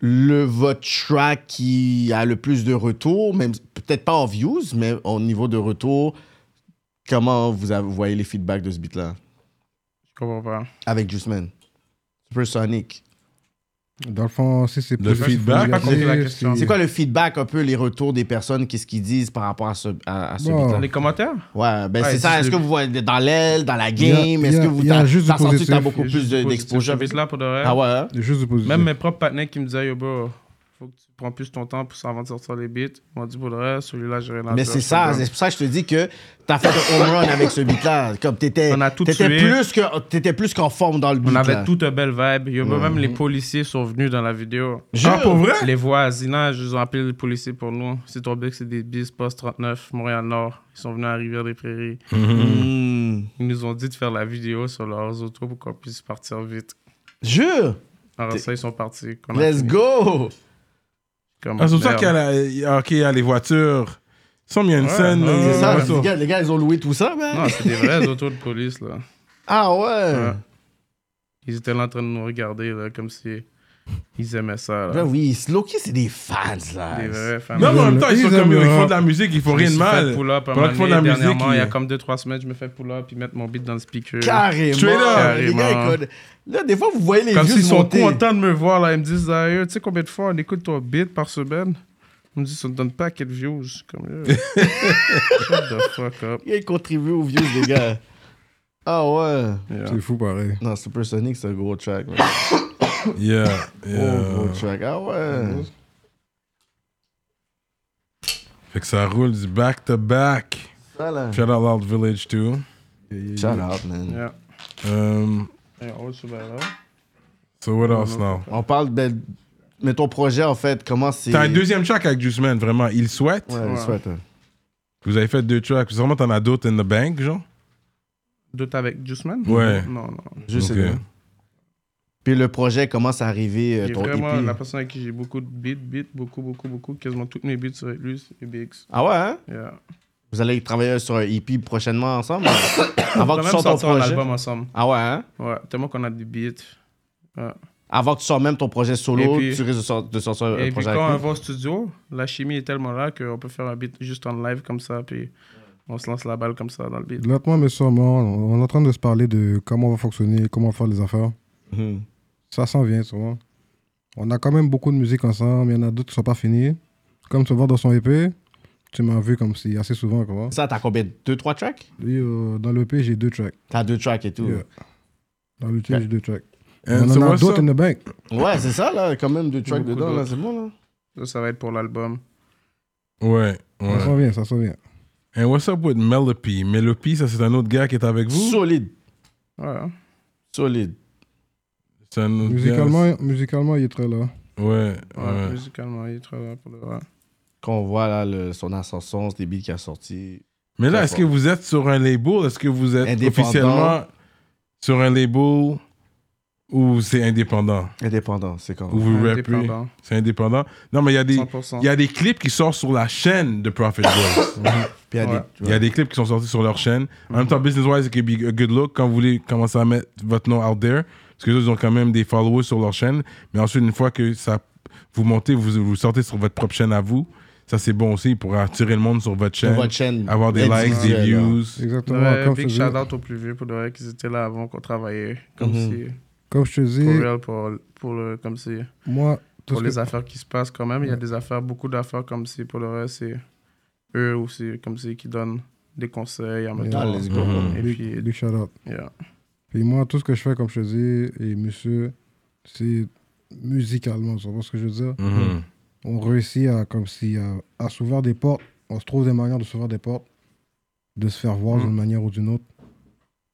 [SPEAKER 2] le votre track qui a le plus de retours, même peut-être pas en views, mais au niveau de retour, comment vous avez- vous voyez les feedbacks de ce beat-là
[SPEAKER 3] Je comprends pas.
[SPEAKER 2] avec Juice Man? Supersonic.
[SPEAKER 4] Dans le fond, si c'est
[SPEAKER 1] Le feedback,
[SPEAKER 3] pas compris la question.
[SPEAKER 2] C'est quoi le feedback un peu, les retours des personnes, qu'est-ce qu'ils disent par rapport à ce, à, à ce
[SPEAKER 1] Oh.
[SPEAKER 4] Bon.
[SPEAKER 3] Dans
[SPEAKER 2] beat-là?
[SPEAKER 3] les commentaires?
[SPEAKER 2] Ouais, ben
[SPEAKER 3] Ouais,
[SPEAKER 2] c'est
[SPEAKER 3] c'est
[SPEAKER 2] ça. Est-ce
[SPEAKER 3] le-
[SPEAKER 2] que vous voyez dans l'aile, dans la
[SPEAKER 4] Il y a-
[SPEAKER 2] game? Est-ce
[SPEAKER 4] il
[SPEAKER 2] que
[SPEAKER 4] y a-
[SPEAKER 2] vous
[SPEAKER 4] il y a
[SPEAKER 2] t'as
[SPEAKER 4] juste du
[SPEAKER 2] t'as senti que t'as
[SPEAKER 4] positif.
[SPEAKER 2] beaucoup
[SPEAKER 3] Il y a
[SPEAKER 2] plus
[SPEAKER 3] juste
[SPEAKER 2] de-
[SPEAKER 3] du positif.
[SPEAKER 2] d'exposure?
[SPEAKER 3] Ce beat-là, pour de vrai.
[SPEAKER 2] Ah ouais? hein?
[SPEAKER 4] Les choses opposées.
[SPEAKER 3] Même mes propres partenaires qui me disaient, yo, bro, faut que tu prends plus ton temps pour s'en vendre sur les beats. Ils m'ont dit, pour le reste, celui-là, j'ai rien à
[SPEAKER 2] Mais
[SPEAKER 3] dire,
[SPEAKER 2] c'est
[SPEAKER 3] je
[SPEAKER 2] ça,
[SPEAKER 3] comprends.
[SPEAKER 2] c'est pour ça que je te dis que t'as fait un home run avec ce beat-là. Comme t'étais,
[SPEAKER 3] On a tout
[SPEAKER 2] t'étais
[SPEAKER 3] tué.
[SPEAKER 2] plus que, t'étais plus qu'en forme dans le beat.
[SPEAKER 3] On avait
[SPEAKER 2] là.
[SPEAKER 3] toute une belle vibe. Yo, bro, même
[SPEAKER 2] Mm.
[SPEAKER 3] les policiers sont venus dans la vidéo.
[SPEAKER 2] Jure.
[SPEAKER 1] Ah, pour vrai?
[SPEAKER 3] Les voisinages, ils ont appelé les policiers pour nous. C'est tombé que c'est des bis poste 39, Montréal-Nord. Ils sont venus à Rivière-des-Prairies.
[SPEAKER 2] Hmm.
[SPEAKER 3] Ils nous ont dit de faire la vidéo sur leurs autos pour qu'on puisse partir vite.
[SPEAKER 2] Jure.
[SPEAKER 3] Alors ça, ils sont partis. Qu'on a
[SPEAKER 2] Let's
[SPEAKER 3] fini.
[SPEAKER 2] go.
[SPEAKER 3] Comme,
[SPEAKER 1] Ah, c'est pour ça
[SPEAKER 3] merde.
[SPEAKER 1] qu'il y, a la- il y a- ok, il y a les voitures. Il semble qu'il y a une
[SPEAKER 3] Ouais,
[SPEAKER 1] scène.
[SPEAKER 3] ouais,
[SPEAKER 1] euh,
[SPEAKER 3] ouais,
[SPEAKER 2] C'est ça,
[SPEAKER 3] ouais,
[SPEAKER 2] les gars, les gars, ils ont loué tout ça, man.
[SPEAKER 3] Non, c'est des vrais autos de police, là.
[SPEAKER 2] Ah ouais.
[SPEAKER 3] Ouais. Ils étaient là en train de nous regarder, là, comme si ils aimaient ça. là.
[SPEAKER 2] Ben oui, Slowkey, c'est des fans là.
[SPEAKER 3] Des vrais fans.
[SPEAKER 1] Non, mais en même temps, ils sont
[SPEAKER 4] Ils aiment
[SPEAKER 1] comme
[SPEAKER 4] le
[SPEAKER 1] ils font
[SPEAKER 4] rap.
[SPEAKER 1] de la musique, ils font
[SPEAKER 3] Je me
[SPEAKER 1] rien de
[SPEAKER 3] suis fait
[SPEAKER 1] mal.
[SPEAKER 3] pull-up à un
[SPEAKER 1] Pendant qu'ils
[SPEAKER 3] moment
[SPEAKER 1] font de la
[SPEAKER 3] donné,
[SPEAKER 1] musique,
[SPEAKER 3] dernièrement, il y a
[SPEAKER 1] ils-
[SPEAKER 3] comme 2-3 semaines, je me fais pull-up puis mettre mon beat dans le speaker.
[SPEAKER 2] Carrément.
[SPEAKER 1] Straight up.
[SPEAKER 2] Les gars,
[SPEAKER 3] Carrément.
[SPEAKER 2] écoute, Là, des fois, vous voyez les
[SPEAKER 3] Comme
[SPEAKER 2] views
[SPEAKER 3] s'ils sont
[SPEAKER 2] monter.
[SPEAKER 3] contents de me voir, là. Ils me disent, ah, yo, tu sais combien de fois on écoute ton beat par semaine Ils me disent, ça ne donne pas quel views. Je suis comme, yo, shut the fuck up.
[SPEAKER 2] Les gars, Ils contribuent aux views, les gars. Ah ouais.
[SPEAKER 3] Yeah.
[SPEAKER 4] C'est fou, pareil.
[SPEAKER 2] Non, Supersonic, c'est un gros track. man.
[SPEAKER 1] Yeah, yeah.
[SPEAKER 2] Gros, gros track. Ah ouais.
[SPEAKER 1] Fait que ça roule du back to back.
[SPEAKER 2] Ça là.
[SPEAKER 1] Shout out Loud Village too.
[SPEAKER 2] Shut up, man.
[SPEAKER 3] Yeah.
[SPEAKER 1] Um,
[SPEAKER 3] Et on roule sur la route.
[SPEAKER 1] so what else now?
[SPEAKER 2] On parle de. Mais ton projet, en fait, comment c'est.
[SPEAKER 1] T'as un deuxième track avec Juice Man, vraiment. Il souhaite.
[SPEAKER 2] Ouais, le
[SPEAKER 3] Ouais.
[SPEAKER 2] sweat, hein.
[SPEAKER 1] Vous avez fait deux tracks. Sûrement t'en as d'autres in the bank, genre.
[SPEAKER 3] D'autres avec Juiceman
[SPEAKER 1] Ouais.
[SPEAKER 3] Non, non.
[SPEAKER 2] Juste
[SPEAKER 1] Ok.
[SPEAKER 2] c'est bien. Puis le projet commence à arriver, euh,
[SPEAKER 3] Il est
[SPEAKER 2] ton
[SPEAKER 3] vraiment
[SPEAKER 2] EP.
[SPEAKER 3] la personne avec qui j'ai beaucoup de beats, beats, beaucoup, beaucoup, beaucoup. Quasiment toutes mes beats sont avec lui et Biggs.
[SPEAKER 2] Ah ouais, hein?
[SPEAKER 3] Yeah.
[SPEAKER 2] Vous allez travailler sur un EP prochainement ensemble? hein? Avant
[SPEAKER 3] On a
[SPEAKER 2] que tu
[SPEAKER 3] même
[SPEAKER 2] sors ton
[SPEAKER 3] sorti un
[SPEAKER 2] projet.
[SPEAKER 3] album ensemble.
[SPEAKER 2] Ah ouais, hein?
[SPEAKER 3] Ouais, tellement qu'on a des beats.
[SPEAKER 2] Avant que tu sors même ton projet solo,
[SPEAKER 3] Et puis-
[SPEAKER 2] tu risques de, sor- de sortir un
[SPEAKER 3] Et puis
[SPEAKER 2] projet
[SPEAKER 3] quand on
[SPEAKER 2] avec lui.
[SPEAKER 3] va au studio, la chimie est tellement là qu'on peut faire un beat juste en live comme ça, puis on se lance la balle comme ça dans le beat.
[SPEAKER 4] Lentement, mais sûrement, on on est en train de se parler de comment on va fonctionner, comment faire les affaires.
[SPEAKER 2] Mhm.
[SPEAKER 4] Ça s'en vient souvent. On a quand même beaucoup de musique ensemble, il y en a d'autres qui sont pas finies. Comme tu vas dans son EP, tu m'as vu comme si assez souvent, quoi.
[SPEAKER 2] Ça, t'as combien? Deux, trois tracks?
[SPEAKER 4] Lui, euh, dans le EP, j'ai deux tracks.
[SPEAKER 2] T'as deux tracks et tout.
[SPEAKER 4] Yeah. Dans le EP,
[SPEAKER 3] Ben,
[SPEAKER 4] j'ai deux tracks.
[SPEAKER 1] And
[SPEAKER 4] on
[SPEAKER 1] so
[SPEAKER 4] en a
[SPEAKER 1] what's
[SPEAKER 4] d'autres
[SPEAKER 1] up?
[SPEAKER 4] in the bank.
[SPEAKER 2] Ouais, c'est ça, là. Quand même, deux tracks
[SPEAKER 3] Beaucoup
[SPEAKER 2] dedans, là.
[SPEAKER 3] d'autres.
[SPEAKER 2] C'est bon, là.
[SPEAKER 3] Ça, ça va être pour l'album.
[SPEAKER 1] Ouais,
[SPEAKER 4] Ça s'en
[SPEAKER 1] ouais.
[SPEAKER 4] vient, ça s'en vient.
[SPEAKER 1] And what's up with Melopi? Melopi, ça c'est un autre gars qui est avec vous?
[SPEAKER 2] Solide.
[SPEAKER 3] Ouais. hein.
[SPEAKER 2] Solide.
[SPEAKER 1] C'est un autre gars-
[SPEAKER 4] Musicalement, musicalement, il est très là.
[SPEAKER 1] Ouais,
[SPEAKER 3] Ouais,
[SPEAKER 1] ouais.
[SPEAKER 3] musicalement, il est très là pour le vrai.
[SPEAKER 2] Quand on voit là, le- son ascension, des beats qui a sorti.
[SPEAKER 1] Mais là,
[SPEAKER 2] Très
[SPEAKER 1] est-ce que vous êtes sur un label? Est-ce que vous êtes
[SPEAKER 2] Indépendant.
[SPEAKER 1] officiellement sur un label ou c'est indépendant?
[SPEAKER 2] Indépendant, c'est quand
[SPEAKER 1] Ou vous rappez?
[SPEAKER 3] Indépendant.
[SPEAKER 1] C'est indépendant? Non, mais il y a des...
[SPEAKER 3] 100%.
[SPEAKER 1] Il y a des clips qui sortent sur la chaîne de Profit Boys.
[SPEAKER 2] Puis il y a
[SPEAKER 3] Ouais.
[SPEAKER 2] des-
[SPEAKER 1] Il y a des clips qui sont sortis sur leur chaîne. En même temps, business-wise, it could be a good look quand vous voulez commencer à mettre votre nom out there. Parce que eux, ils ont quand même des followers sur leur chaîne. Mais ensuite, une fois que ça, vous montez, vous, vous sortez sur votre propre chaîne à vous. Ça, c'est bon aussi pour attirer le monde sur votre
[SPEAKER 2] Sur
[SPEAKER 1] chaîne.
[SPEAKER 2] votre chaîne. hein.
[SPEAKER 1] Avoir des
[SPEAKER 2] individuelle,
[SPEAKER 1] likes, des
[SPEAKER 2] là.
[SPEAKER 1] views.
[SPEAKER 4] Exactement.
[SPEAKER 3] Ouais,
[SPEAKER 4] comme, je
[SPEAKER 3] big
[SPEAKER 4] te dis,
[SPEAKER 3] shout out aux plus vieux pour de vrai qu'ils étaient là avant qu'on travaillait. Comme
[SPEAKER 2] Mhm.
[SPEAKER 3] si.
[SPEAKER 4] comme je te
[SPEAKER 3] Pour
[SPEAKER 4] dis,
[SPEAKER 3] real, pour, pour le, comme si.
[SPEAKER 4] moi, tout
[SPEAKER 3] Pour
[SPEAKER 4] ce
[SPEAKER 3] les
[SPEAKER 4] que-
[SPEAKER 3] affaires qui se passent quand même, il y a des affaires, beaucoup d'affaires comme si. Pour le reste, c'est eux aussi, comme si, qui donnent des conseils en même
[SPEAKER 4] Yeah,
[SPEAKER 3] temps.
[SPEAKER 2] Ah, let's go.
[SPEAKER 3] Et
[SPEAKER 4] big,
[SPEAKER 3] puis, euh,
[SPEAKER 4] big shout out.
[SPEAKER 3] yeah.
[SPEAKER 4] Puis moi, tout ce que je fais, comme je te dis, et monsieur, c'est musicalement, tu vois ce que je veux dire?
[SPEAKER 1] Mhm.
[SPEAKER 4] on réussit à, comme si, à, à s'ouvrir des portes. On se trouve des manières de s'ouvrir des portes, de se faire voir
[SPEAKER 3] Mm.
[SPEAKER 4] d'une manière ou d'une autre.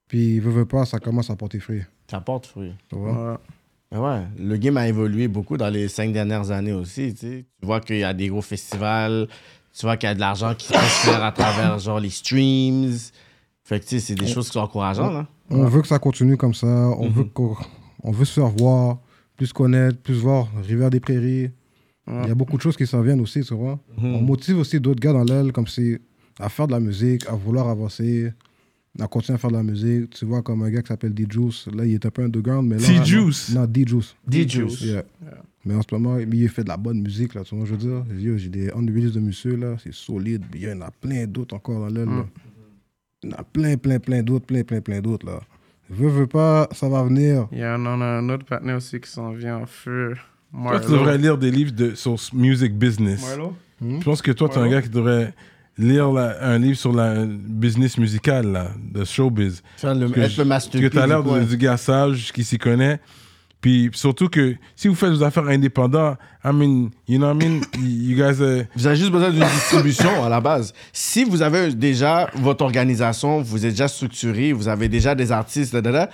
[SPEAKER 4] Puis, veut, veut pas, ça commence à porter fruit.
[SPEAKER 2] Ça porte fruit.
[SPEAKER 4] Tu vois?
[SPEAKER 3] Ouais.
[SPEAKER 2] Mais ouais, le game a évolué beaucoup dans les cinq dernières années aussi. Tu, sais. Tu vois qu'il y a des gros festivals, tu vois qu'il y a de l'argent qui se transfère à travers genre les streams. Fait que tu sais, c'est des choses qui sont encourageantes. hein. Là.
[SPEAKER 4] On veut que ça continue comme ça. On,
[SPEAKER 2] Mhm.
[SPEAKER 4] veut, qu'on- on veut se faire voir, plus connaître, plus voir Rivière des Prairies. Il y a beaucoup de choses qui s'en viennent aussi, tu vois. On motive aussi d'autres gars dans l'aile, comme si, à faire de la musique, à vouloir avancer, à continuer à faire de la musique. Tu vois, comme un gars qui s'appelle D-Juice, là, il est un peu underground, mais là.
[SPEAKER 1] T-Juice?
[SPEAKER 4] Non, D-Juice.
[SPEAKER 2] D-Juice.
[SPEAKER 4] Yeah. Mais en ce moment, lui, il fait de la bonne musique, là, tu vois, je veux dire. Yo, J'ai des unreleased de monsieur, là, c'est solide. Il y en a plein d'autres encore dans l'aile, là. Il y en a plein, plein, plein d'autres, plein, plein, plein d'autres, là. Veux, veux pas, ça va venir.
[SPEAKER 3] Il y en a un autre partenaire aussi qui s'en vient en feu.
[SPEAKER 1] Toi, tu devrais lire des livres de, sur s- music business.
[SPEAKER 3] Marlo?
[SPEAKER 1] Je pense que toi, tu es un gars qui devrait lire la- un livre sur la business musicale, là, de showbiz.
[SPEAKER 2] Faire le, être
[SPEAKER 1] que je-
[SPEAKER 2] le
[SPEAKER 1] Parce que
[SPEAKER 2] masterpiece.
[SPEAKER 1] tu as l'air
[SPEAKER 2] quoi.
[SPEAKER 1] de- du gars sage qui s'y connaît. Puis surtout que si vous faites vos affaires indépendantes, I mean, you know what I mean? You guys euh, are.
[SPEAKER 2] Vous avez juste besoin d'une distribution à la base. Si vous avez déjà votre organisation, vous êtes déjà structuré, vous avez déjà des artistes, dadada,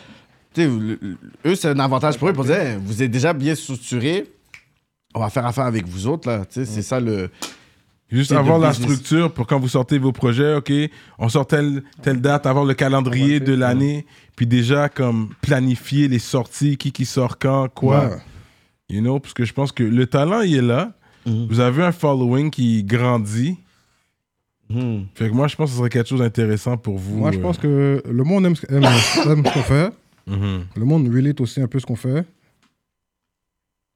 [SPEAKER 2] tu sais, le- le- eux, c'est un avantage pour eux pour dire Hey, vous êtes déjà bien structuré, on va faire affaire avec vous autres. là. Tu sais, C'est ça le.
[SPEAKER 1] Juste
[SPEAKER 2] C'est
[SPEAKER 1] avoir
[SPEAKER 2] de
[SPEAKER 1] la
[SPEAKER 2] business.
[SPEAKER 1] structure pour quand vous sortez vos projets, OK, on sort telle, telle date, avoir le calendrier de l'année, puis déjà comme planifier les sorties, qui qui sort quand, quoi.
[SPEAKER 4] Ouais.
[SPEAKER 1] You know, parce que je pense que le talent, il est là.
[SPEAKER 2] Mhm.
[SPEAKER 1] Vous avez un following qui grandit.
[SPEAKER 2] Hmm.
[SPEAKER 1] Fait que moi, je pense que ce serait quelque chose d'intéressant pour vous.
[SPEAKER 4] Moi, je
[SPEAKER 2] euh,
[SPEAKER 4] pense que le monde aime, ce- aime- aime ce qu'on
[SPEAKER 1] euh.
[SPEAKER 4] fait.
[SPEAKER 1] Mhm.
[SPEAKER 4] Le monde relate aussi un peu ce qu'on fait.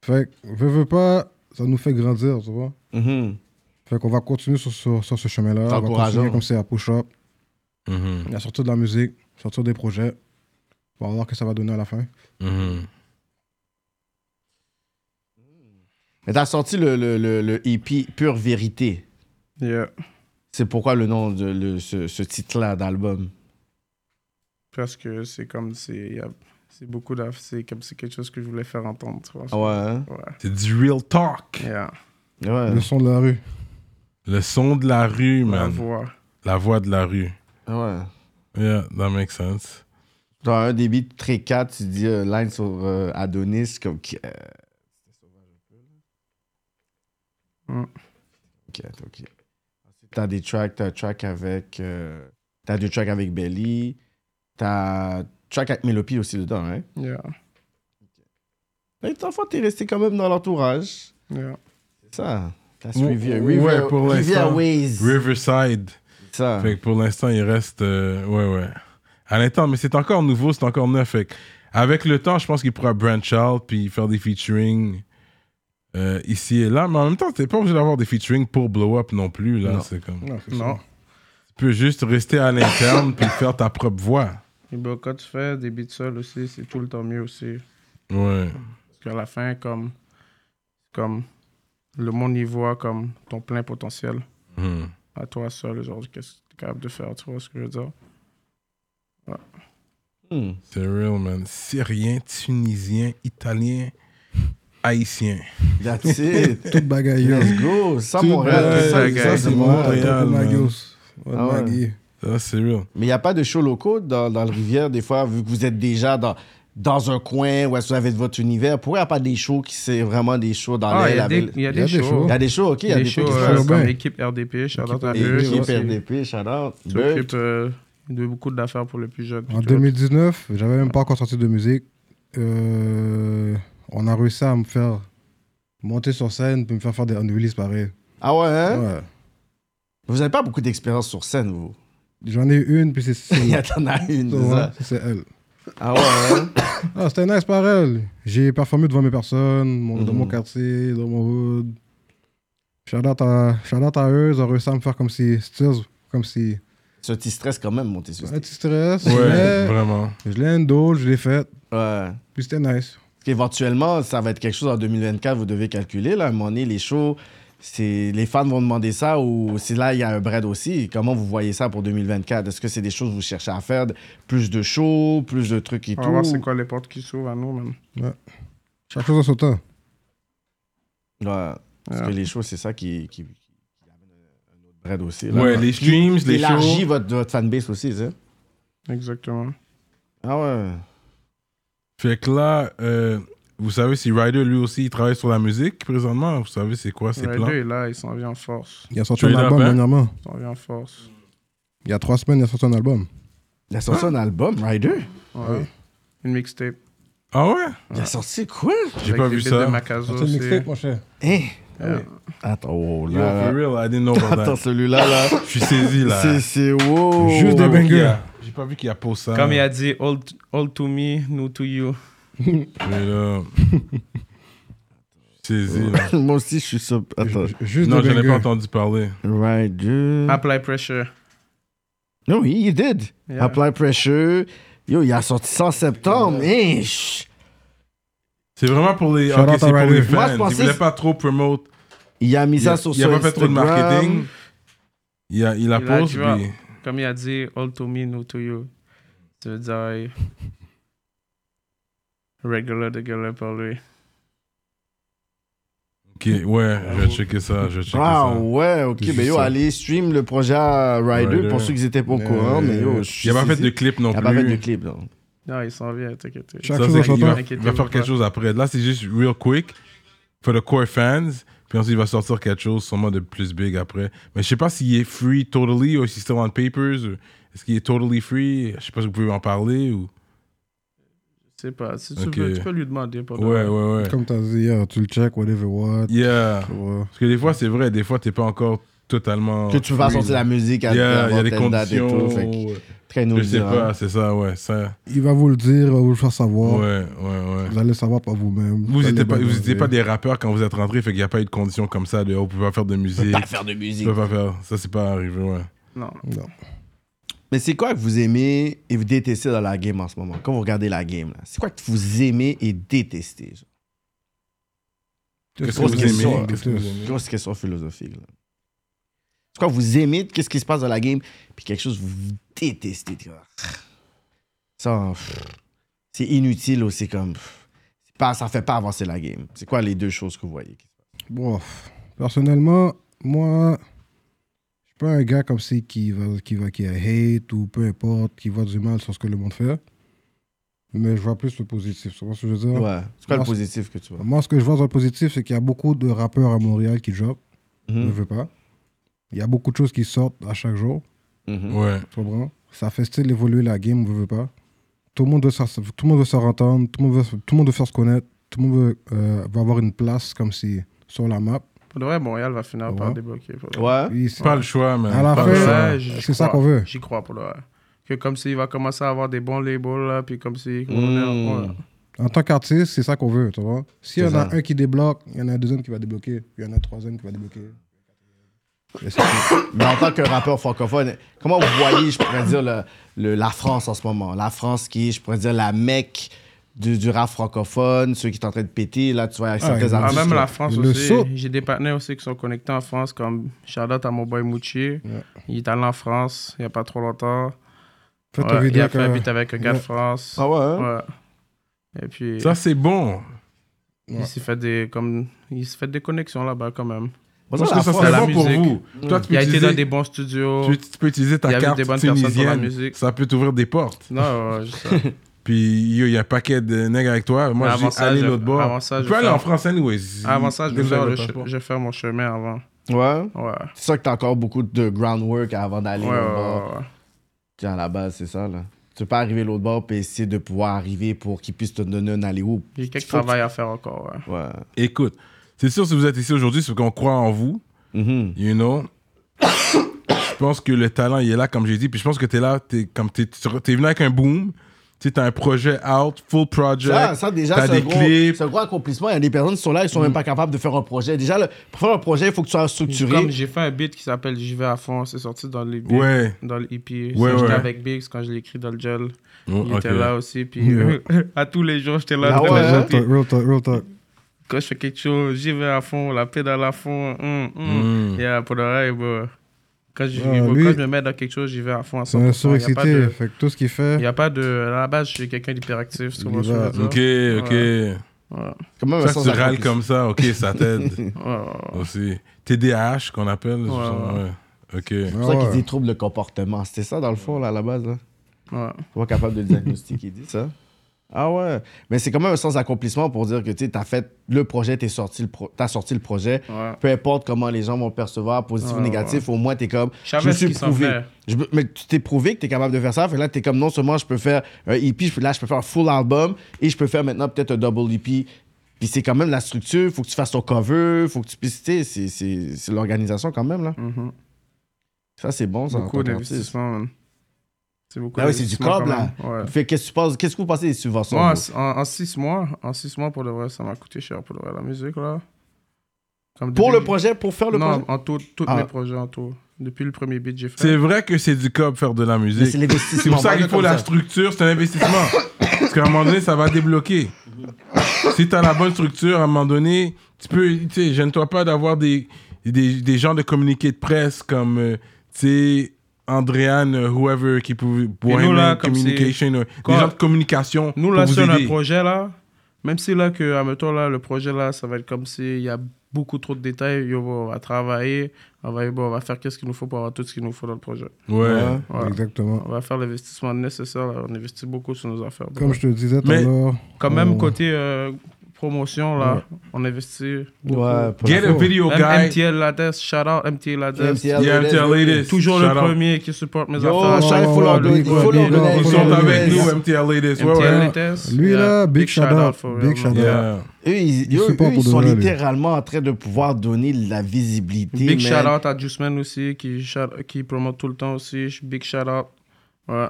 [SPEAKER 4] Fait que, veux, veux pas, ça nous fait grandir, tu vois.
[SPEAKER 2] Mhm.
[SPEAKER 4] Fait qu'on va continuer sur, sur- sur ce chemin-là.
[SPEAKER 2] C'est
[SPEAKER 4] On va
[SPEAKER 2] encourageant.
[SPEAKER 4] continuer comme c'est à push-up.
[SPEAKER 1] Mhm.
[SPEAKER 4] à sortir de la musique, sortir des projets. On va voir ce que ça va donner à la fin.
[SPEAKER 1] Mhm.
[SPEAKER 2] Mais t'as sorti le, le, le, le EP Pure Vérité.
[SPEAKER 3] Yeah.
[SPEAKER 2] C'est pourquoi le nom de le- ce, ce titre-là d'album.
[SPEAKER 3] Parce que c'est comme si. il y a- C'est beaucoup d'aff- C'est comme si c'est quelque chose que je voulais faire entendre. tu vois.
[SPEAKER 2] Ah Ouais. hein? Ah
[SPEAKER 3] Ouais.
[SPEAKER 1] C'est du real talk.
[SPEAKER 3] Yeah.
[SPEAKER 2] Ouais.
[SPEAKER 4] Le son de la rue.
[SPEAKER 1] Le son de la rue,
[SPEAKER 3] La
[SPEAKER 1] man.
[SPEAKER 3] voix.
[SPEAKER 1] La voix de la rue.
[SPEAKER 2] Ah ouais.
[SPEAKER 1] Yeah, that makes sense.
[SPEAKER 2] Dans un débit très 4, tu dis euh, line sur euh, Adonis, comme. qui- euh,
[SPEAKER 3] Mm.
[SPEAKER 2] Ok, attends, ok. Ensuite, T'as des tracks, t'as un track avec. euh, t'as deux tracks avec Belly. T'as un track avec Melopi aussi dedans, hein.
[SPEAKER 3] Yeah.
[SPEAKER 2] Et t'en t'es resté quand même dans l'entourage.
[SPEAKER 3] Yeah.
[SPEAKER 2] C'est ça. T'as
[SPEAKER 1] Ou-
[SPEAKER 2] suivi.
[SPEAKER 1] ouais,
[SPEAKER 2] euh, River,
[SPEAKER 1] pour
[SPEAKER 2] River
[SPEAKER 1] l'instant.
[SPEAKER 2] Ways.
[SPEAKER 1] Riverside.
[SPEAKER 2] C'est
[SPEAKER 4] Ah.
[SPEAKER 2] ça.
[SPEAKER 1] Fait que pour l'instant, il reste. euh, ouais, ouais. À l'instant, mais c'est encore nouveau, c'est encore neuf. Fait que avec le temps, je pense qu'il pourra branch out puis faire des featuring euh, ici et là. Mais en même temps, t'es pas obligé d'avoir des featuring pour blow up non plus. Là,
[SPEAKER 2] Non.
[SPEAKER 1] c'est comme.
[SPEAKER 4] Non, c'est
[SPEAKER 3] Non.
[SPEAKER 4] ça.
[SPEAKER 1] Tu peux juste rester à l'interne puis faire ta propre voix.
[SPEAKER 3] Et ben, quand tu fais des beats seuls aussi, c'est tout le temps mieux aussi.
[SPEAKER 1] Ouais.
[SPEAKER 3] Parce qu'à la fin, comme. Comme. Le monde y voit comme ton plein potentiel.
[SPEAKER 1] Mhm.
[SPEAKER 3] À toi seul, genre, qu'est-ce que tu es capable de faire. Tu vois ce que je veux dire?
[SPEAKER 2] Hmm.
[SPEAKER 1] C'est real, man. Syrien, Tunisien, Italien, haïtien.
[SPEAKER 2] That's it.
[SPEAKER 4] Toute bagaille. yo.
[SPEAKER 2] Let's go. Ça,
[SPEAKER 1] Tout
[SPEAKER 2] Montréal.
[SPEAKER 1] bad,
[SPEAKER 2] ça,
[SPEAKER 3] bad,
[SPEAKER 2] ça, c'est Montréal.
[SPEAKER 1] guys. Montréal. man.
[SPEAKER 4] Toute Magios. Votre
[SPEAKER 2] Ah ouais.
[SPEAKER 4] baguille.
[SPEAKER 1] Ça, c'est real.
[SPEAKER 2] Mais il n'y a pas de show locaux dans, dans le Rivière, des fois, vu que vous êtes déjà dans, dans un coin où est-ce que vous avez votre univers. Pourquoi il n'y a pas des shows qui c'est vraiment des shows dans
[SPEAKER 3] Ah, il y a
[SPEAKER 2] l'aile, la
[SPEAKER 3] des,
[SPEAKER 2] ville?
[SPEAKER 3] il y a des shows.
[SPEAKER 2] Il y a des shows, OK? Il y a des, shows
[SPEAKER 3] shows
[SPEAKER 2] qui se
[SPEAKER 3] euh,
[SPEAKER 2] passent.
[SPEAKER 4] passent.
[SPEAKER 3] comme l'équipe RDP, Charlotte à eux.
[SPEAKER 2] Et qui
[SPEAKER 3] qui-
[SPEAKER 2] perd des pieds, shout-out.
[SPEAKER 3] qui s'occupe euh, de beaucoup d'affaires pour le plus jeune.
[SPEAKER 4] En 2019, j'avais même pas encore sorti de musique. Euh, on a réussi à me faire monter sur scène puis me faire faire des unreleases pareil.
[SPEAKER 2] Ah ouais, hein?
[SPEAKER 4] Ouais.
[SPEAKER 2] Vous n'avez pas beaucoup d'expérience sur scène, vous.
[SPEAKER 4] J'en ai eu une, puis c'est. c'est-
[SPEAKER 2] Il y en a une,
[SPEAKER 4] Ouais,
[SPEAKER 2] c'est ça.
[SPEAKER 4] c'est elle.
[SPEAKER 2] Ah ouais, hein?
[SPEAKER 4] Ah, c'était nice par elle. J'ai performé devant mes personnes, mon- dans
[SPEAKER 2] Mhm.
[SPEAKER 4] mon quartier, dans mon hood. Shout out à, shout out à eux, ils ont réussi à me faire comme si. Stills, comme si.
[SPEAKER 2] Ça t'y stresse quand même, monter sur
[SPEAKER 4] Un
[SPEAKER 2] scène.
[SPEAKER 4] petit stress.
[SPEAKER 1] Ouais,
[SPEAKER 4] mais
[SPEAKER 1] vraiment.
[SPEAKER 4] Je l'ai endol, je l'ai fait.
[SPEAKER 2] Ouais.
[SPEAKER 4] Puis c'était nice.
[SPEAKER 2] Parce qu'éventuellement, ça va être quelque chose en 2024, vous devez calculer. Là, à un moment donné, les shows, c'est... les fans vont demander ça ou si là, il y a un bread aussi. Comment vous voyez ça pour 2024? Est-ce que c'est des choses que vous cherchez à faire? Plus de shows, plus de trucs et
[SPEAKER 3] On
[SPEAKER 1] Ah,
[SPEAKER 2] tout?
[SPEAKER 3] va voir c'est quoi les portes qui s'ouvrent à nous, man.
[SPEAKER 4] Chaque chose en son temps.
[SPEAKER 2] Ouais. Parce
[SPEAKER 3] Ouais.
[SPEAKER 2] que les shows, c'est ça qui, qui, qui amène un autre bread aussi. là.
[SPEAKER 1] Ouais, les streams, les
[SPEAKER 2] Élargis
[SPEAKER 1] shows.
[SPEAKER 2] votre, votre fanbase aussi, tu sais.
[SPEAKER 3] Exactement.
[SPEAKER 2] Ah ouais.
[SPEAKER 1] Fait que là, euh, vous savez si Ryder, lui aussi, il travaille sur la musique présentement. Vous savez c'est quoi ses
[SPEAKER 3] Les
[SPEAKER 1] plans?
[SPEAKER 3] deux, là, il s'en vient en force.
[SPEAKER 4] Il a sorti un
[SPEAKER 1] Straight up,
[SPEAKER 4] album
[SPEAKER 1] hein?
[SPEAKER 4] dernièrement.
[SPEAKER 3] Il s'en vient en force.
[SPEAKER 4] Il y a trois semaines, il a sorti un album.
[SPEAKER 2] Il a
[SPEAKER 1] Hein?
[SPEAKER 2] sorti un album, Ryder.
[SPEAKER 3] Ouais. Une mixtape.
[SPEAKER 1] Ah ouais?
[SPEAKER 2] Il a sorti quoi?
[SPEAKER 1] J'ai
[SPEAKER 3] Avec
[SPEAKER 1] pas
[SPEAKER 3] des
[SPEAKER 1] vu
[SPEAKER 3] beats
[SPEAKER 1] ça.
[SPEAKER 3] de Makazo aussi.
[SPEAKER 4] mon cher.
[SPEAKER 2] Hein?
[SPEAKER 1] Ah
[SPEAKER 3] Ouais.
[SPEAKER 2] Attends, oh
[SPEAKER 1] Yo,
[SPEAKER 2] là.
[SPEAKER 1] for
[SPEAKER 2] là.
[SPEAKER 1] real, I didn't know about
[SPEAKER 2] Attends,
[SPEAKER 1] that.
[SPEAKER 2] celui-là, là.
[SPEAKER 1] Je suis saisi là.
[SPEAKER 2] C'est, c'est, wow.
[SPEAKER 4] Juste
[SPEAKER 1] J'ai
[SPEAKER 4] de
[SPEAKER 1] pas vu qu'il y
[SPEAKER 4] banger.
[SPEAKER 1] a- J'ai pas vu qu'il y a pas ça.
[SPEAKER 3] Comme il a dit, old, old to me, new to you.
[SPEAKER 1] Mais là. Saisi là.
[SPEAKER 2] Moi aussi, je suis sur. Attends.
[SPEAKER 4] Juste
[SPEAKER 1] Non,
[SPEAKER 4] de
[SPEAKER 1] j'en ai pas
[SPEAKER 4] banger.
[SPEAKER 1] entendu parler.
[SPEAKER 2] Ryder.
[SPEAKER 1] Ah.
[SPEAKER 3] Apply pressure.
[SPEAKER 2] No, Oh he, he did.
[SPEAKER 3] Yeah.
[SPEAKER 2] Apply pressure. Yo, il a sorti ça en septembre. Hein, chut.
[SPEAKER 1] C'est vraiment pour les,
[SPEAKER 4] Shout
[SPEAKER 1] ok,
[SPEAKER 4] out à
[SPEAKER 1] c'est pour
[SPEAKER 4] Riley.
[SPEAKER 1] les
[SPEAKER 2] Moi, je
[SPEAKER 1] fans.
[SPEAKER 2] pensais
[SPEAKER 1] il voulait
[SPEAKER 2] que-
[SPEAKER 1] pas trop promote.
[SPEAKER 2] Il a mis
[SPEAKER 1] Il
[SPEAKER 2] ça
[SPEAKER 1] a,
[SPEAKER 2] sur
[SPEAKER 1] il
[SPEAKER 2] son
[SPEAKER 1] a pas fait trop de
[SPEAKER 2] Instagram.
[SPEAKER 1] marketing. Il a, il a
[SPEAKER 3] Il a
[SPEAKER 1] post,
[SPEAKER 3] drop.
[SPEAKER 1] puis-
[SPEAKER 3] Comme il a dit, old to me, new to you. Ça veut dire. euh, Regular de gueule pour lui.
[SPEAKER 1] Ok, ouais, je vais checker ça, je vais checker
[SPEAKER 2] Ah
[SPEAKER 1] ça.
[SPEAKER 2] ouais, ok.
[SPEAKER 1] Juste
[SPEAKER 2] Mais yo,
[SPEAKER 1] ça.
[SPEAKER 2] allez stream le projet à Ryder
[SPEAKER 1] Ryder.
[SPEAKER 2] pour ceux qui étaient pas au
[SPEAKER 4] Mais-
[SPEAKER 2] courant. Mais yo, je suis
[SPEAKER 1] Il a pas fait
[SPEAKER 2] saisi.
[SPEAKER 1] de clip non
[SPEAKER 2] Il a
[SPEAKER 1] plus.
[SPEAKER 2] pas fait de clip, non.
[SPEAKER 3] Non, il s'en vient, t'inquiète.
[SPEAKER 4] Chaque
[SPEAKER 1] Ça,
[SPEAKER 4] chose
[SPEAKER 1] c'est-
[SPEAKER 4] en son
[SPEAKER 1] il va,
[SPEAKER 4] temps.
[SPEAKER 1] il va faire quelque chose après. Là, c'est juste real quick for the core fans. Puis ensuite, il va sortir quelque chose sûrement de plus big après. Mais je sais pas s'il est free totally ou s'il est still on papers. ou Est-ce qu'il est totally free? Je sais pas si vous pouvez en parler ou.
[SPEAKER 3] Je sais pas. Si tu
[SPEAKER 1] Ok.
[SPEAKER 3] veux, tu peux lui demander.
[SPEAKER 2] Oh,
[SPEAKER 3] Pour de
[SPEAKER 1] Ouais,
[SPEAKER 3] vrai.
[SPEAKER 1] ouais, ouais.
[SPEAKER 4] Comme t'as dit hier, tu le check, whatever what.
[SPEAKER 1] Yeah.
[SPEAKER 4] Ouais.
[SPEAKER 1] Parce que des fois, c'est vrai, des fois, t'es pas encore totalement.
[SPEAKER 2] Que tu vas
[SPEAKER 1] free,
[SPEAKER 2] sortir
[SPEAKER 1] là.
[SPEAKER 2] la musique à
[SPEAKER 1] Oh, Yeah, il y a
[SPEAKER 2] avant
[SPEAKER 1] des
[SPEAKER 2] telle date et
[SPEAKER 1] conditions.
[SPEAKER 2] tout. Fait que très nous
[SPEAKER 1] Je
[SPEAKER 2] le
[SPEAKER 1] sais
[SPEAKER 2] dire, hein.
[SPEAKER 1] pas, c'est ça, ouais. Ça,
[SPEAKER 4] Il va vous le dire, il va vous le faire savoir.
[SPEAKER 1] ouais, ouais, ouais.
[SPEAKER 4] Vous allez savoir par vous-même.
[SPEAKER 1] Vous
[SPEAKER 4] allez
[SPEAKER 1] n'étiez pas, vous
[SPEAKER 4] balancer.
[SPEAKER 1] étiez pas des rappeurs quand vous êtes rentrés, fait qu'il n'y a pas eu de conditions comme ça de oh, on peut pas faire de musique.
[SPEAKER 2] Pas faire de
[SPEAKER 1] On
[SPEAKER 2] musique.
[SPEAKER 1] peut pas faire. Ça, c'est pas arrivé, ouais.
[SPEAKER 3] Non.
[SPEAKER 4] Non.
[SPEAKER 2] Mais c'est quoi que vous aimez et vous détestez dans la game en ce moment? Quand vous regardez la game, là, c'est quoi que vous aimez et détestez? genre?
[SPEAKER 1] Qu'est-ce que
[SPEAKER 2] Grosse
[SPEAKER 1] vous
[SPEAKER 2] question,
[SPEAKER 1] aimez
[SPEAKER 2] hein.
[SPEAKER 1] Qu'est-ce que vous
[SPEAKER 3] Mmh.
[SPEAKER 1] aimez
[SPEAKER 2] Grosse question philosophique. Là. C'est quoi vous aimez, qu'est-ce qui se passe dans la game, puis quelque chose que vous détestez. tu vois. Ça, pff, c'est inutile ou c'est comme. pff, c'est Pas, ça fait pas avancer la game. C'est quoi les deux choses que vous voyez?
[SPEAKER 4] Bon, pff, personnellement, moi, je suis pas un gars comme si qui va, qui va, qui a hate ou peu importe, qui voit du mal sur ce que le monde fait. Mais je vois plus le positif. Tu vois ce que je veux dire?
[SPEAKER 2] Ouais. C'est quoi le
[SPEAKER 4] Moi,
[SPEAKER 2] positif que tu vois?
[SPEAKER 4] Moi, ce que je vois dans le positif, c'est qu'il y a beaucoup de rappeurs à Montréal qui drop.
[SPEAKER 1] Hmm.
[SPEAKER 4] Je
[SPEAKER 2] Mhm,
[SPEAKER 4] veux pas. Il y a beaucoup de choses qui sortent à chaque jour.
[SPEAKER 3] Mmh.
[SPEAKER 2] mhm.
[SPEAKER 1] Ouais.
[SPEAKER 4] Tu comprends? Ça fait style évoluer la game, on veut pas. Tout le monde veut, se- tout le monde veut se rentendre, tout le monde veut, se- tout le monde veut faire se connaître, tout le monde veut, euh, veut avoir une place comme si sur la map.
[SPEAKER 3] Pour de vrai, Montréal va finir par
[SPEAKER 4] Ouais.
[SPEAKER 3] débloquer. pour de vrai.
[SPEAKER 2] Ouais.
[SPEAKER 4] Puis c'est-
[SPEAKER 1] Pas le choix, man.
[SPEAKER 4] À la
[SPEAKER 1] Pas
[SPEAKER 4] fin,
[SPEAKER 1] le
[SPEAKER 3] Ouais,
[SPEAKER 1] choix.
[SPEAKER 4] ça,
[SPEAKER 3] j'y
[SPEAKER 4] c'est ça
[SPEAKER 3] crois.
[SPEAKER 4] qu'on veut.
[SPEAKER 3] J'y crois pour le vrai. Que comme s'il va commencer à avoir des bons labels, là, puis comme si.
[SPEAKER 1] Hmm.
[SPEAKER 2] Mm.
[SPEAKER 4] En tant qu'artiste, c'est ça qu'on veut, tu vois. S'il y en
[SPEAKER 2] C'est
[SPEAKER 4] a
[SPEAKER 2] ça.
[SPEAKER 4] un qui débloque, il y en a un deuxième qui va débloquer, puis il y en a un troisième qui va débloquer. Et c'est tout.
[SPEAKER 2] Mais en tant que rappeur francophone, comment vous voyez, je pourrais dire, le- le- la France en ce moment? La France qui est, je pourrais dire, la mecque du, du rap francophone, ceux qui sont en train de péter, là, tu vois, avec
[SPEAKER 4] Ah,
[SPEAKER 2] certains
[SPEAKER 4] exact.
[SPEAKER 3] Ah,
[SPEAKER 2] artistes.
[SPEAKER 3] même la France
[SPEAKER 4] Le
[SPEAKER 3] aussi.
[SPEAKER 4] saut.
[SPEAKER 3] J'ai des partenaires aussi qui sont connectés en France, comme Charlotte à mon boy Mouchi. Il est allé en France il n'y a pas trop longtemps.
[SPEAKER 4] Faites
[SPEAKER 3] Ouais,
[SPEAKER 4] le
[SPEAKER 3] il
[SPEAKER 4] vidéo
[SPEAKER 3] a fait un
[SPEAKER 4] que...
[SPEAKER 3] beat avec un gars de France.
[SPEAKER 2] Ah ouais? hein?
[SPEAKER 3] Ouais. Et puis.
[SPEAKER 1] Ça, c'est bon.
[SPEAKER 3] Il s'est fait des comme il s'est fait des connexions là-bas quand même.
[SPEAKER 1] Je pense
[SPEAKER 2] ça,
[SPEAKER 1] que
[SPEAKER 2] la
[SPEAKER 1] ça
[SPEAKER 2] force.
[SPEAKER 1] serait
[SPEAKER 3] la
[SPEAKER 1] bon pour
[SPEAKER 3] musique.
[SPEAKER 1] vous. Toi, tu peux
[SPEAKER 3] Il a été
[SPEAKER 1] utiliser-
[SPEAKER 3] dans des bons studios.
[SPEAKER 1] tu, tu peux utiliser
[SPEAKER 3] Il y
[SPEAKER 1] ta
[SPEAKER 3] avait des
[SPEAKER 1] carte
[SPEAKER 3] bonnes personnes dans la
[SPEAKER 1] tunisienne.
[SPEAKER 3] musique.
[SPEAKER 1] Ça peut t'ouvrir des portes.
[SPEAKER 3] Non, ouais, je sais.
[SPEAKER 1] Puis, yo, il y a un paquet de nègres avec toi. Moi,
[SPEAKER 3] Mais
[SPEAKER 1] je
[SPEAKER 3] avant
[SPEAKER 1] dis,
[SPEAKER 3] ça,
[SPEAKER 1] allez
[SPEAKER 3] je-
[SPEAKER 1] l'autre bord.
[SPEAKER 3] avant ça,
[SPEAKER 1] tu
[SPEAKER 3] je
[SPEAKER 1] peux aller
[SPEAKER 3] fais-
[SPEAKER 1] en France, anyways.
[SPEAKER 3] Avant Ah, ça, je
[SPEAKER 1] Dès
[SPEAKER 3] vais
[SPEAKER 1] que vous
[SPEAKER 3] faire
[SPEAKER 1] avez
[SPEAKER 3] le
[SPEAKER 1] le passeport.
[SPEAKER 3] che- je vais faire mon chemin avant.
[SPEAKER 2] Ouais.
[SPEAKER 3] Ouais. Ouais,
[SPEAKER 2] C'est sûr que t'as encore beaucoup de groundwork avant d'aller
[SPEAKER 3] ouais,
[SPEAKER 2] l'autre bord.
[SPEAKER 3] ouais, ouais.
[SPEAKER 2] Tiens, à la base, c'est ça, là. Tu peux pas arriver l'autre bord et essayer de pouvoir arriver pour qu'ils puissent te donner un aller-hoop.
[SPEAKER 3] J'ai quelques
[SPEAKER 2] Faut que-
[SPEAKER 3] travail à faire encore. ouais.
[SPEAKER 2] Ouais.
[SPEAKER 1] Écoute, c'est sûr, si vous êtes ici aujourd'hui, c'est qu'on croit en vous.
[SPEAKER 2] Mhm.
[SPEAKER 1] You know? je pense que le talent, il est là, comme j'ai dit. Puis je pense que t'es là, t'es, comme t'es, tu re- t'es venu avec un boom. Tu sais, t'as un projet out, full project.
[SPEAKER 2] Ça, ça, déjà,
[SPEAKER 1] t'as
[SPEAKER 2] c'est un,
[SPEAKER 1] des
[SPEAKER 2] gros-
[SPEAKER 1] clips.
[SPEAKER 2] c'est un gros accomplissement. Il y a des personnes qui sont là, ils sont même pas capables de faire un projet. Déjà, le- pour faire un projet, il faut que tu sois structuré.
[SPEAKER 3] Comme j'ai fait un beat qui s'appelle J'y vais à fond, c'est sorti dans les beats,
[SPEAKER 1] Ouais.
[SPEAKER 3] dans le EP.
[SPEAKER 1] Ouais,
[SPEAKER 3] Ça,
[SPEAKER 1] ouais.
[SPEAKER 3] J'étais avec Biggs quand je l'ai écrit dans le gel.
[SPEAKER 1] Oh,
[SPEAKER 3] Il
[SPEAKER 1] ok.
[SPEAKER 3] était là aussi. Puis à tous les jours, j'étais là.
[SPEAKER 2] Ah
[SPEAKER 3] j'étais
[SPEAKER 2] ouais,
[SPEAKER 3] là,
[SPEAKER 2] hein?
[SPEAKER 3] puis
[SPEAKER 4] Real talk, real talk, real talk.
[SPEAKER 3] quand je fais quelque chose, j'y vais à fond, la pédale à fond. hum, hum.
[SPEAKER 1] Mm.
[SPEAKER 3] Yeah, pour de vrai, bro. Quand je,
[SPEAKER 4] Ah,
[SPEAKER 3] bro,
[SPEAKER 4] lui-
[SPEAKER 3] quand je me mets dans quelque chose, j'y vais à fond à
[SPEAKER 4] C'est un
[SPEAKER 3] 100%. Il y a pas
[SPEAKER 4] surexcité.
[SPEAKER 3] de-
[SPEAKER 4] Fait que tout ce qu'il
[SPEAKER 3] Il n'y
[SPEAKER 4] fait.
[SPEAKER 3] a pas de. À la base, je suis quelqu'un d'hyperactif. c'est comment
[SPEAKER 4] Il
[SPEAKER 3] je veux
[SPEAKER 4] va.
[SPEAKER 3] dire.
[SPEAKER 1] Ok, ok.
[SPEAKER 3] Ouais.
[SPEAKER 2] Quand même, un
[SPEAKER 1] Ça,
[SPEAKER 2] sens
[SPEAKER 1] tu râles
[SPEAKER 2] d'accomplissement.
[SPEAKER 1] comme ça, ok, ça t'aide
[SPEAKER 3] Ouais, ouais,
[SPEAKER 1] aussi. TDAH qu'on appelle. je pense, ouais. Ok.
[SPEAKER 4] Ah
[SPEAKER 2] C'est pour ça
[SPEAKER 4] ouais.
[SPEAKER 2] qu'ils disent trouble de comportement. C'était ça, dans le fond, là, à la base. Là.
[SPEAKER 3] ouais.
[SPEAKER 2] T'es pas capable de le diagnostiquer, dit ça. Ah ouais. Mais c'est quand même un sens d'accomplissement pour dire que tu as fait le projet, t'es sorti le pro- t'as sorti le projet.
[SPEAKER 3] Ouais.
[SPEAKER 2] Peu importe comment les gens vont le percevoir, positif ou
[SPEAKER 1] Ah,
[SPEAKER 3] Ouais,
[SPEAKER 2] négatif, au moins t'es comme.
[SPEAKER 3] Je savais
[SPEAKER 2] Je me
[SPEAKER 3] ce
[SPEAKER 2] suis
[SPEAKER 3] qui s'en
[SPEAKER 2] prouvé.
[SPEAKER 3] venait.
[SPEAKER 2] Je me- mais tu t'es prouvé que t'es capable de faire ça. Fait que là, t'es comme non seulement je peux faire un EP, je peux- là je peux faire un full album et je peux faire maintenant peut-être un double EP. Puis c'est quand même la structure, faut que tu fasses ton cover, faut que tu puisses. tu sais, c'est- C'est c'est l'organisation quand même là.
[SPEAKER 3] Mhm.
[SPEAKER 2] Ça c'est bon, ça. en tant
[SPEAKER 3] Beaucoup
[SPEAKER 2] qu'artiste.
[SPEAKER 3] d'investissement, man. C'est beaucoup
[SPEAKER 2] Ah ouais, c'est du
[SPEAKER 3] d'investissement,
[SPEAKER 2] cob,
[SPEAKER 3] quand
[SPEAKER 2] là.
[SPEAKER 3] même. Ouais.
[SPEAKER 2] Fait qu'est-ce que tu penses- qu'est-ce que vous pensez des subventions?
[SPEAKER 3] Moi, en,
[SPEAKER 2] bro?
[SPEAKER 3] en- en six mois, en six mois, pour de vrai, ça m'a coûté cher, pour de vrai, la musique, là. Comme
[SPEAKER 2] Pour
[SPEAKER 3] depuis-
[SPEAKER 2] le projet, pour faire le
[SPEAKER 3] Non,
[SPEAKER 2] projet.
[SPEAKER 3] en tout, tous
[SPEAKER 2] Ah.
[SPEAKER 3] mes projets en tout. Depuis le premier beat, j'ai fait.
[SPEAKER 1] C'est vrai que c'est du cob faire de la
[SPEAKER 2] Mais c'est
[SPEAKER 1] musique.
[SPEAKER 2] l'investissement.
[SPEAKER 1] C'est pour ça qu'il
[SPEAKER 2] Regarde
[SPEAKER 1] faut
[SPEAKER 2] comme
[SPEAKER 1] la
[SPEAKER 2] ça.
[SPEAKER 1] structure, c'est un investissement. Parce qu'à un moment donné, ça va débloquer. Si tu as la bonne structure, à un moment donné, tu peux, tu sais, gêne-toi pas d'avoir des, des, des gens de communiqué de presse comme, euh, tu sais, Andréane, euh, whoever, qui pouvait,
[SPEAKER 3] nous, là,
[SPEAKER 1] Bohemian
[SPEAKER 3] comme c'est-
[SPEAKER 1] Communication, euh, des
[SPEAKER 3] Quoi?
[SPEAKER 1] gens de communication.
[SPEAKER 3] Nous,
[SPEAKER 1] pour
[SPEAKER 3] là,
[SPEAKER 1] vous
[SPEAKER 3] sur
[SPEAKER 1] aider.
[SPEAKER 3] un projet, là, même si là, que, admettons, là, le projet, là, ça va être comme s'il y a beaucoup trop de détails, yo, bon, on va travailler, on va, bon, on va faire qu'est-ce qu'il nous faut pour avoir tout ce qu'il nous faut dans le projet.
[SPEAKER 1] Ouais.
[SPEAKER 3] Ouais.
[SPEAKER 4] Exactement.
[SPEAKER 3] On va faire l'investissement nécessaire, là. on investit beaucoup sur nos affaires.
[SPEAKER 4] Comme je te disais tout à
[SPEAKER 1] Mais-
[SPEAKER 4] l'heure.
[SPEAKER 3] Quand
[SPEAKER 4] on-
[SPEAKER 3] même, côté euh, promotion, là, on investit. beaucoup.
[SPEAKER 2] Ouais, pour
[SPEAKER 1] Get
[SPEAKER 2] la-
[SPEAKER 1] a video
[SPEAKER 3] M-
[SPEAKER 1] guy.
[SPEAKER 3] MTL Lattest, shout out MTL Lattest.
[SPEAKER 2] MTL
[SPEAKER 1] Yeah, MTL latest.
[SPEAKER 3] Toujours le
[SPEAKER 1] Shout out.
[SPEAKER 3] premier qui supporte mes
[SPEAKER 2] Yo,
[SPEAKER 3] affaires.
[SPEAKER 2] shout- faut leur donner-
[SPEAKER 4] Big
[SPEAKER 2] faut leur
[SPEAKER 4] up, big up,
[SPEAKER 2] donner-
[SPEAKER 1] Ils
[SPEAKER 4] faut
[SPEAKER 1] sont
[SPEAKER 4] leur
[SPEAKER 1] avec
[SPEAKER 4] donner-
[SPEAKER 1] nous, MTL Ladies. Ouais,
[SPEAKER 3] MTL
[SPEAKER 1] ouais.
[SPEAKER 3] Lattest.
[SPEAKER 4] Lui,
[SPEAKER 3] Yeah.
[SPEAKER 4] là, big shout out.
[SPEAKER 3] for
[SPEAKER 4] Big
[SPEAKER 3] real,
[SPEAKER 4] shout
[SPEAKER 3] man.
[SPEAKER 4] out.
[SPEAKER 1] Yeah.
[SPEAKER 2] Eux, ils,
[SPEAKER 4] Il
[SPEAKER 2] eux-
[SPEAKER 4] supporte
[SPEAKER 2] eux,
[SPEAKER 4] pour
[SPEAKER 2] ils
[SPEAKER 4] de
[SPEAKER 2] sont
[SPEAKER 4] vrai, lui.
[SPEAKER 2] littéralement en train de pouvoir donner la visibilité.
[SPEAKER 3] Big
[SPEAKER 2] man.
[SPEAKER 3] shout out à Juiceman aussi qui, shout- qui promote tout le temps aussi. Je- Big shout out. Ouais.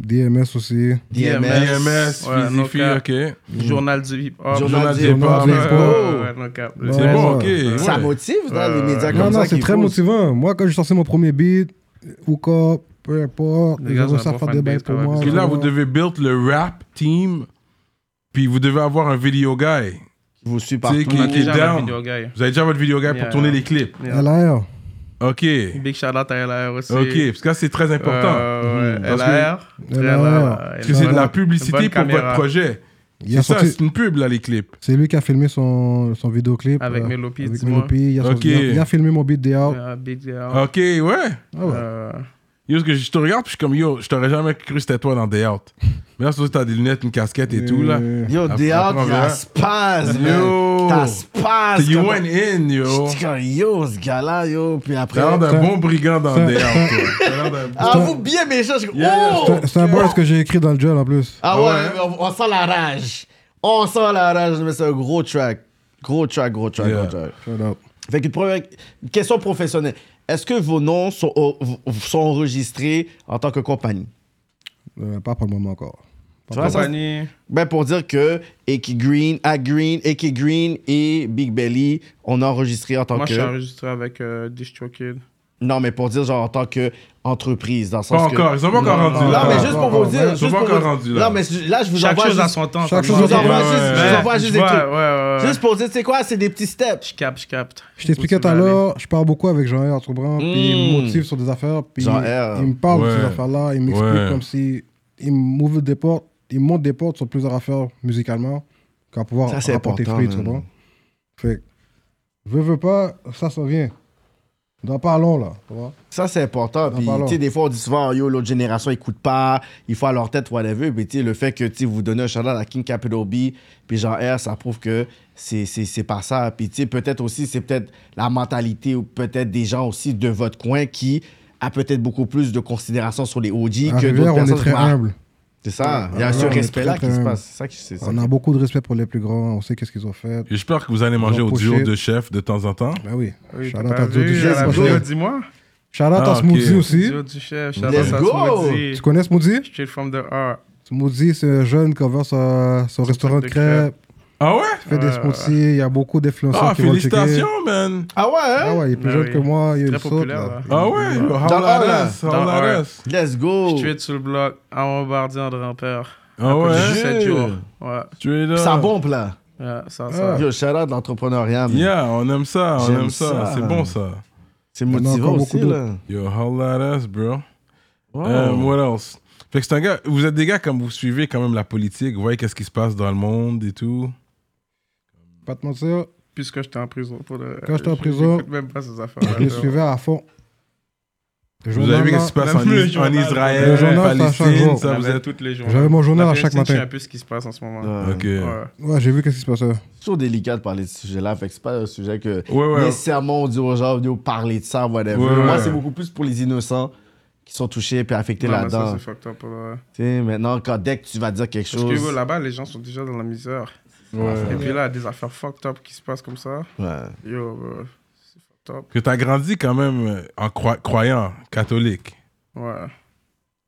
[SPEAKER 4] DMS aussi.
[SPEAKER 2] DMS.
[SPEAKER 1] E DMS,
[SPEAKER 3] Ouais,
[SPEAKER 1] Fizzy
[SPEAKER 3] no
[SPEAKER 1] Fee,
[SPEAKER 3] cap.
[SPEAKER 1] ok.
[SPEAKER 3] Journal du hip hop.
[SPEAKER 2] Journal
[SPEAKER 1] Journal
[SPEAKER 2] du
[SPEAKER 1] du
[SPEAKER 2] hip
[SPEAKER 1] hip-hop.
[SPEAKER 4] hop.
[SPEAKER 3] Ouais, ouais, no cap.
[SPEAKER 4] Ouais,
[SPEAKER 1] C'est bon, ok.
[SPEAKER 4] ouais.
[SPEAKER 1] ouais. Euh,
[SPEAKER 2] Ça motive dans les
[SPEAKER 3] Ouais.
[SPEAKER 2] médias
[SPEAKER 4] Non,
[SPEAKER 2] comme ça.
[SPEAKER 4] non, c'est
[SPEAKER 2] qu'ils
[SPEAKER 4] très
[SPEAKER 2] font.
[SPEAKER 4] motivant. Moi, quand j'ai sorti mon premier beat, ou quoi, peu importe,
[SPEAKER 3] Les
[SPEAKER 4] ils
[SPEAKER 3] gars,
[SPEAKER 4] ont
[SPEAKER 3] c'est un
[SPEAKER 4] ça
[SPEAKER 3] bon
[SPEAKER 4] faire des
[SPEAKER 3] fanbase
[SPEAKER 4] bails pour
[SPEAKER 3] quand même.
[SPEAKER 4] moi.
[SPEAKER 1] Puis là,
[SPEAKER 4] vraiment.
[SPEAKER 1] vous devez build le rap team, puis vous devez avoir un video guy.
[SPEAKER 2] Ils vous suivent partout.
[SPEAKER 1] Tu sais,
[SPEAKER 3] On a
[SPEAKER 1] qui
[SPEAKER 3] déjà
[SPEAKER 1] est
[SPEAKER 3] la
[SPEAKER 1] down.
[SPEAKER 3] vidéo, guy.
[SPEAKER 1] Vous avez déjà votre video guy pour
[SPEAKER 3] Yeah.
[SPEAKER 1] tourner les clips.
[SPEAKER 3] Yeah.
[SPEAKER 4] LR.
[SPEAKER 1] Ok,
[SPEAKER 3] Big shout out à LR aussi.
[SPEAKER 1] ok, parce que ça, c'est très important. Mhm.
[SPEAKER 3] Euh, ouais,
[SPEAKER 1] Parce que-
[SPEAKER 3] LR.
[SPEAKER 4] LR.
[SPEAKER 1] Parce que c'est de la publicité
[SPEAKER 3] Bonne
[SPEAKER 1] pour votre
[SPEAKER 3] caméra.
[SPEAKER 1] projet.
[SPEAKER 4] Il
[SPEAKER 1] C'est
[SPEAKER 4] a
[SPEAKER 1] ça,
[SPEAKER 4] sorti.
[SPEAKER 1] c'est une pub, là, les clips.
[SPEAKER 4] C'est lui qui a filmé son, son vidéoclip.
[SPEAKER 3] Avec
[SPEAKER 4] euh,
[SPEAKER 3] Melopi,
[SPEAKER 4] avec
[SPEAKER 3] dis-moi.
[SPEAKER 4] Melopi. Il a, sorti-
[SPEAKER 1] Ok.
[SPEAKER 4] il a- il a filmé mon beat Day Out.
[SPEAKER 2] Oh.
[SPEAKER 3] Euh, Big Euh, shout
[SPEAKER 1] Ok, Ah ouais.
[SPEAKER 4] Ah ouais.
[SPEAKER 1] Yo, parce que je te regarde, puis je suis comme, yo, je t'aurais jamais cru que c'était toi dans Day Out. Mais là, surtout, t'as des lunettes, une casquette et tout, là.
[SPEAKER 4] Euh,
[SPEAKER 2] Yo,
[SPEAKER 1] Après,
[SPEAKER 2] des
[SPEAKER 1] après, on
[SPEAKER 2] hâtes,
[SPEAKER 1] verra.
[SPEAKER 2] t'as spasme.
[SPEAKER 1] Ah, Yo.
[SPEAKER 2] T'as spasme.
[SPEAKER 1] You
[SPEAKER 2] comme-
[SPEAKER 1] went in, yo. euh,
[SPEAKER 2] J'étais comme, Yo, ce gars-là, yo. Puis après.
[SPEAKER 1] T'as l'air d'un
[SPEAKER 4] Ça-
[SPEAKER 1] bon brigand dans
[SPEAKER 4] ça-
[SPEAKER 1] Day Out, toi. T'as l'air d'un bon-
[SPEAKER 2] Ah, vous, bien méchant. je-
[SPEAKER 1] Yeah.
[SPEAKER 2] Oh!
[SPEAKER 4] C'est un- c'est un boss que j'ai écrit dans le gel en plus.
[SPEAKER 2] Ah
[SPEAKER 1] Ah
[SPEAKER 2] ouais,
[SPEAKER 1] ouais?
[SPEAKER 2] mais on, on sent la rage. On sent la rage, mais c'est un gros track. Gros track, gros track,
[SPEAKER 1] Yeah.
[SPEAKER 2] gros track.
[SPEAKER 4] Shout out.
[SPEAKER 2] Fait qu'une première une question professionnelle. Est-ce que vos noms sont, au- sont enregistrés en tant que compagnie?
[SPEAKER 4] Euh, pas pour le moment encore.
[SPEAKER 2] Tu vois, ça,
[SPEAKER 3] Compagnie.
[SPEAKER 2] ben pour dire que Eki Green, A Green, Eki Green et Big Belly, on a enregistré en tant
[SPEAKER 3] Moi,
[SPEAKER 2] que.
[SPEAKER 3] je suis enregistré avec euh, DistroKid.
[SPEAKER 2] Non, mais pour dire genre en tant que entreprise dans le
[SPEAKER 1] Pas
[SPEAKER 2] sens que-
[SPEAKER 1] encore, ils sont pas encore
[SPEAKER 3] Non,
[SPEAKER 1] rendus
[SPEAKER 3] non,
[SPEAKER 2] Non,
[SPEAKER 1] là.
[SPEAKER 2] mais
[SPEAKER 4] Ah,
[SPEAKER 2] juste
[SPEAKER 4] pas
[SPEAKER 2] pour vous
[SPEAKER 4] encore.
[SPEAKER 2] dire.
[SPEAKER 1] Ils
[SPEAKER 2] juste
[SPEAKER 1] sont pas
[SPEAKER 2] pour
[SPEAKER 1] encore
[SPEAKER 2] vous-
[SPEAKER 1] rendus là.
[SPEAKER 2] Non, mais je- là, je vous
[SPEAKER 3] Chaque
[SPEAKER 2] envoie
[SPEAKER 3] chose
[SPEAKER 2] juste.
[SPEAKER 3] à son temps.
[SPEAKER 4] chaque
[SPEAKER 2] Je
[SPEAKER 3] comme
[SPEAKER 4] chose
[SPEAKER 2] vous
[SPEAKER 4] à
[SPEAKER 3] on
[SPEAKER 4] son
[SPEAKER 3] dit.
[SPEAKER 4] temps.
[SPEAKER 2] envoie
[SPEAKER 1] Ouais,
[SPEAKER 2] juste- je
[SPEAKER 1] ouais.
[SPEAKER 2] vous envoie juste des
[SPEAKER 3] Ouais,
[SPEAKER 2] trucs.
[SPEAKER 3] ouais, ouais.
[SPEAKER 2] Juste pour dire, c'est quoi? C'est des petits steps.
[SPEAKER 3] Je capte, je capte.
[SPEAKER 4] Je t'expliquais tout à l'heure, je parle beaucoup avec Jean-R, tu comprends? Puis il me
[SPEAKER 2] Mm.
[SPEAKER 4] motive sur des affaires, puis
[SPEAKER 2] Jean-R.
[SPEAKER 4] il me parle de
[SPEAKER 1] Ouais.
[SPEAKER 4] ces affaires-là, il m'explique
[SPEAKER 1] Ouais.
[SPEAKER 4] comme si. Il m'ouvre des portes, il me montre des portes sur plusieurs affaires musicalement. qu'à pouvoir
[SPEAKER 2] Ça, c'est
[SPEAKER 4] rapporter
[SPEAKER 2] important,
[SPEAKER 4] fruit, tu
[SPEAKER 2] man.
[SPEAKER 4] comprends? Fait que, veux, veux pas, ça s'en vient. Dans pas long, là, tu vois?
[SPEAKER 2] Ça, c'est important.
[SPEAKER 4] Non,
[SPEAKER 2] Puis,
[SPEAKER 4] parlons.
[SPEAKER 2] tu sais, des fois, on dit souvent, yo, l'autre génération, écoute pas, il faut à leur tête, whatever. Mais, tu sais, le fait que, tu sais, vous donnez un shout à King Capital B, puis genre R, ça prouve que c'est- c'est c'est pas ça. Puis, tu sais, peut-être aussi, c'est peut-être la mentalité ou peut-être des gens aussi de votre coin qui a peut-être beaucoup plus de considération sur les OG
[SPEAKER 4] À
[SPEAKER 2] que
[SPEAKER 4] Rivière,
[SPEAKER 2] d'autres
[SPEAKER 4] on est
[SPEAKER 2] personnes.
[SPEAKER 4] très
[SPEAKER 2] Ah,
[SPEAKER 4] humble.
[SPEAKER 2] C'est ça. Il y a
[SPEAKER 4] À
[SPEAKER 2] ce
[SPEAKER 4] Rivière, on est
[SPEAKER 2] respect-là
[SPEAKER 4] très,
[SPEAKER 2] qui
[SPEAKER 4] très
[SPEAKER 2] se
[SPEAKER 4] humble. Ah,
[SPEAKER 2] passe. C'est ça qui c'est ça
[SPEAKER 4] On
[SPEAKER 2] qui-
[SPEAKER 4] a beaucoup de respect pour les plus grands, on sait qu'est-ce qu'ils ont fait.
[SPEAKER 1] J'espère que vous allez manger
[SPEAKER 4] Bon,
[SPEAKER 1] au duo
[SPEAKER 4] pochette.
[SPEAKER 1] de chef de temps en temps.
[SPEAKER 4] Ben oui.
[SPEAKER 3] Oui,
[SPEAKER 4] Shout
[SPEAKER 3] t'as
[SPEAKER 4] out
[SPEAKER 3] pas
[SPEAKER 4] à Joe
[SPEAKER 3] vu,
[SPEAKER 4] Duchesse,
[SPEAKER 3] j'ai la
[SPEAKER 4] mon
[SPEAKER 3] vidéo,
[SPEAKER 4] frère.
[SPEAKER 3] dis-moi.
[SPEAKER 4] Shout out
[SPEAKER 1] Ah,
[SPEAKER 4] à
[SPEAKER 1] ok.
[SPEAKER 4] Smoothie aussi.
[SPEAKER 3] Vidéo du chef,
[SPEAKER 2] Let's
[SPEAKER 3] shout out
[SPEAKER 2] go.
[SPEAKER 3] à Smoothie.
[SPEAKER 4] Tu connais Smoothie?
[SPEAKER 3] Straight from the heart.
[SPEAKER 4] Smoothie, c'est un jeune qui a ouvert sa- son restaurant de
[SPEAKER 3] truc de crêpes.
[SPEAKER 4] crêpes.
[SPEAKER 1] Ah ouais?
[SPEAKER 4] Il fait
[SPEAKER 3] Ouais,
[SPEAKER 4] des smoothies, il y a beaucoup d'influenceurs
[SPEAKER 1] Ah,
[SPEAKER 4] qui vont le checker.
[SPEAKER 1] félicitations, man.
[SPEAKER 2] Ah ouais, hein?
[SPEAKER 4] Ah ouais, il est plus
[SPEAKER 3] Ben
[SPEAKER 4] jeune
[SPEAKER 3] oui.
[SPEAKER 4] que moi, il est
[SPEAKER 3] Très
[SPEAKER 4] une saute,
[SPEAKER 3] populaire,
[SPEAKER 4] là.
[SPEAKER 3] là.
[SPEAKER 1] Ah ouais? yo,
[SPEAKER 2] Dans
[SPEAKER 1] Haularas,
[SPEAKER 3] Dans
[SPEAKER 1] Haularas.
[SPEAKER 2] Let's go.
[SPEAKER 3] Je suis sur le bloc, à Bombardier, en rampeur.
[SPEAKER 1] Ah
[SPEAKER 3] Après
[SPEAKER 1] ouais?
[SPEAKER 3] 17 jours. Ouais,
[SPEAKER 1] Tu es là.
[SPEAKER 2] Ça bombe, là.
[SPEAKER 3] ouais, ça,
[SPEAKER 4] Ah.
[SPEAKER 3] ça.
[SPEAKER 2] Yo, shout out d'entrepreneuriat. man.
[SPEAKER 1] Yeah, on aime ça, on
[SPEAKER 2] J'aime
[SPEAKER 1] aime ça.
[SPEAKER 2] ça.
[SPEAKER 1] C'est bon ça.
[SPEAKER 2] C'est
[SPEAKER 4] en a
[SPEAKER 2] motivant
[SPEAKER 4] encore beaucoup
[SPEAKER 2] aussi,
[SPEAKER 4] d'autres.
[SPEAKER 2] là.
[SPEAKER 1] Yo, Haularas, bro.
[SPEAKER 2] Wow.
[SPEAKER 1] Euh, what else? Fait que c'est un gars, vous êtes des gars comme vous suivez quand même la politique, vous voyez qu'est-ce qui se passe dans le monde et tout.
[SPEAKER 4] Pas te mentir,
[SPEAKER 3] Puisque j'étais en prison. Pour le...
[SPEAKER 4] Quand j'étais en prison,
[SPEAKER 3] j'écoute même pas ces affaires.
[SPEAKER 4] je le suivais à fond. Le
[SPEAKER 1] Vous avez vu
[SPEAKER 4] journal,
[SPEAKER 1] qu'est-ce qui se passe en,
[SPEAKER 3] même le
[SPEAKER 1] Is- en
[SPEAKER 3] journal,
[SPEAKER 1] Israël,
[SPEAKER 4] le journal, ça, chaque
[SPEAKER 1] Palestine,
[SPEAKER 4] jour.
[SPEAKER 1] ça, vous êtes.
[SPEAKER 3] toutes les jours.
[SPEAKER 4] J'avais mon journal à chaque
[SPEAKER 3] Je sais
[SPEAKER 4] matin.
[SPEAKER 3] un peu ce qui se passe en ce moment.
[SPEAKER 2] Ouais.
[SPEAKER 1] Ah, Ok.
[SPEAKER 3] Ouais.
[SPEAKER 1] Ouais,
[SPEAKER 4] Ouais, j'ai vu qu'est-ce qui se passait.
[SPEAKER 2] C'est toujours délicat de parler de ce sujet-là. Fait que c'est pas un sujet que
[SPEAKER 1] ouais.
[SPEAKER 2] nécessairement on dit aux gens, Yo, parler de ça, whatever.
[SPEAKER 1] Ouais, ouais.
[SPEAKER 2] Moi, c'est beaucoup plus pour les innocents qui sont touchés puis affectés
[SPEAKER 3] Non, mais ça,
[SPEAKER 2] là-dedans.
[SPEAKER 3] c'est fucked up. pour le-
[SPEAKER 2] Tu sais, maintenant, quand, dès que tu vas dire quelque
[SPEAKER 3] Parce
[SPEAKER 2] chose.
[SPEAKER 3] que yo, là-bas, les gens sont déjà dans la misère. Et puis là, des affaires fucked up qui se passent comme ça.
[SPEAKER 2] Ouais.
[SPEAKER 3] Yo, euh, c'est fucked up.
[SPEAKER 1] Que t'as grandi quand même euh, en croi- croyant catholique.
[SPEAKER 3] Ouais.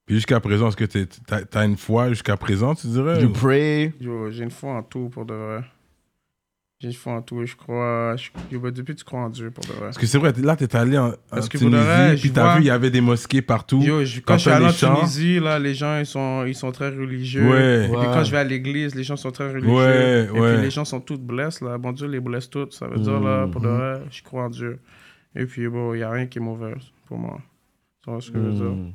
[SPEAKER 1] Puis jusqu'à présent, est-ce que t'es- t'as t'as une foi jusqu'à présent, tu dirais?
[SPEAKER 2] You
[SPEAKER 1] ou-
[SPEAKER 2] pray.
[SPEAKER 3] Yo, j'ai une foi en tout pour de vrai. J'ai une foi en tout et je crois. je- yo, ben, depuis, tu crois en Dieu pour de vrai.
[SPEAKER 1] Parce que c'est vrai, t'es- là, t'es allé en, en
[SPEAKER 3] Parce que pour de vrai,
[SPEAKER 1] Tunisie, puis
[SPEAKER 3] je
[SPEAKER 1] t'as
[SPEAKER 3] vois-
[SPEAKER 1] vu, il y avait des mosquées partout.
[SPEAKER 3] Yo, je-
[SPEAKER 1] Quand
[SPEAKER 3] quand je suis
[SPEAKER 1] t'as
[SPEAKER 3] allé en
[SPEAKER 1] les chants.
[SPEAKER 3] Tunisie, là, les gens, ils sont, ils sont très religieux.
[SPEAKER 1] Ouais.
[SPEAKER 3] Et puis
[SPEAKER 2] Ouais.
[SPEAKER 3] quand je vais à l'église, les gens sont très religieux.
[SPEAKER 1] Ouais,
[SPEAKER 3] et
[SPEAKER 1] ouais.
[SPEAKER 3] puis les gens sont toutes blessés, là. Bon Dieu les blesse toutes. Ça veut dire, là, pour de
[SPEAKER 2] Mm-hmm.
[SPEAKER 3] vrai, je crois en Dieu. Et puis, bon, il n'y a rien qui est mauvais pour moi. Tu vois ce que je veux dire?
[SPEAKER 2] Mm.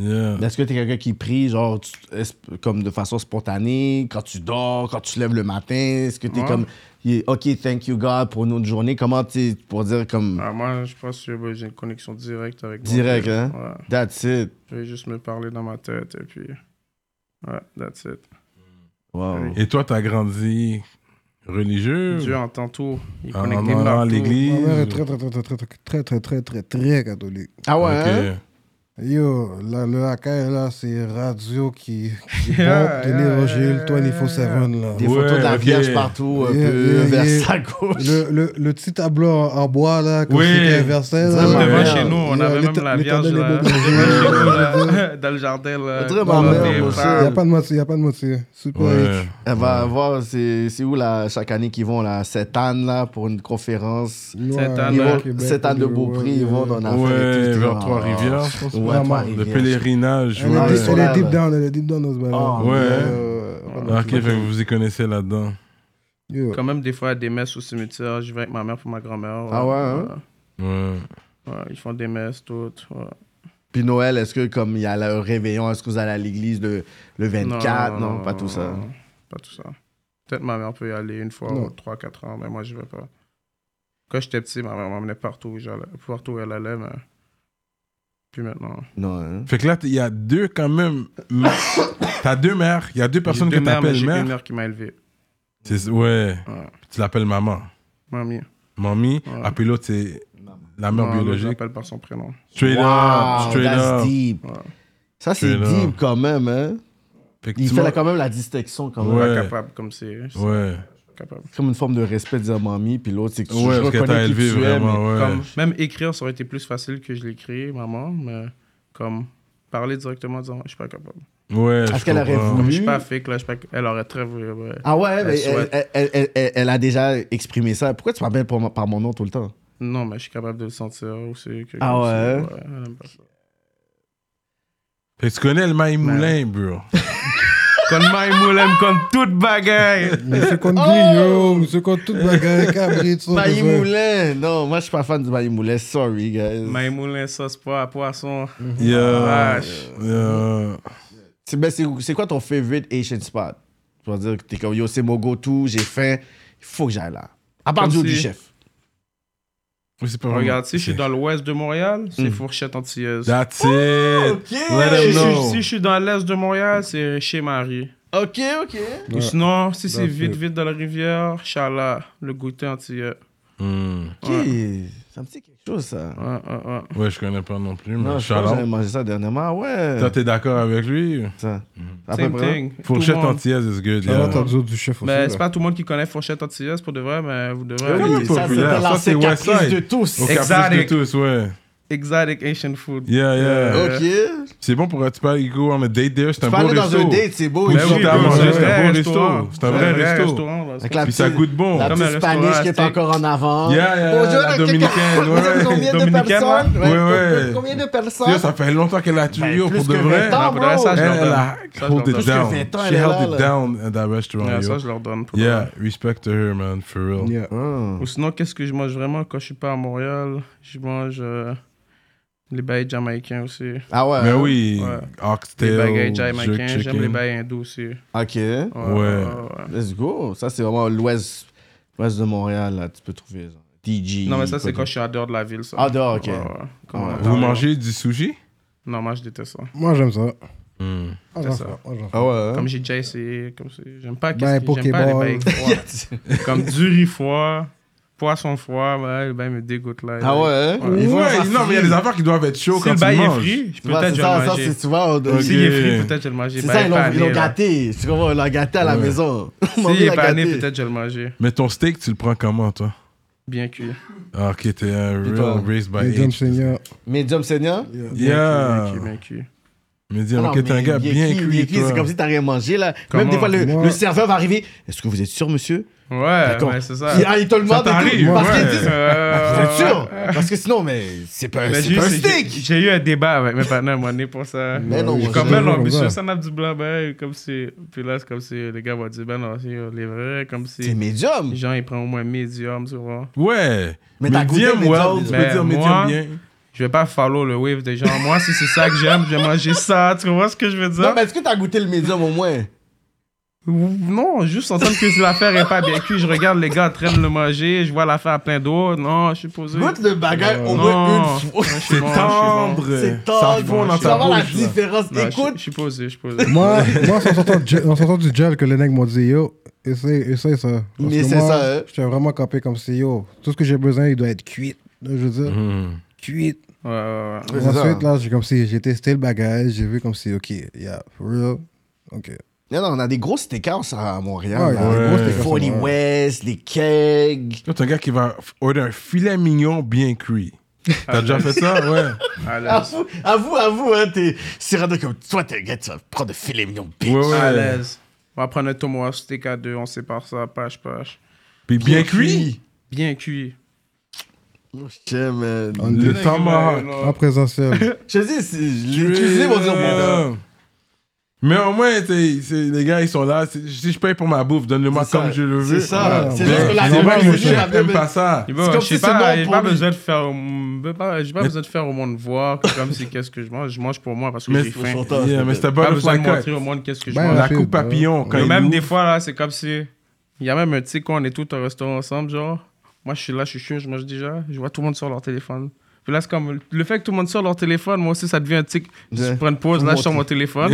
[SPEAKER 1] Yeah.
[SPEAKER 2] Est-ce que t'es quelqu'un qui prie, genre, tu- est-ce- comme de façon spontanée, quand tu dors, quand tu te lèves le matin? Est-ce que t'es
[SPEAKER 3] Ouais.
[SPEAKER 2] comme, Yeah, OK, thank you God pour une autre journée? Comment tu pour dire comme,
[SPEAKER 3] Ah, moi, je pense que ben, j'ai une connexion directe avec mon
[SPEAKER 2] Direct,
[SPEAKER 3] Dieu.
[SPEAKER 2] hein?
[SPEAKER 3] Ouais.
[SPEAKER 2] that's it?
[SPEAKER 3] Je vais juste me parler dans ma tête et puis. Ouais, that's it.
[SPEAKER 2] Wow.
[SPEAKER 1] Et toi, t'as grandi religieux?
[SPEAKER 3] Dieu entend tout. Il
[SPEAKER 2] Ah,
[SPEAKER 1] en,
[SPEAKER 3] connecte
[SPEAKER 1] allant à
[SPEAKER 3] partout.
[SPEAKER 4] Ma
[SPEAKER 1] l'église?
[SPEAKER 4] mère est très, très, très, très, très, très, très, très, très, très, très catholique.
[SPEAKER 2] Ah ouais? hein?
[SPEAKER 1] Ok.
[SPEAKER 4] Yo, la, le hacker, là, c'est radio qui, qui
[SPEAKER 3] Yeah,
[SPEAKER 4] pompe de
[SPEAKER 3] yeah,
[SPEAKER 4] l'évangile
[SPEAKER 3] yeah,
[SPEAKER 4] 24-7, là.
[SPEAKER 2] Des
[SPEAKER 1] Ouais,
[SPEAKER 2] photos de la
[SPEAKER 1] ok.
[SPEAKER 2] Vierge partout, un
[SPEAKER 4] Yeah,
[SPEAKER 2] peu
[SPEAKER 4] yeah,
[SPEAKER 2] vers
[SPEAKER 4] yeah.
[SPEAKER 2] sa gauche.
[SPEAKER 4] Le, le, le petit tableau en, en bois, là, comme
[SPEAKER 1] Oui.
[SPEAKER 4] si c'était un verset,
[SPEAKER 2] Ça,
[SPEAKER 4] là.
[SPEAKER 3] Même
[SPEAKER 2] Ouais.
[SPEAKER 3] devant
[SPEAKER 2] Ouais.
[SPEAKER 3] chez nous, on
[SPEAKER 4] Il y a
[SPEAKER 3] avait même
[SPEAKER 4] l'éta-
[SPEAKER 3] la Vierge
[SPEAKER 4] l'étendue
[SPEAKER 3] là.
[SPEAKER 4] des
[SPEAKER 3] Devant chez nous, là, dans le jardin là.
[SPEAKER 2] Faudrait
[SPEAKER 3] Dans
[SPEAKER 2] ma
[SPEAKER 3] le
[SPEAKER 2] mère,
[SPEAKER 3] thé,
[SPEAKER 2] moi aussi.
[SPEAKER 4] Il n'y a
[SPEAKER 3] frère.
[SPEAKER 4] pas de moitié, il n'y a pas de moitié. Super
[SPEAKER 1] Ouais.
[SPEAKER 4] riche.
[SPEAKER 2] Elle va voir, c'est c'est où là, chaque année qu'ils vont, là, cette année là, pour une conférence.
[SPEAKER 3] Cette année,
[SPEAKER 2] euh, Ils
[SPEAKER 3] Ouais,
[SPEAKER 2] vont, cette année de Beauprix, ils vont dans
[SPEAKER 4] Ah,
[SPEAKER 2] la
[SPEAKER 1] Ouais, vers Trois-Rivières, je pense.
[SPEAKER 2] Ah, Ouais,
[SPEAKER 1] Le
[SPEAKER 2] Trois-Rivières.
[SPEAKER 1] pèlerinage.
[SPEAKER 4] Elle
[SPEAKER 2] Ouais,
[SPEAKER 4] est
[SPEAKER 2] ils
[SPEAKER 4] deep-
[SPEAKER 2] sont
[SPEAKER 4] elle
[SPEAKER 2] là,
[SPEAKER 4] est
[SPEAKER 2] là.
[SPEAKER 4] deep down, elle est deep down dans ce
[SPEAKER 2] Ah,
[SPEAKER 4] bail-là.
[SPEAKER 1] Ouais.
[SPEAKER 4] Euh, ouais, ouais,
[SPEAKER 1] Ah, Ok, fait que vous y connaissez là-dedans.
[SPEAKER 4] Yo.
[SPEAKER 3] Quand même, des fois, des messes au cimetière, je vais avec ma mère pour ma grand-mère.
[SPEAKER 2] Ah ouais, hein?
[SPEAKER 1] Ouais.
[SPEAKER 3] Ouais, ouais, ils font des messes, toutes. ouais.
[SPEAKER 2] Puis Noël, est-ce que comme il y a le réveillon, est-ce que vous allez à l'église le, le 24? Non, pas tout ça.
[SPEAKER 3] non, Pas tout ça. Peut-être ma mère peut y aller une fois
[SPEAKER 4] Non.
[SPEAKER 3] ou 3-4 ans, mais moi, je vais pas. Quand j'étais petit, ma mère m'emmenait partout où j'allais. Partout où elle allait, mais. Puis maintenant.
[SPEAKER 2] Non, hein?
[SPEAKER 1] Fait que là, t- il y a deux quand même. m- t'as deux mères. Il y a deux personnes
[SPEAKER 3] J'ai
[SPEAKER 1] que
[SPEAKER 3] deux mères, mais
[SPEAKER 1] t'appelles
[SPEAKER 3] J'ai
[SPEAKER 1] mère.
[SPEAKER 3] une mère qui m'a élevé.
[SPEAKER 1] C'est- Ouais.
[SPEAKER 3] Ouais.
[SPEAKER 1] Tu l'appelles maman.
[SPEAKER 3] Mamie.
[SPEAKER 1] Mamie.
[SPEAKER 3] Ouais.
[SPEAKER 1] Ah, puis l'autre, c'est la
[SPEAKER 3] Non,
[SPEAKER 1] mère
[SPEAKER 3] l'autre, Je
[SPEAKER 1] biologique.
[SPEAKER 3] l'appelle par son prénom.
[SPEAKER 1] Straight up.
[SPEAKER 2] Wow,
[SPEAKER 1] Straight
[SPEAKER 2] that's
[SPEAKER 1] up.
[SPEAKER 2] deep.
[SPEAKER 3] Ouais.
[SPEAKER 2] Ça, c'est
[SPEAKER 1] Straight up.
[SPEAKER 2] deep quand même, hein?
[SPEAKER 1] Fait que
[SPEAKER 2] Il
[SPEAKER 1] tu
[SPEAKER 2] fait
[SPEAKER 1] m'as-
[SPEAKER 2] là, quand même la distinction quand même.
[SPEAKER 1] Ouais.
[SPEAKER 3] Pas capable, comme c'est. c'est
[SPEAKER 1] Ouais.
[SPEAKER 3] Capable.
[SPEAKER 2] C'est comme une forme de respect de dire mamie, puis l'autre, c'est que tu
[SPEAKER 1] Ouais,
[SPEAKER 2] je
[SPEAKER 1] parce que
[SPEAKER 2] reconnais qui
[SPEAKER 1] t'as
[SPEAKER 2] tu
[SPEAKER 1] élevé
[SPEAKER 2] es, mais-
[SPEAKER 1] vraiment. Ouais.
[SPEAKER 3] Comme, même écrire, ça aurait été plus facile que je l'écris, maman, mais comme parler directement, disant, je suis pas capable.
[SPEAKER 1] Ouais.
[SPEAKER 2] Est-ce
[SPEAKER 1] je
[SPEAKER 2] qu'elle aurait
[SPEAKER 1] comprends.
[SPEAKER 2] voulu-
[SPEAKER 3] Comme je suis pas fake, là, je suis pas... elle aurait très voulu. ouais.
[SPEAKER 2] Ah ouais, mais elle,
[SPEAKER 3] souhaite.
[SPEAKER 2] elle- elle- elle- elle a déjà exprimé ça. Pourquoi tu m'appelles pour- par mon nom tout le temps?
[SPEAKER 3] Non, mais je suis capable de le sentir aussi. que-
[SPEAKER 2] Ah
[SPEAKER 3] comme ça,
[SPEAKER 2] ouais?
[SPEAKER 3] elle aime pas ça.
[SPEAKER 1] Fait que tu connais le Maï Moulin, bro.
[SPEAKER 3] Comme Maïmoul aime comme toute bagaille.
[SPEAKER 4] Monsieur Condi,
[SPEAKER 2] Oh!
[SPEAKER 4] yo, monsieur Condi, toute bagarre, cabri, tout ça.
[SPEAKER 2] Maï
[SPEAKER 4] tout ça.
[SPEAKER 2] Moulin! Bah, Non, moi je suis pas fan du Maï Moulin, sorry guys.
[SPEAKER 3] Maïmoulin, sauce pois- poisson.
[SPEAKER 2] Mhm.
[SPEAKER 1] Yeah.
[SPEAKER 3] Vache.
[SPEAKER 2] Ah,
[SPEAKER 1] Yeah.
[SPEAKER 2] C'est ben, c'est- c'est quoi ton favorite Asian spot? Parce Tu vas dire que t'es comme yo, c'est mon go-to, j'ai faim, il faut que j'aille là. À part
[SPEAKER 3] Comme
[SPEAKER 2] du haut
[SPEAKER 3] si-
[SPEAKER 2] du chef.
[SPEAKER 1] Mais c'est pas vraiment-
[SPEAKER 3] Regarde, si je suis
[SPEAKER 1] c'est-
[SPEAKER 3] dans l'ouest de Montréal, c'est
[SPEAKER 2] Mm.
[SPEAKER 3] fourchette antillaise.
[SPEAKER 1] That's it.
[SPEAKER 2] Ok,
[SPEAKER 1] Let
[SPEAKER 3] Si
[SPEAKER 1] him
[SPEAKER 3] je suis-
[SPEAKER 1] know.
[SPEAKER 3] Si je suis dans l'est de Montréal, c'est chez Marie.
[SPEAKER 2] ok, ok.
[SPEAKER 3] Ou
[SPEAKER 4] Ouais.
[SPEAKER 3] sinon, si c'est
[SPEAKER 4] That's
[SPEAKER 3] vite,
[SPEAKER 4] it.
[SPEAKER 3] vite dans la rivière, Chala, le goûter antillais.
[SPEAKER 1] Hmm.
[SPEAKER 2] Ok, ça me dit quelque chose ça.
[SPEAKER 3] Ouais, ouais, ouais.
[SPEAKER 1] Ouais, je connais pas non plus, mais
[SPEAKER 2] Non, je crois que j'avais
[SPEAKER 1] shout-out.
[SPEAKER 2] mangé ça dernièrement, Ah ouais.
[SPEAKER 1] Toi, t'es d'accord avec lui?
[SPEAKER 2] Ça. À peu
[SPEAKER 3] Same
[SPEAKER 2] près.
[SPEAKER 3] thing. Tout le
[SPEAKER 1] Fourchette
[SPEAKER 3] monde-
[SPEAKER 1] antillaise is good,
[SPEAKER 2] Ah,
[SPEAKER 4] Shout out
[SPEAKER 1] yeah.
[SPEAKER 4] à nous autres du chef aussi.
[SPEAKER 3] Mais
[SPEAKER 4] là.
[SPEAKER 3] c'est pas tout le monde qui connaît Fourchette Antillaise pour de vrai, mais vous devrez.
[SPEAKER 2] Oui,
[SPEAKER 1] Comment
[SPEAKER 2] ça,
[SPEAKER 1] populaire?
[SPEAKER 2] c'était
[SPEAKER 1] Ça,
[SPEAKER 2] la
[SPEAKER 1] c'est
[SPEAKER 2] cicatrice
[SPEAKER 1] Westside.
[SPEAKER 2] de tous.
[SPEAKER 1] Au
[SPEAKER 2] Ok.
[SPEAKER 1] Capus de
[SPEAKER 3] Exotic.
[SPEAKER 1] tous, ouais.
[SPEAKER 3] Exotic Asian food.
[SPEAKER 1] Yeah, yeah.
[SPEAKER 3] Euh,
[SPEAKER 1] C'est bon pour tu peux aller go on a date there, c'est un
[SPEAKER 2] Tu peux
[SPEAKER 1] beau
[SPEAKER 2] aller
[SPEAKER 1] resto.
[SPEAKER 2] dans un date, c'est beau.
[SPEAKER 1] Oui,
[SPEAKER 2] ici.
[SPEAKER 1] oui, t'as
[SPEAKER 3] bro,
[SPEAKER 1] mangé,
[SPEAKER 3] c'est un
[SPEAKER 1] c'est un
[SPEAKER 3] vrai
[SPEAKER 1] bon
[SPEAKER 3] restaurant.
[SPEAKER 1] resto. C'est un vrai resto.
[SPEAKER 3] là, ça.
[SPEAKER 2] Avec la
[SPEAKER 1] Puis ça
[SPEAKER 2] petite-
[SPEAKER 1] goûte bon.
[SPEAKER 2] La
[SPEAKER 3] Comme un
[SPEAKER 2] petite Spanish
[SPEAKER 3] restaurant
[SPEAKER 2] qui est
[SPEAKER 3] aztèque.
[SPEAKER 2] encore en avant.
[SPEAKER 1] Yeah, yeah,
[SPEAKER 2] Bonjour,
[SPEAKER 1] la
[SPEAKER 2] quelqu'un-
[SPEAKER 1] Dominicaine,
[SPEAKER 2] Vous
[SPEAKER 1] ouais.
[SPEAKER 2] êtes combien de
[SPEAKER 3] Dominicaine,
[SPEAKER 2] personnes?
[SPEAKER 1] ouais. Ouais, ouais.
[SPEAKER 2] Combien de
[SPEAKER 1] Yo,
[SPEAKER 2] personnes?
[SPEAKER 1] ça fait longtemps qu'elle a tué,
[SPEAKER 2] Ben,
[SPEAKER 1] yo,
[SPEAKER 2] plus
[SPEAKER 1] pour de
[SPEAKER 2] que
[SPEAKER 1] vrai.
[SPEAKER 2] 20 ans.
[SPEAKER 3] Ah, pour vrai, ça, je
[SPEAKER 1] Elle,
[SPEAKER 3] leur
[SPEAKER 1] elle
[SPEAKER 3] donne.
[SPEAKER 1] a
[SPEAKER 3] Ça, je leur
[SPEAKER 1] held
[SPEAKER 3] donne.
[SPEAKER 1] it
[SPEAKER 2] que
[SPEAKER 1] down.
[SPEAKER 2] 20 ans,
[SPEAKER 1] She
[SPEAKER 2] elle est là,
[SPEAKER 1] held
[SPEAKER 2] là.
[SPEAKER 1] it down at that restaurant,
[SPEAKER 3] Yeah,
[SPEAKER 1] yo.
[SPEAKER 3] ça, je leur donne. pour de
[SPEAKER 1] Yeah,
[SPEAKER 3] vrai.
[SPEAKER 1] respect to her, man, for real.
[SPEAKER 4] Yeah.
[SPEAKER 2] Hmm.
[SPEAKER 3] Ou sinon, qu'est-ce que je mange vraiment quand je suis pas à Montréal Je mange euh, les bails jamaïcains aussi.
[SPEAKER 2] Ah ouais.
[SPEAKER 1] Mais
[SPEAKER 2] hein?
[SPEAKER 1] oui,
[SPEAKER 3] Ouais. Les
[SPEAKER 1] oxtail,
[SPEAKER 3] bails
[SPEAKER 1] jerk
[SPEAKER 3] jamaïcains. J'aime les
[SPEAKER 1] chicken.
[SPEAKER 3] bails hindous aussi.
[SPEAKER 2] Ok.
[SPEAKER 3] Ouais.
[SPEAKER 1] Ouais.
[SPEAKER 2] Let's go. Ça, c'est vraiment l'ouest l'ouest de Montréal, là. Tu peux trouver. genre, DJ.
[SPEAKER 3] Non, mais ça, c'est quand
[SPEAKER 2] quoi
[SPEAKER 3] je suis en dehors de la ville. Ça.
[SPEAKER 2] Ah, dehors, ok.
[SPEAKER 3] Ouais, ouais. Comme,
[SPEAKER 2] Ah ouais.
[SPEAKER 3] euh,
[SPEAKER 1] Vous mangez du sushi?
[SPEAKER 3] Non, moi, je déteste ça.
[SPEAKER 4] Moi, j'aime ça.
[SPEAKER 1] Hmm.
[SPEAKER 4] Ah,
[SPEAKER 3] C'est
[SPEAKER 4] j'aime
[SPEAKER 3] ça.
[SPEAKER 4] ça. Moi, j'aime ça.
[SPEAKER 2] Ah ouais. hein?
[SPEAKER 3] Comme j'ai déjà essayé, comme c'est- j'aime pas,
[SPEAKER 4] Ben,
[SPEAKER 3] qu'est-ce que- j'aime pas les
[SPEAKER 4] Pokéball.
[SPEAKER 3] bails froids. comme du riz froid, poisson froid, ben, le bail me dégoûte là.
[SPEAKER 2] Ah ouais. hein?
[SPEAKER 3] Ouais.
[SPEAKER 2] Ils font
[SPEAKER 1] Ouais,
[SPEAKER 2] ça
[SPEAKER 1] non, mais il y a des
[SPEAKER 2] free.
[SPEAKER 1] affaires qui doivent être chaudes
[SPEAKER 3] Si
[SPEAKER 1] quand
[SPEAKER 3] le
[SPEAKER 1] tu
[SPEAKER 3] bail est
[SPEAKER 1] manges.
[SPEAKER 3] frit,
[SPEAKER 2] Tu vois,
[SPEAKER 3] peut-être
[SPEAKER 2] c'est
[SPEAKER 3] je
[SPEAKER 2] ça,
[SPEAKER 3] vais le
[SPEAKER 2] ça,
[SPEAKER 3] manger.
[SPEAKER 2] c'est, tu vois, on-
[SPEAKER 1] Ok.
[SPEAKER 3] S'il est frit, peut-être je vais le manger.
[SPEAKER 2] C'est
[SPEAKER 3] Ben,
[SPEAKER 2] ça, ils l'ont, ils
[SPEAKER 3] pané,
[SPEAKER 2] l'ont
[SPEAKER 3] là.
[SPEAKER 2] gâté. Tu comprends, on l'a gâté à la
[SPEAKER 1] Ouais.
[SPEAKER 2] maison.
[SPEAKER 3] S'il est pané, peut-être je vais le manger.
[SPEAKER 1] Mais ton steak, tu le prends comment, toi?
[SPEAKER 3] Bien cuit.
[SPEAKER 1] Ah, ok, t'es un
[SPEAKER 2] Puis toi?
[SPEAKER 1] real raised by
[SPEAKER 4] Les Dom
[SPEAKER 1] age.
[SPEAKER 4] Seigneur.
[SPEAKER 2] Medium senior.
[SPEAKER 3] Bien
[SPEAKER 1] Yeah.
[SPEAKER 3] cuit, bien cuit, bien cuit.
[SPEAKER 1] Mais dis,
[SPEAKER 2] Ah non,
[SPEAKER 1] ok, t'es un
[SPEAKER 2] mais
[SPEAKER 1] gars
[SPEAKER 2] il est
[SPEAKER 1] bien
[SPEAKER 2] il est
[SPEAKER 1] cuit, toi.
[SPEAKER 2] C'est comme si t'as rien mangé, là. Même
[SPEAKER 3] Comment?
[SPEAKER 2] des fois, le,
[SPEAKER 4] Moi-
[SPEAKER 2] le serveur va arriver. Est-ce que vous êtes sûr, monsieur
[SPEAKER 3] Ouais,
[SPEAKER 2] D'accord.
[SPEAKER 3] ouais, c'est ça.
[SPEAKER 2] Il- ah, il te le demande et tout,
[SPEAKER 1] t'arrive,
[SPEAKER 2] Parce qu'ils
[SPEAKER 1] ouais.
[SPEAKER 2] disent,
[SPEAKER 3] Euh,
[SPEAKER 2] vous êtes
[SPEAKER 3] ouais.
[SPEAKER 2] sûr Parce que sinon, mais c'est pas,
[SPEAKER 3] Mais
[SPEAKER 2] c'est
[SPEAKER 3] j'ai eu-
[SPEAKER 2] pas un
[SPEAKER 3] j'ai-
[SPEAKER 2] steak.
[SPEAKER 3] J'ai eu un débat avec mes partenaires à un moment donné pour ça.
[SPEAKER 2] Mais non,
[SPEAKER 4] Ouais,
[SPEAKER 2] moi,
[SPEAKER 4] je
[SPEAKER 3] Comme
[SPEAKER 4] suis
[SPEAKER 3] là,
[SPEAKER 4] toujours
[SPEAKER 3] l'ambitieux,
[SPEAKER 4] comme
[SPEAKER 3] ça n'a du blanc, ben, comme si. Puis là, c'est comme si les gars vont dire, ben non, c'est euh, les vrais, comme
[SPEAKER 2] C'est
[SPEAKER 3] si.
[SPEAKER 2] médium.
[SPEAKER 3] Les gens, ils prennent au moins médium, tu vois.
[SPEAKER 1] Ouais.
[SPEAKER 2] Mais t'as goûté
[SPEAKER 1] Medium
[SPEAKER 2] medium,
[SPEAKER 1] well, tu
[SPEAKER 2] déjà.
[SPEAKER 1] peux dire
[SPEAKER 3] Ben,
[SPEAKER 1] medium
[SPEAKER 3] moi-
[SPEAKER 1] bien.
[SPEAKER 3] Je vais pas follow le wave des gens. Moi, si c'est ça que j'aime, je vais manger ça, tu vois ce que je veux
[SPEAKER 2] Non,
[SPEAKER 3] dire?
[SPEAKER 2] mais est-ce que t'as goûté le médium au moins
[SPEAKER 3] Non, juste entendre que l'affaire est pas bien cuite. Je regarde les gars en train de le manger, je vois l'affaire à plein d'eau. Non, je suis posé.
[SPEAKER 2] Goûte le bagage au moins
[SPEAKER 3] Non,
[SPEAKER 2] une fois.
[SPEAKER 3] je suis
[SPEAKER 1] C'est
[SPEAKER 3] bon, je suis
[SPEAKER 1] tendre.
[SPEAKER 3] bon.
[SPEAKER 2] C'est
[SPEAKER 1] Ça
[SPEAKER 2] tendre.
[SPEAKER 1] fond dans
[SPEAKER 2] Tu
[SPEAKER 1] ta
[SPEAKER 2] vas voir la
[SPEAKER 1] bouche. là.
[SPEAKER 2] différence.
[SPEAKER 3] Non, je-
[SPEAKER 2] Écoute,
[SPEAKER 3] Je suis posé, je suis posé.
[SPEAKER 4] Moi, moi, c'est en sortant du- en sortant du gel que les nègres m'ont dit yo, essaye, essaye ça. Parce
[SPEAKER 2] Mais
[SPEAKER 4] que
[SPEAKER 2] c'est
[SPEAKER 4] moi,
[SPEAKER 2] ça, hein.
[SPEAKER 4] J'étais vraiment capé comme si yo, tout ce que j'ai besoin, il doit être cuit. Je veux dire,
[SPEAKER 1] Hmm.
[SPEAKER 4] cuit.
[SPEAKER 3] Ouais, ouais, ouais.
[SPEAKER 2] Ouais, c'est ça.
[SPEAKER 4] Ensuite, là, j'ai comme si j'ai testé le bagage, j'ai vu comme si, ok, yeah, for real. Ok.
[SPEAKER 2] Non, non, on a des grosses steakhouse à
[SPEAKER 4] Ouais,
[SPEAKER 2] Montréal.
[SPEAKER 4] il y a des
[SPEAKER 2] là.
[SPEAKER 1] ouais.
[SPEAKER 4] grosses décasses à
[SPEAKER 2] 40
[SPEAKER 4] Montréal.
[SPEAKER 2] West, les kegs.
[SPEAKER 1] Toi, t'es un gars qui va f- order un filet mignon bien cuit. T'as déjà fait ça? Ouais.
[SPEAKER 3] À l'aise.
[SPEAKER 2] Avoue, avoue, avoue, hein, t'es. C'est rare comme toi, t'es un gars, tu vas prendre de filet mignon, bitch.
[SPEAKER 1] Ouais, ouais.
[SPEAKER 3] À l'aise. On va prendre un tomo steak à deux, on sépare ça, page, page.
[SPEAKER 1] Puis bien cuit?
[SPEAKER 3] Bien cuit.
[SPEAKER 2] Ok, man.
[SPEAKER 1] Le tomahawk.
[SPEAKER 4] En présentiel.
[SPEAKER 2] Je te dis, c'est- les cuisiniers vont dire bon.
[SPEAKER 1] Damn. Mais au moins, t'es- c'est- les gars, ils sont là. C'est- Si je paye pour ma bouffe, donne-le-moi
[SPEAKER 2] C'est ça.
[SPEAKER 1] comme je le veux.
[SPEAKER 2] C'est ça.
[SPEAKER 4] Ah,
[SPEAKER 2] C'est
[SPEAKER 4] ben,
[SPEAKER 2] juste que la
[SPEAKER 1] c'est
[SPEAKER 2] nouvelle
[SPEAKER 1] vrai,
[SPEAKER 2] cuisine,
[SPEAKER 1] mon chef
[SPEAKER 2] elle
[SPEAKER 1] aime
[SPEAKER 2] veut-
[SPEAKER 1] pas ça.
[SPEAKER 3] Je
[SPEAKER 2] C'est comme
[SPEAKER 3] j'ai
[SPEAKER 2] si c'est
[SPEAKER 3] pas,
[SPEAKER 2] non
[SPEAKER 3] j'ai
[SPEAKER 2] pour
[SPEAKER 3] pas
[SPEAKER 2] lui.
[SPEAKER 3] besoin de faire, au- j'ai pas, j'ai pas besoin de faire au monde voir que comme c'est qu'est-ce que je mange. Je mange pour moi parce que
[SPEAKER 1] Mais
[SPEAKER 3] j'ai
[SPEAKER 1] c'est-
[SPEAKER 3] faim.
[SPEAKER 2] Attends,
[SPEAKER 1] Yeah, mais c'était
[SPEAKER 3] Pas
[SPEAKER 1] pas le
[SPEAKER 3] besoin
[SPEAKER 1] fly
[SPEAKER 3] de montrer
[SPEAKER 1] cut.
[SPEAKER 3] au monde qu'est-ce que je
[SPEAKER 4] Ben,
[SPEAKER 3] mange.
[SPEAKER 1] La coupe papillon, quand
[SPEAKER 3] Que
[SPEAKER 1] il
[SPEAKER 3] même
[SPEAKER 1] nous-
[SPEAKER 3] des fois là, c'est comme si il y a même un petit quand on est tous au restaurant ensemble, genre moi je suis là, je suis chaud, je mange déjà, je vois tout le monde sur leur téléphone. Puis là c'est comme le fait que tout le monde sur leur téléphone, moi aussi ça devient un tic.
[SPEAKER 2] Ouais.
[SPEAKER 3] Je prends une pause,
[SPEAKER 2] Faut
[SPEAKER 3] là je suis sur
[SPEAKER 2] montrer.
[SPEAKER 3] mon téléphone.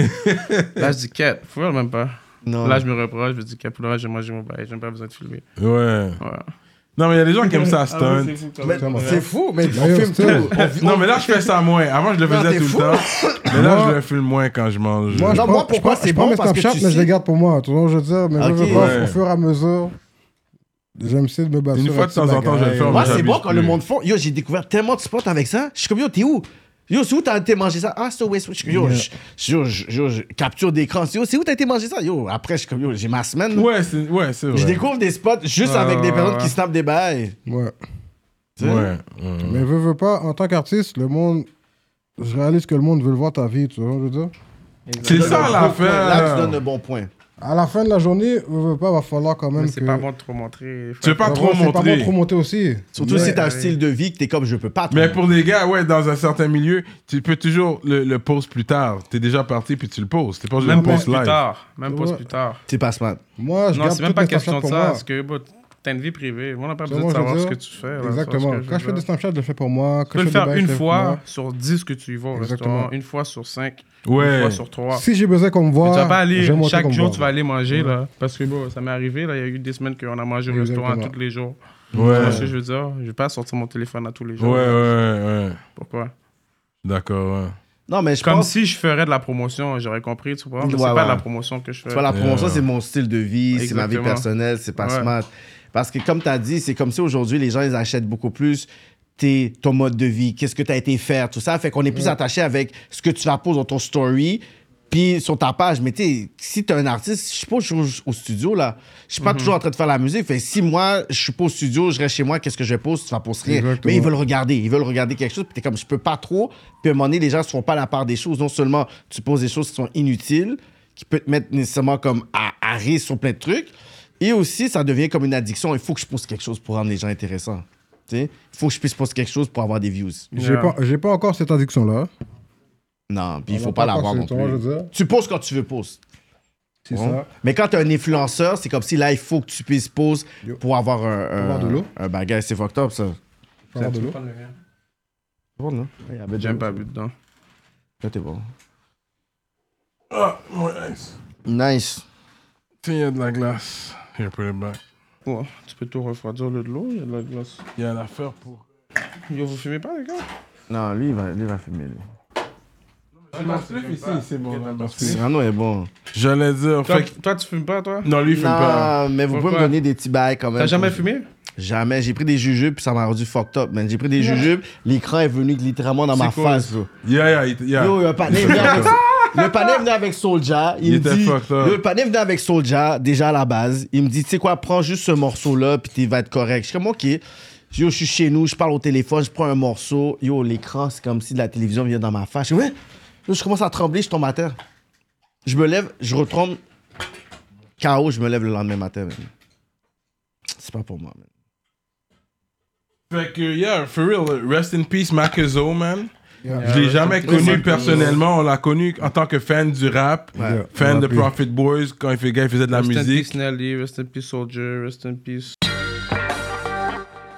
[SPEAKER 3] là je dis quête, faut même pas.
[SPEAKER 2] Non.
[SPEAKER 3] Là je me reproche, je me dis quête, pour le reste, j'ai mangé mon bail, j'ai même pas besoin de filmer.
[SPEAKER 1] Ouais.
[SPEAKER 3] Ouais.
[SPEAKER 1] Non, mais il y a des gens qui aiment
[SPEAKER 3] Ah
[SPEAKER 1] ça stunt.
[SPEAKER 4] Mais-
[SPEAKER 2] Mais C'est fou, mais
[SPEAKER 4] Ouais,
[SPEAKER 2] on
[SPEAKER 4] ouais,
[SPEAKER 2] filme
[SPEAKER 4] c'est-
[SPEAKER 2] tout. On filme-
[SPEAKER 1] Non, mais là, je fais ça moins. Avant, je le
[SPEAKER 2] Non,
[SPEAKER 1] faisais
[SPEAKER 2] t'es
[SPEAKER 1] tout
[SPEAKER 2] fou.
[SPEAKER 1] le temps. Mais là,
[SPEAKER 4] Moi-
[SPEAKER 1] je le filme moins quand je mange.
[SPEAKER 4] Moi, je
[SPEAKER 2] Non,
[SPEAKER 4] prends-
[SPEAKER 2] moi,
[SPEAKER 4] je
[SPEAKER 2] pourquoi
[SPEAKER 4] prends-
[SPEAKER 2] c'est
[SPEAKER 4] je prends
[SPEAKER 2] bon?
[SPEAKER 4] mes
[SPEAKER 2] Parce que
[SPEAKER 4] Snapchat,
[SPEAKER 2] tu
[SPEAKER 4] mais je
[SPEAKER 2] sais-
[SPEAKER 4] les garde pour moi. Tu vois, je veux dire, mais je
[SPEAKER 2] Ok.
[SPEAKER 4] veux pas,
[SPEAKER 1] Ouais.
[SPEAKER 4] au fur et à mesure, j'aime essayer de me battre.
[SPEAKER 1] Une fois de temps en temps, je vais le faire,
[SPEAKER 2] Moi,
[SPEAKER 1] mais
[SPEAKER 2] c'est
[SPEAKER 1] j'abuse
[SPEAKER 2] bon quand
[SPEAKER 1] plus.
[SPEAKER 2] le monde fond. Yo, j'ai découvert tellement de spots avec ça. Je suis comme, yo, t'es où? Yo, c'est où t'as été manger ça? Ah, c'est au West. Je suis comme, Yo,
[SPEAKER 4] Yeah.
[SPEAKER 2] je- yo, je- yo, je- capture d'écran. Yo, c'est où t'as été manger ça? Yo, après, je suis comme, yo, j'ai ma semaine. là.
[SPEAKER 1] Ouais, c'est ouais, c'est vrai.
[SPEAKER 2] Je découvre des spots juste
[SPEAKER 3] Ouais,
[SPEAKER 2] avec des
[SPEAKER 3] ouais,
[SPEAKER 2] personnes
[SPEAKER 3] ouais.
[SPEAKER 2] qui snappent des bails.
[SPEAKER 4] Ouais.
[SPEAKER 2] tu sais.
[SPEAKER 1] Ouais. Mm.
[SPEAKER 4] Mais veux, veux pas, en tant qu'artiste, le monde. Je réalise que le monde veut le voir ta vie, tu vois, je veux dire.
[SPEAKER 1] C'est ça
[SPEAKER 2] Donne le bon point. Là, tu
[SPEAKER 1] l'affaire.
[SPEAKER 2] donnes le bon point.
[SPEAKER 4] À la fin de la journée, veux, veux pas, va falloir quand même.
[SPEAKER 3] Mais c'est
[SPEAKER 4] que-
[SPEAKER 3] pas bon de trop montrer.
[SPEAKER 1] Tu veux pas
[SPEAKER 4] Ouais,
[SPEAKER 1] trop
[SPEAKER 4] c'est pas bon
[SPEAKER 1] montrer.
[SPEAKER 4] de trop monter aussi.
[SPEAKER 2] Surtout si t'as un style de vie que t'es comme je peux pas. trop-
[SPEAKER 1] Mais pour les gars, ouais, dans un certain milieu, tu peux toujours le, le poser plus tard. T'es déjà parti, puis tu le poses. T'es pas obligé de
[SPEAKER 3] Même
[SPEAKER 1] le
[SPEAKER 3] pause
[SPEAKER 1] poser
[SPEAKER 3] plus
[SPEAKER 1] live.
[SPEAKER 3] tard. Même pause
[SPEAKER 4] Ouais.
[SPEAKER 3] plus tard.
[SPEAKER 2] C'est pas smart.
[SPEAKER 4] Moi, je
[SPEAKER 3] Non,
[SPEAKER 4] garde
[SPEAKER 3] c'est même
[SPEAKER 4] toutes
[SPEAKER 3] pas
[SPEAKER 4] mes
[SPEAKER 3] question
[SPEAKER 4] Snapchats
[SPEAKER 3] de
[SPEAKER 4] pour
[SPEAKER 3] ça.
[SPEAKER 4] moi.
[SPEAKER 3] Parce que bon, t'as une vie privée. On n'a pas
[SPEAKER 4] C'est
[SPEAKER 3] besoin de
[SPEAKER 4] moi, je veux
[SPEAKER 3] savoir ce
[SPEAKER 4] dire.
[SPEAKER 3] que tu fais. là, tu vois
[SPEAKER 4] Exactement.
[SPEAKER 3] ce que je
[SPEAKER 4] Quand
[SPEAKER 3] veux
[SPEAKER 4] je fais
[SPEAKER 3] dire.
[SPEAKER 4] des Snapchats, je le fais pour moi. Quand
[SPEAKER 3] Tu peux le
[SPEAKER 4] je fais des
[SPEAKER 3] faire
[SPEAKER 4] bails,
[SPEAKER 3] une
[SPEAKER 4] je le fais pour
[SPEAKER 3] fois
[SPEAKER 4] moi.
[SPEAKER 3] sur 10 que tu y vas au restaurant,
[SPEAKER 4] Exactement.
[SPEAKER 3] une fois sur 5,
[SPEAKER 1] Ouais.
[SPEAKER 3] une fois sur 3.
[SPEAKER 4] Si j'ai besoin qu'on me voit,
[SPEAKER 3] tu vas pas aller
[SPEAKER 4] je vais monter
[SPEAKER 3] chaque
[SPEAKER 4] qu'on me
[SPEAKER 3] jour,
[SPEAKER 4] voit.
[SPEAKER 3] tu vas aller manger là. Parce que bon, ça m'est arrivé là, il y a eu des semaines qu'on a mangé au restaurant
[SPEAKER 4] Exactement.
[SPEAKER 3] tous les jours.
[SPEAKER 1] Ouais.
[SPEAKER 3] Tu vois ce que je veux dire, je vais pas sortir mon téléphone à tous les
[SPEAKER 1] Ouais,
[SPEAKER 3] jours.
[SPEAKER 1] ouais, ouais.
[SPEAKER 3] Pourquoi
[SPEAKER 1] D'accord, ouais.
[SPEAKER 2] Non, mais je
[SPEAKER 3] Comme
[SPEAKER 2] pense.
[SPEAKER 3] si je ferais de la promotion, j'aurais compris, tu vois. Mais
[SPEAKER 2] Ouais,
[SPEAKER 3] c'est pas
[SPEAKER 2] ouais.
[SPEAKER 3] la promotion que je fais.
[SPEAKER 2] Tu vois, la promotion,
[SPEAKER 1] Euh,
[SPEAKER 2] c'est mon style de vie, c'est ma vie
[SPEAKER 3] Exactement.
[SPEAKER 2] personnelle, c'est pas
[SPEAKER 3] Ouais.
[SPEAKER 2] smart. Parce que, comme tu as dit, c'est comme si aujourd'hui, les gens, ils achètent beaucoup plus tes, ton mode de vie, qu'est-ce que tu as été faire, tout ça. Fait qu'on est plus attaché avec ce que tu vas poser dans ton story, puis sur ta page. Mais tu sais, si tu es un artiste, je suis pas toujours au studio, là. Je suis
[SPEAKER 3] Mm-hmm.
[SPEAKER 2] pas toujours en train de faire la musique. Fait que si moi, je suis pas au studio, je reste chez moi, qu'est-ce que je pose, tu vas poser rien.
[SPEAKER 4] Exactement.
[SPEAKER 2] Mais ils veulent regarder, ils veulent regarder quelque chose, puis t'es comme, je peux pas trop. Puis à un moment donné, les gens se font pas la part des choses. Non seulement tu poses des choses qui sont inutiles, qui peut te mettre nécessairement comme à, à risque sur plein de trucs. Et aussi, ça devient comme une addiction. Il faut que je pose quelque chose pour rendre les gens intéressants. Tu sais, il faut que je puisse poser quelque chose pour avoir des views.
[SPEAKER 4] J'ai
[SPEAKER 3] Yeah.
[SPEAKER 4] pas, j'ai pas encore cette addiction-là.
[SPEAKER 2] Non, puis il
[SPEAKER 4] On
[SPEAKER 2] faut
[SPEAKER 4] a
[SPEAKER 2] pas
[SPEAKER 4] encore
[SPEAKER 2] l'avoir
[SPEAKER 4] cette
[SPEAKER 2] non plus.
[SPEAKER 4] addiction-là, je veux dire.
[SPEAKER 2] Tu poses quand tu veux poses.
[SPEAKER 4] C'est
[SPEAKER 2] Bon.
[SPEAKER 4] ça.
[SPEAKER 2] Mais quand t'es un influenceur, c'est comme si là, il faut que tu puisses pose
[SPEAKER 4] Yo.
[SPEAKER 2] pour avoir un, un,
[SPEAKER 4] avoir de l'eau.
[SPEAKER 2] un bagage. C'est fucked up, ça.
[SPEAKER 4] Faut avoir de l'eau.
[SPEAKER 2] Bon, non? Ouais, avec de
[SPEAKER 3] J'aime
[SPEAKER 2] l'eau.
[SPEAKER 3] pas but dedans.
[SPEAKER 2] Là, t'es bon.
[SPEAKER 1] Ah, ouais, nice.
[SPEAKER 2] Nice.
[SPEAKER 1] Tiens, il y a de la glace. Here, put it back.
[SPEAKER 3] Ouais, tu peux tout refroidir, le de l'eau, il y a de la glace.
[SPEAKER 1] Il y a l'affaire pour.
[SPEAKER 3] Yo, vous fumez pas, les gars
[SPEAKER 2] Non, lui, il va, lui, il va fumer, lui.
[SPEAKER 1] Ma slip ici, c'est bon. là, ma slip.
[SPEAKER 2] Cyrano Ah est bon.
[SPEAKER 1] J'allais
[SPEAKER 3] toi,
[SPEAKER 1] dire. Fait... que-
[SPEAKER 3] toi, tu fumes pas, toi
[SPEAKER 1] Non, lui, il fume pas.
[SPEAKER 2] Non, mais vous pouvez
[SPEAKER 3] hein. Pourquoi?
[SPEAKER 2] me donner des petits bails quand même.
[SPEAKER 3] T'as jamais fumé
[SPEAKER 2] Jamais. J'ai pris des jujubes, puis ça m'a rendu fucked up, man. J'ai pris des jujubes, l'écran est venu littéralement dans ma
[SPEAKER 3] C'est quoi,
[SPEAKER 2] face, bro.
[SPEAKER 1] Yeah, yeah, yeah.
[SPEAKER 2] Yo, le panier venait avec, le panier venait avec Soulja. Il,
[SPEAKER 1] Il
[SPEAKER 2] me
[SPEAKER 1] était
[SPEAKER 2] dit,
[SPEAKER 1] fucked up.
[SPEAKER 2] le panier venait avec Soulja, déjà à la base. Il me dit, tu sais quoi, prends juste ce morceau-là, puis tu vas être correct. Je suis comme, OK. Yo, je suis chez nous, je parle au téléphone, je prends un morceau. Yo, l'écran, c'est comme si de la télévision vient dans ma face. Je, dis, ouais. Yo, je commence à trembler, je tombe à terre. Je me lève, je retombe. KO, je me lève le lendemain matin. man. C'est pas pour moi, man.
[SPEAKER 1] Fait que, yeah, for real, rest in peace, Macazo, man.
[SPEAKER 4] Yeah.
[SPEAKER 1] Je l'ai jamais connu personnellement, on l'a connu en tant que fan du rap,
[SPEAKER 4] Ouais.
[SPEAKER 1] fan de
[SPEAKER 4] Rappé.
[SPEAKER 1] Profit Boys, quand il fait- gars, il faisait de la
[SPEAKER 3] Rest in
[SPEAKER 1] musique.
[SPEAKER 3] peace Nelly, rest in peace Soldier, rest in peace.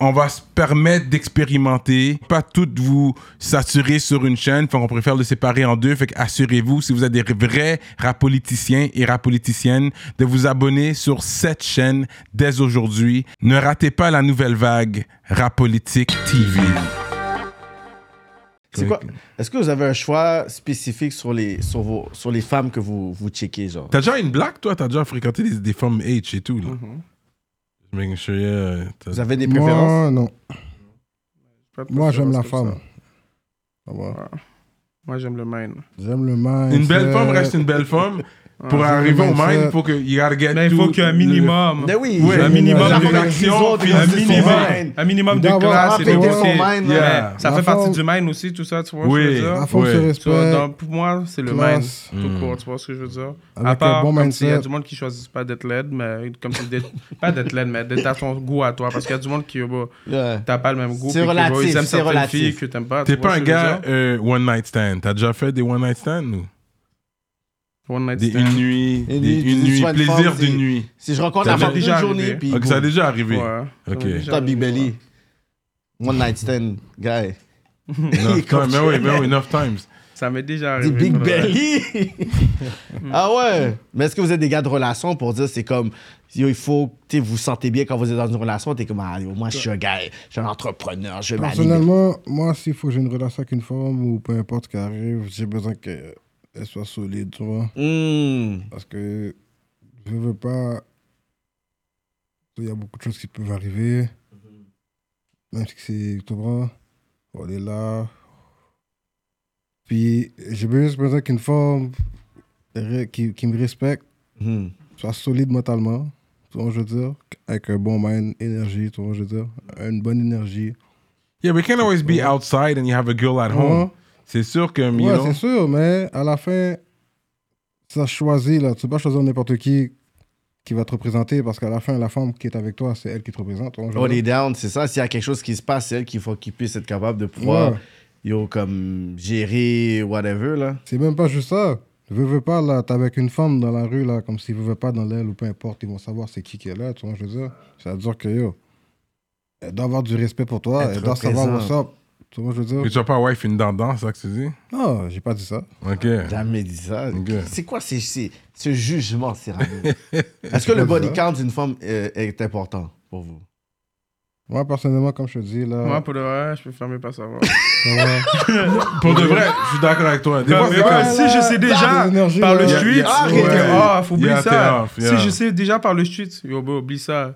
[SPEAKER 1] On va se permettre d'expérimenter, pas toutes vous saturer sur une chaîne. Fait qu'on préfère le séparer en deux. Fait assurez-vous, si vous êtes des vrais rap politiciens et rap politiciennes, de vous abonner sur cette chaîne dès aujourd'hui. Ne ratez pas la nouvelle vague Rap Politique TV.
[SPEAKER 2] C'est quoi Est-ce que vous avez un choix spécifique sur les, sur vos, sur les femmes que vous, vous checkez, genre
[SPEAKER 1] T'as déjà une blague, toi T'as déjà fréquenté des, des femmes H et tout, là
[SPEAKER 3] Mhm.
[SPEAKER 1] Just Making sure, yeah. euh, t'as-
[SPEAKER 2] Vous avez des préférences
[SPEAKER 4] Moi, non.
[SPEAKER 3] Pas de
[SPEAKER 4] Moi, j'aime la
[SPEAKER 3] préférence comme
[SPEAKER 4] femme. Ça va.
[SPEAKER 3] ça. Ouais. Moi, j'aime le mine.
[SPEAKER 4] J'aime le mindset.
[SPEAKER 1] Une belle femme reste une belle femme. Pour
[SPEAKER 4] c'est
[SPEAKER 1] arriver au
[SPEAKER 4] mindset.
[SPEAKER 1] mind, faut que you gotta get
[SPEAKER 3] Mais Ben, il faut
[SPEAKER 1] to-
[SPEAKER 3] qu'il y ait un minimum.
[SPEAKER 2] Mais oui,
[SPEAKER 1] Ouais,
[SPEAKER 3] un minimum
[SPEAKER 2] la
[SPEAKER 3] de
[SPEAKER 2] femme
[SPEAKER 1] réaction,
[SPEAKER 2] qui
[SPEAKER 1] puis
[SPEAKER 2] sont
[SPEAKER 3] Un
[SPEAKER 1] un
[SPEAKER 2] dans son
[SPEAKER 3] minimum,
[SPEAKER 2] mind.
[SPEAKER 3] un minimum de
[SPEAKER 4] D'avoir
[SPEAKER 3] classe et de
[SPEAKER 4] respecté
[SPEAKER 3] beauté.
[SPEAKER 2] son mind,
[SPEAKER 1] yeah.
[SPEAKER 3] Ouais, Ça
[SPEAKER 4] La
[SPEAKER 3] fait
[SPEAKER 4] femme-
[SPEAKER 3] partie du mind aussi, tout ça, tu vois
[SPEAKER 1] Oui.
[SPEAKER 3] ce que je veux dire?
[SPEAKER 4] La femme se
[SPEAKER 1] Ouais.
[SPEAKER 3] Tu vois,
[SPEAKER 4] respecte.
[SPEAKER 3] donc, pour moi, c'est le mind.
[SPEAKER 4] Classe.
[SPEAKER 1] Hmm.
[SPEAKER 3] Tout court, tu vois ce que je veux dire?
[SPEAKER 4] Avec
[SPEAKER 3] à part,
[SPEAKER 4] un bon
[SPEAKER 3] comme s'il y a
[SPEAKER 4] mindset.
[SPEAKER 3] du monde qui choisit pas d'être laide, mais comme si d'être- pas d'être laide, mais d'être à ton goût à toi. Parce qu'il y a du monde qui, bah,
[SPEAKER 2] Yeah.
[SPEAKER 3] t'as pas le même goût. puis
[SPEAKER 2] C'est
[SPEAKER 3] que, bah,
[SPEAKER 2] relatif,
[SPEAKER 3] Ils aiment
[SPEAKER 2] c'est
[SPEAKER 3] certaines
[SPEAKER 2] relatif.
[SPEAKER 3] filles que t'aimes pas. tu
[SPEAKER 1] T'es
[SPEAKER 3] vois
[SPEAKER 1] pas
[SPEAKER 3] ce
[SPEAKER 1] un
[SPEAKER 3] que je veux
[SPEAKER 1] gars
[SPEAKER 3] dire?
[SPEAKER 1] euh, one night stand. T'as déjà fait des one night stand ou
[SPEAKER 3] One night
[SPEAKER 1] Des
[SPEAKER 3] stand.
[SPEAKER 1] une nuit,
[SPEAKER 2] Une
[SPEAKER 1] des-
[SPEAKER 2] nuit, tu
[SPEAKER 1] une
[SPEAKER 2] dis,
[SPEAKER 1] nuit,
[SPEAKER 2] soit une
[SPEAKER 1] plaisir
[SPEAKER 2] femme,
[SPEAKER 1] de
[SPEAKER 2] c'est-
[SPEAKER 1] nuit.
[SPEAKER 2] Si je rencontre
[SPEAKER 3] Ça
[SPEAKER 2] la
[SPEAKER 3] m'est
[SPEAKER 2] femme d'une
[SPEAKER 3] déjà
[SPEAKER 2] journée,
[SPEAKER 3] arrivé.
[SPEAKER 2] puis
[SPEAKER 1] Ok, Ah, ça a déjà arrivé.
[SPEAKER 3] Ouais.
[SPEAKER 1] Ok.
[SPEAKER 2] Toi, Big Belly, one night stand, guy.
[SPEAKER 1] Enough time, mais oui, mais oui, enough times.
[SPEAKER 3] Ça m'est déjà
[SPEAKER 2] Des
[SPEAKER 3] arrivé.
[SPEAKER 2] Big
[SPEAKER 3] pour le-
[SPEAKER 2] Belly. ah ouais. Mais est-ce que vous êtes des gars de relation pour dire c'est comme yo, il faut tu sais, vous vous sentez bien quand vous êtes dans une relation, t'es comme ah, yo, moi je suis un gars, je suis un entrepreneur, je vais
[SPEAKER 3] Bah,
[SPEAKER 2] m'aligner.
[SPEAKER 4] Personnellement, moi, s'il faut que j'ai une relation avec une femme ou peu importe ce qui arrive, j'ai besoin qu'elle elle soit solide, tu vois.
[SPEAKER 2] Hmm.
[SPEAKER 4] Parce que je veux pas. Il y a beaucoup de choses qui peuvent arriver. Même si c'est. Tu vois, on est là. Puis j'ai juste besoin qu'une femme re- qui, qui me respecte,
[SPEAKER 2] Mhm.
[SPEAKER 4] soit solide mentalement, tu vois, je veux dire, avec un bon mind, énergie, tu vois, je veux dire, une bonne énergie.
[SPEAKER 1] Yeah, we can't always be outside and you have a girl at home.
[SPEAKER 4] Mhm.
[SPEAKER 1] C'est sûr que, you
[SPEAKER 4] Ouais,
[SPEAKER 1] know,
[SPEAKER 4] c'est sûr, mais à la fin, ça choisit, là. Tu peux pas choisir n'importe qui qui va te représenter parce qu'à la fin, la femme qui est avec toi, c'est elle qui te représente. tu
[SPEAKER 3] Oh,
[SPEAKER 4] vois, je veux
[SPEAKER 2] On
[SPEAKER 4] dire.
[SPEAKER 2] est down, c'est ça. S'il y a quelque chose qui se passe, c'est elle qu'il faut qu'il puisse être capable de pouvoir,
[SPEAKER 4] Ouais.
[SPEAKER 2] yo, comme gérer, whatever, là.
[SPEAKER 4] C'est même pas juste ça. Veux, veux pas, là, t'es avec une femme dans la rue, là, comme s'ils veulent pas dans l'aile ou peu importe, ils vont savoir c'est qui qui est là, tu vois, je veux dire. Ça veut dire que, yo, elle doit avoir du respect pour toi,
[SPEAKER 2] Être
[SPEAKER 4] elle doit savoir
[SPEAKER 2] présent.
[SPEAKER 4] what's up, tu vois, je veux
[SPEAKER 1] que
[SPEAKER 4] dire.
[SPEAKER 1] tu as pas wife une dent-dent, c'est ça que tu dis?
[SPEAKER 4] Non, j'ai pas dit ça.
[SPEAKER 1] OK.
[SPEAKER 2] Jamais dit ça.
[SPEAKER 1] Ok.
[SPEAKER 2] C'est quoi ces- ces- ce jugement, Cyrano? Est-ce que le body count d'une femme euh, est important pour vous?
[SPEAKER 4] Moi, personnellement, comme je te dis, là...
[SPEAKER 3] Moi, pour le vrai, je peux fermer pas savoir.
[SPEAKER 4] ouais.
[SPEAKER 1] Pour de vrai, je suis d'accord avec toi. Des fois, c'est
[SPEAKER 3] Ouais,
[SPEAKER 1] comme-
[SPEAKER 4] ouais,
[SPEAKER 3] si
[SPEAKER 4] ouais.
[SPEAKER 3] je sais déjà
[SPEAKER 4] Des énergies,
[SPEAKER 3] par le
[SPEAKER 4] ouais.
[SPEAKER 3] street,
[SPEAKER 4] Yeah,
[SPEAKER 3] ah,
[SPEAKER 2] yeah,
[SPEAKER 3] ah, faut oublier
[SPEAKER 1] yeah,
[SPEAKER 3] ça.
[SPEAKER 1] t'es off, yeah.
[SPEAKER 3] Si je sais déjà par le street, yo, bro, oublie ça.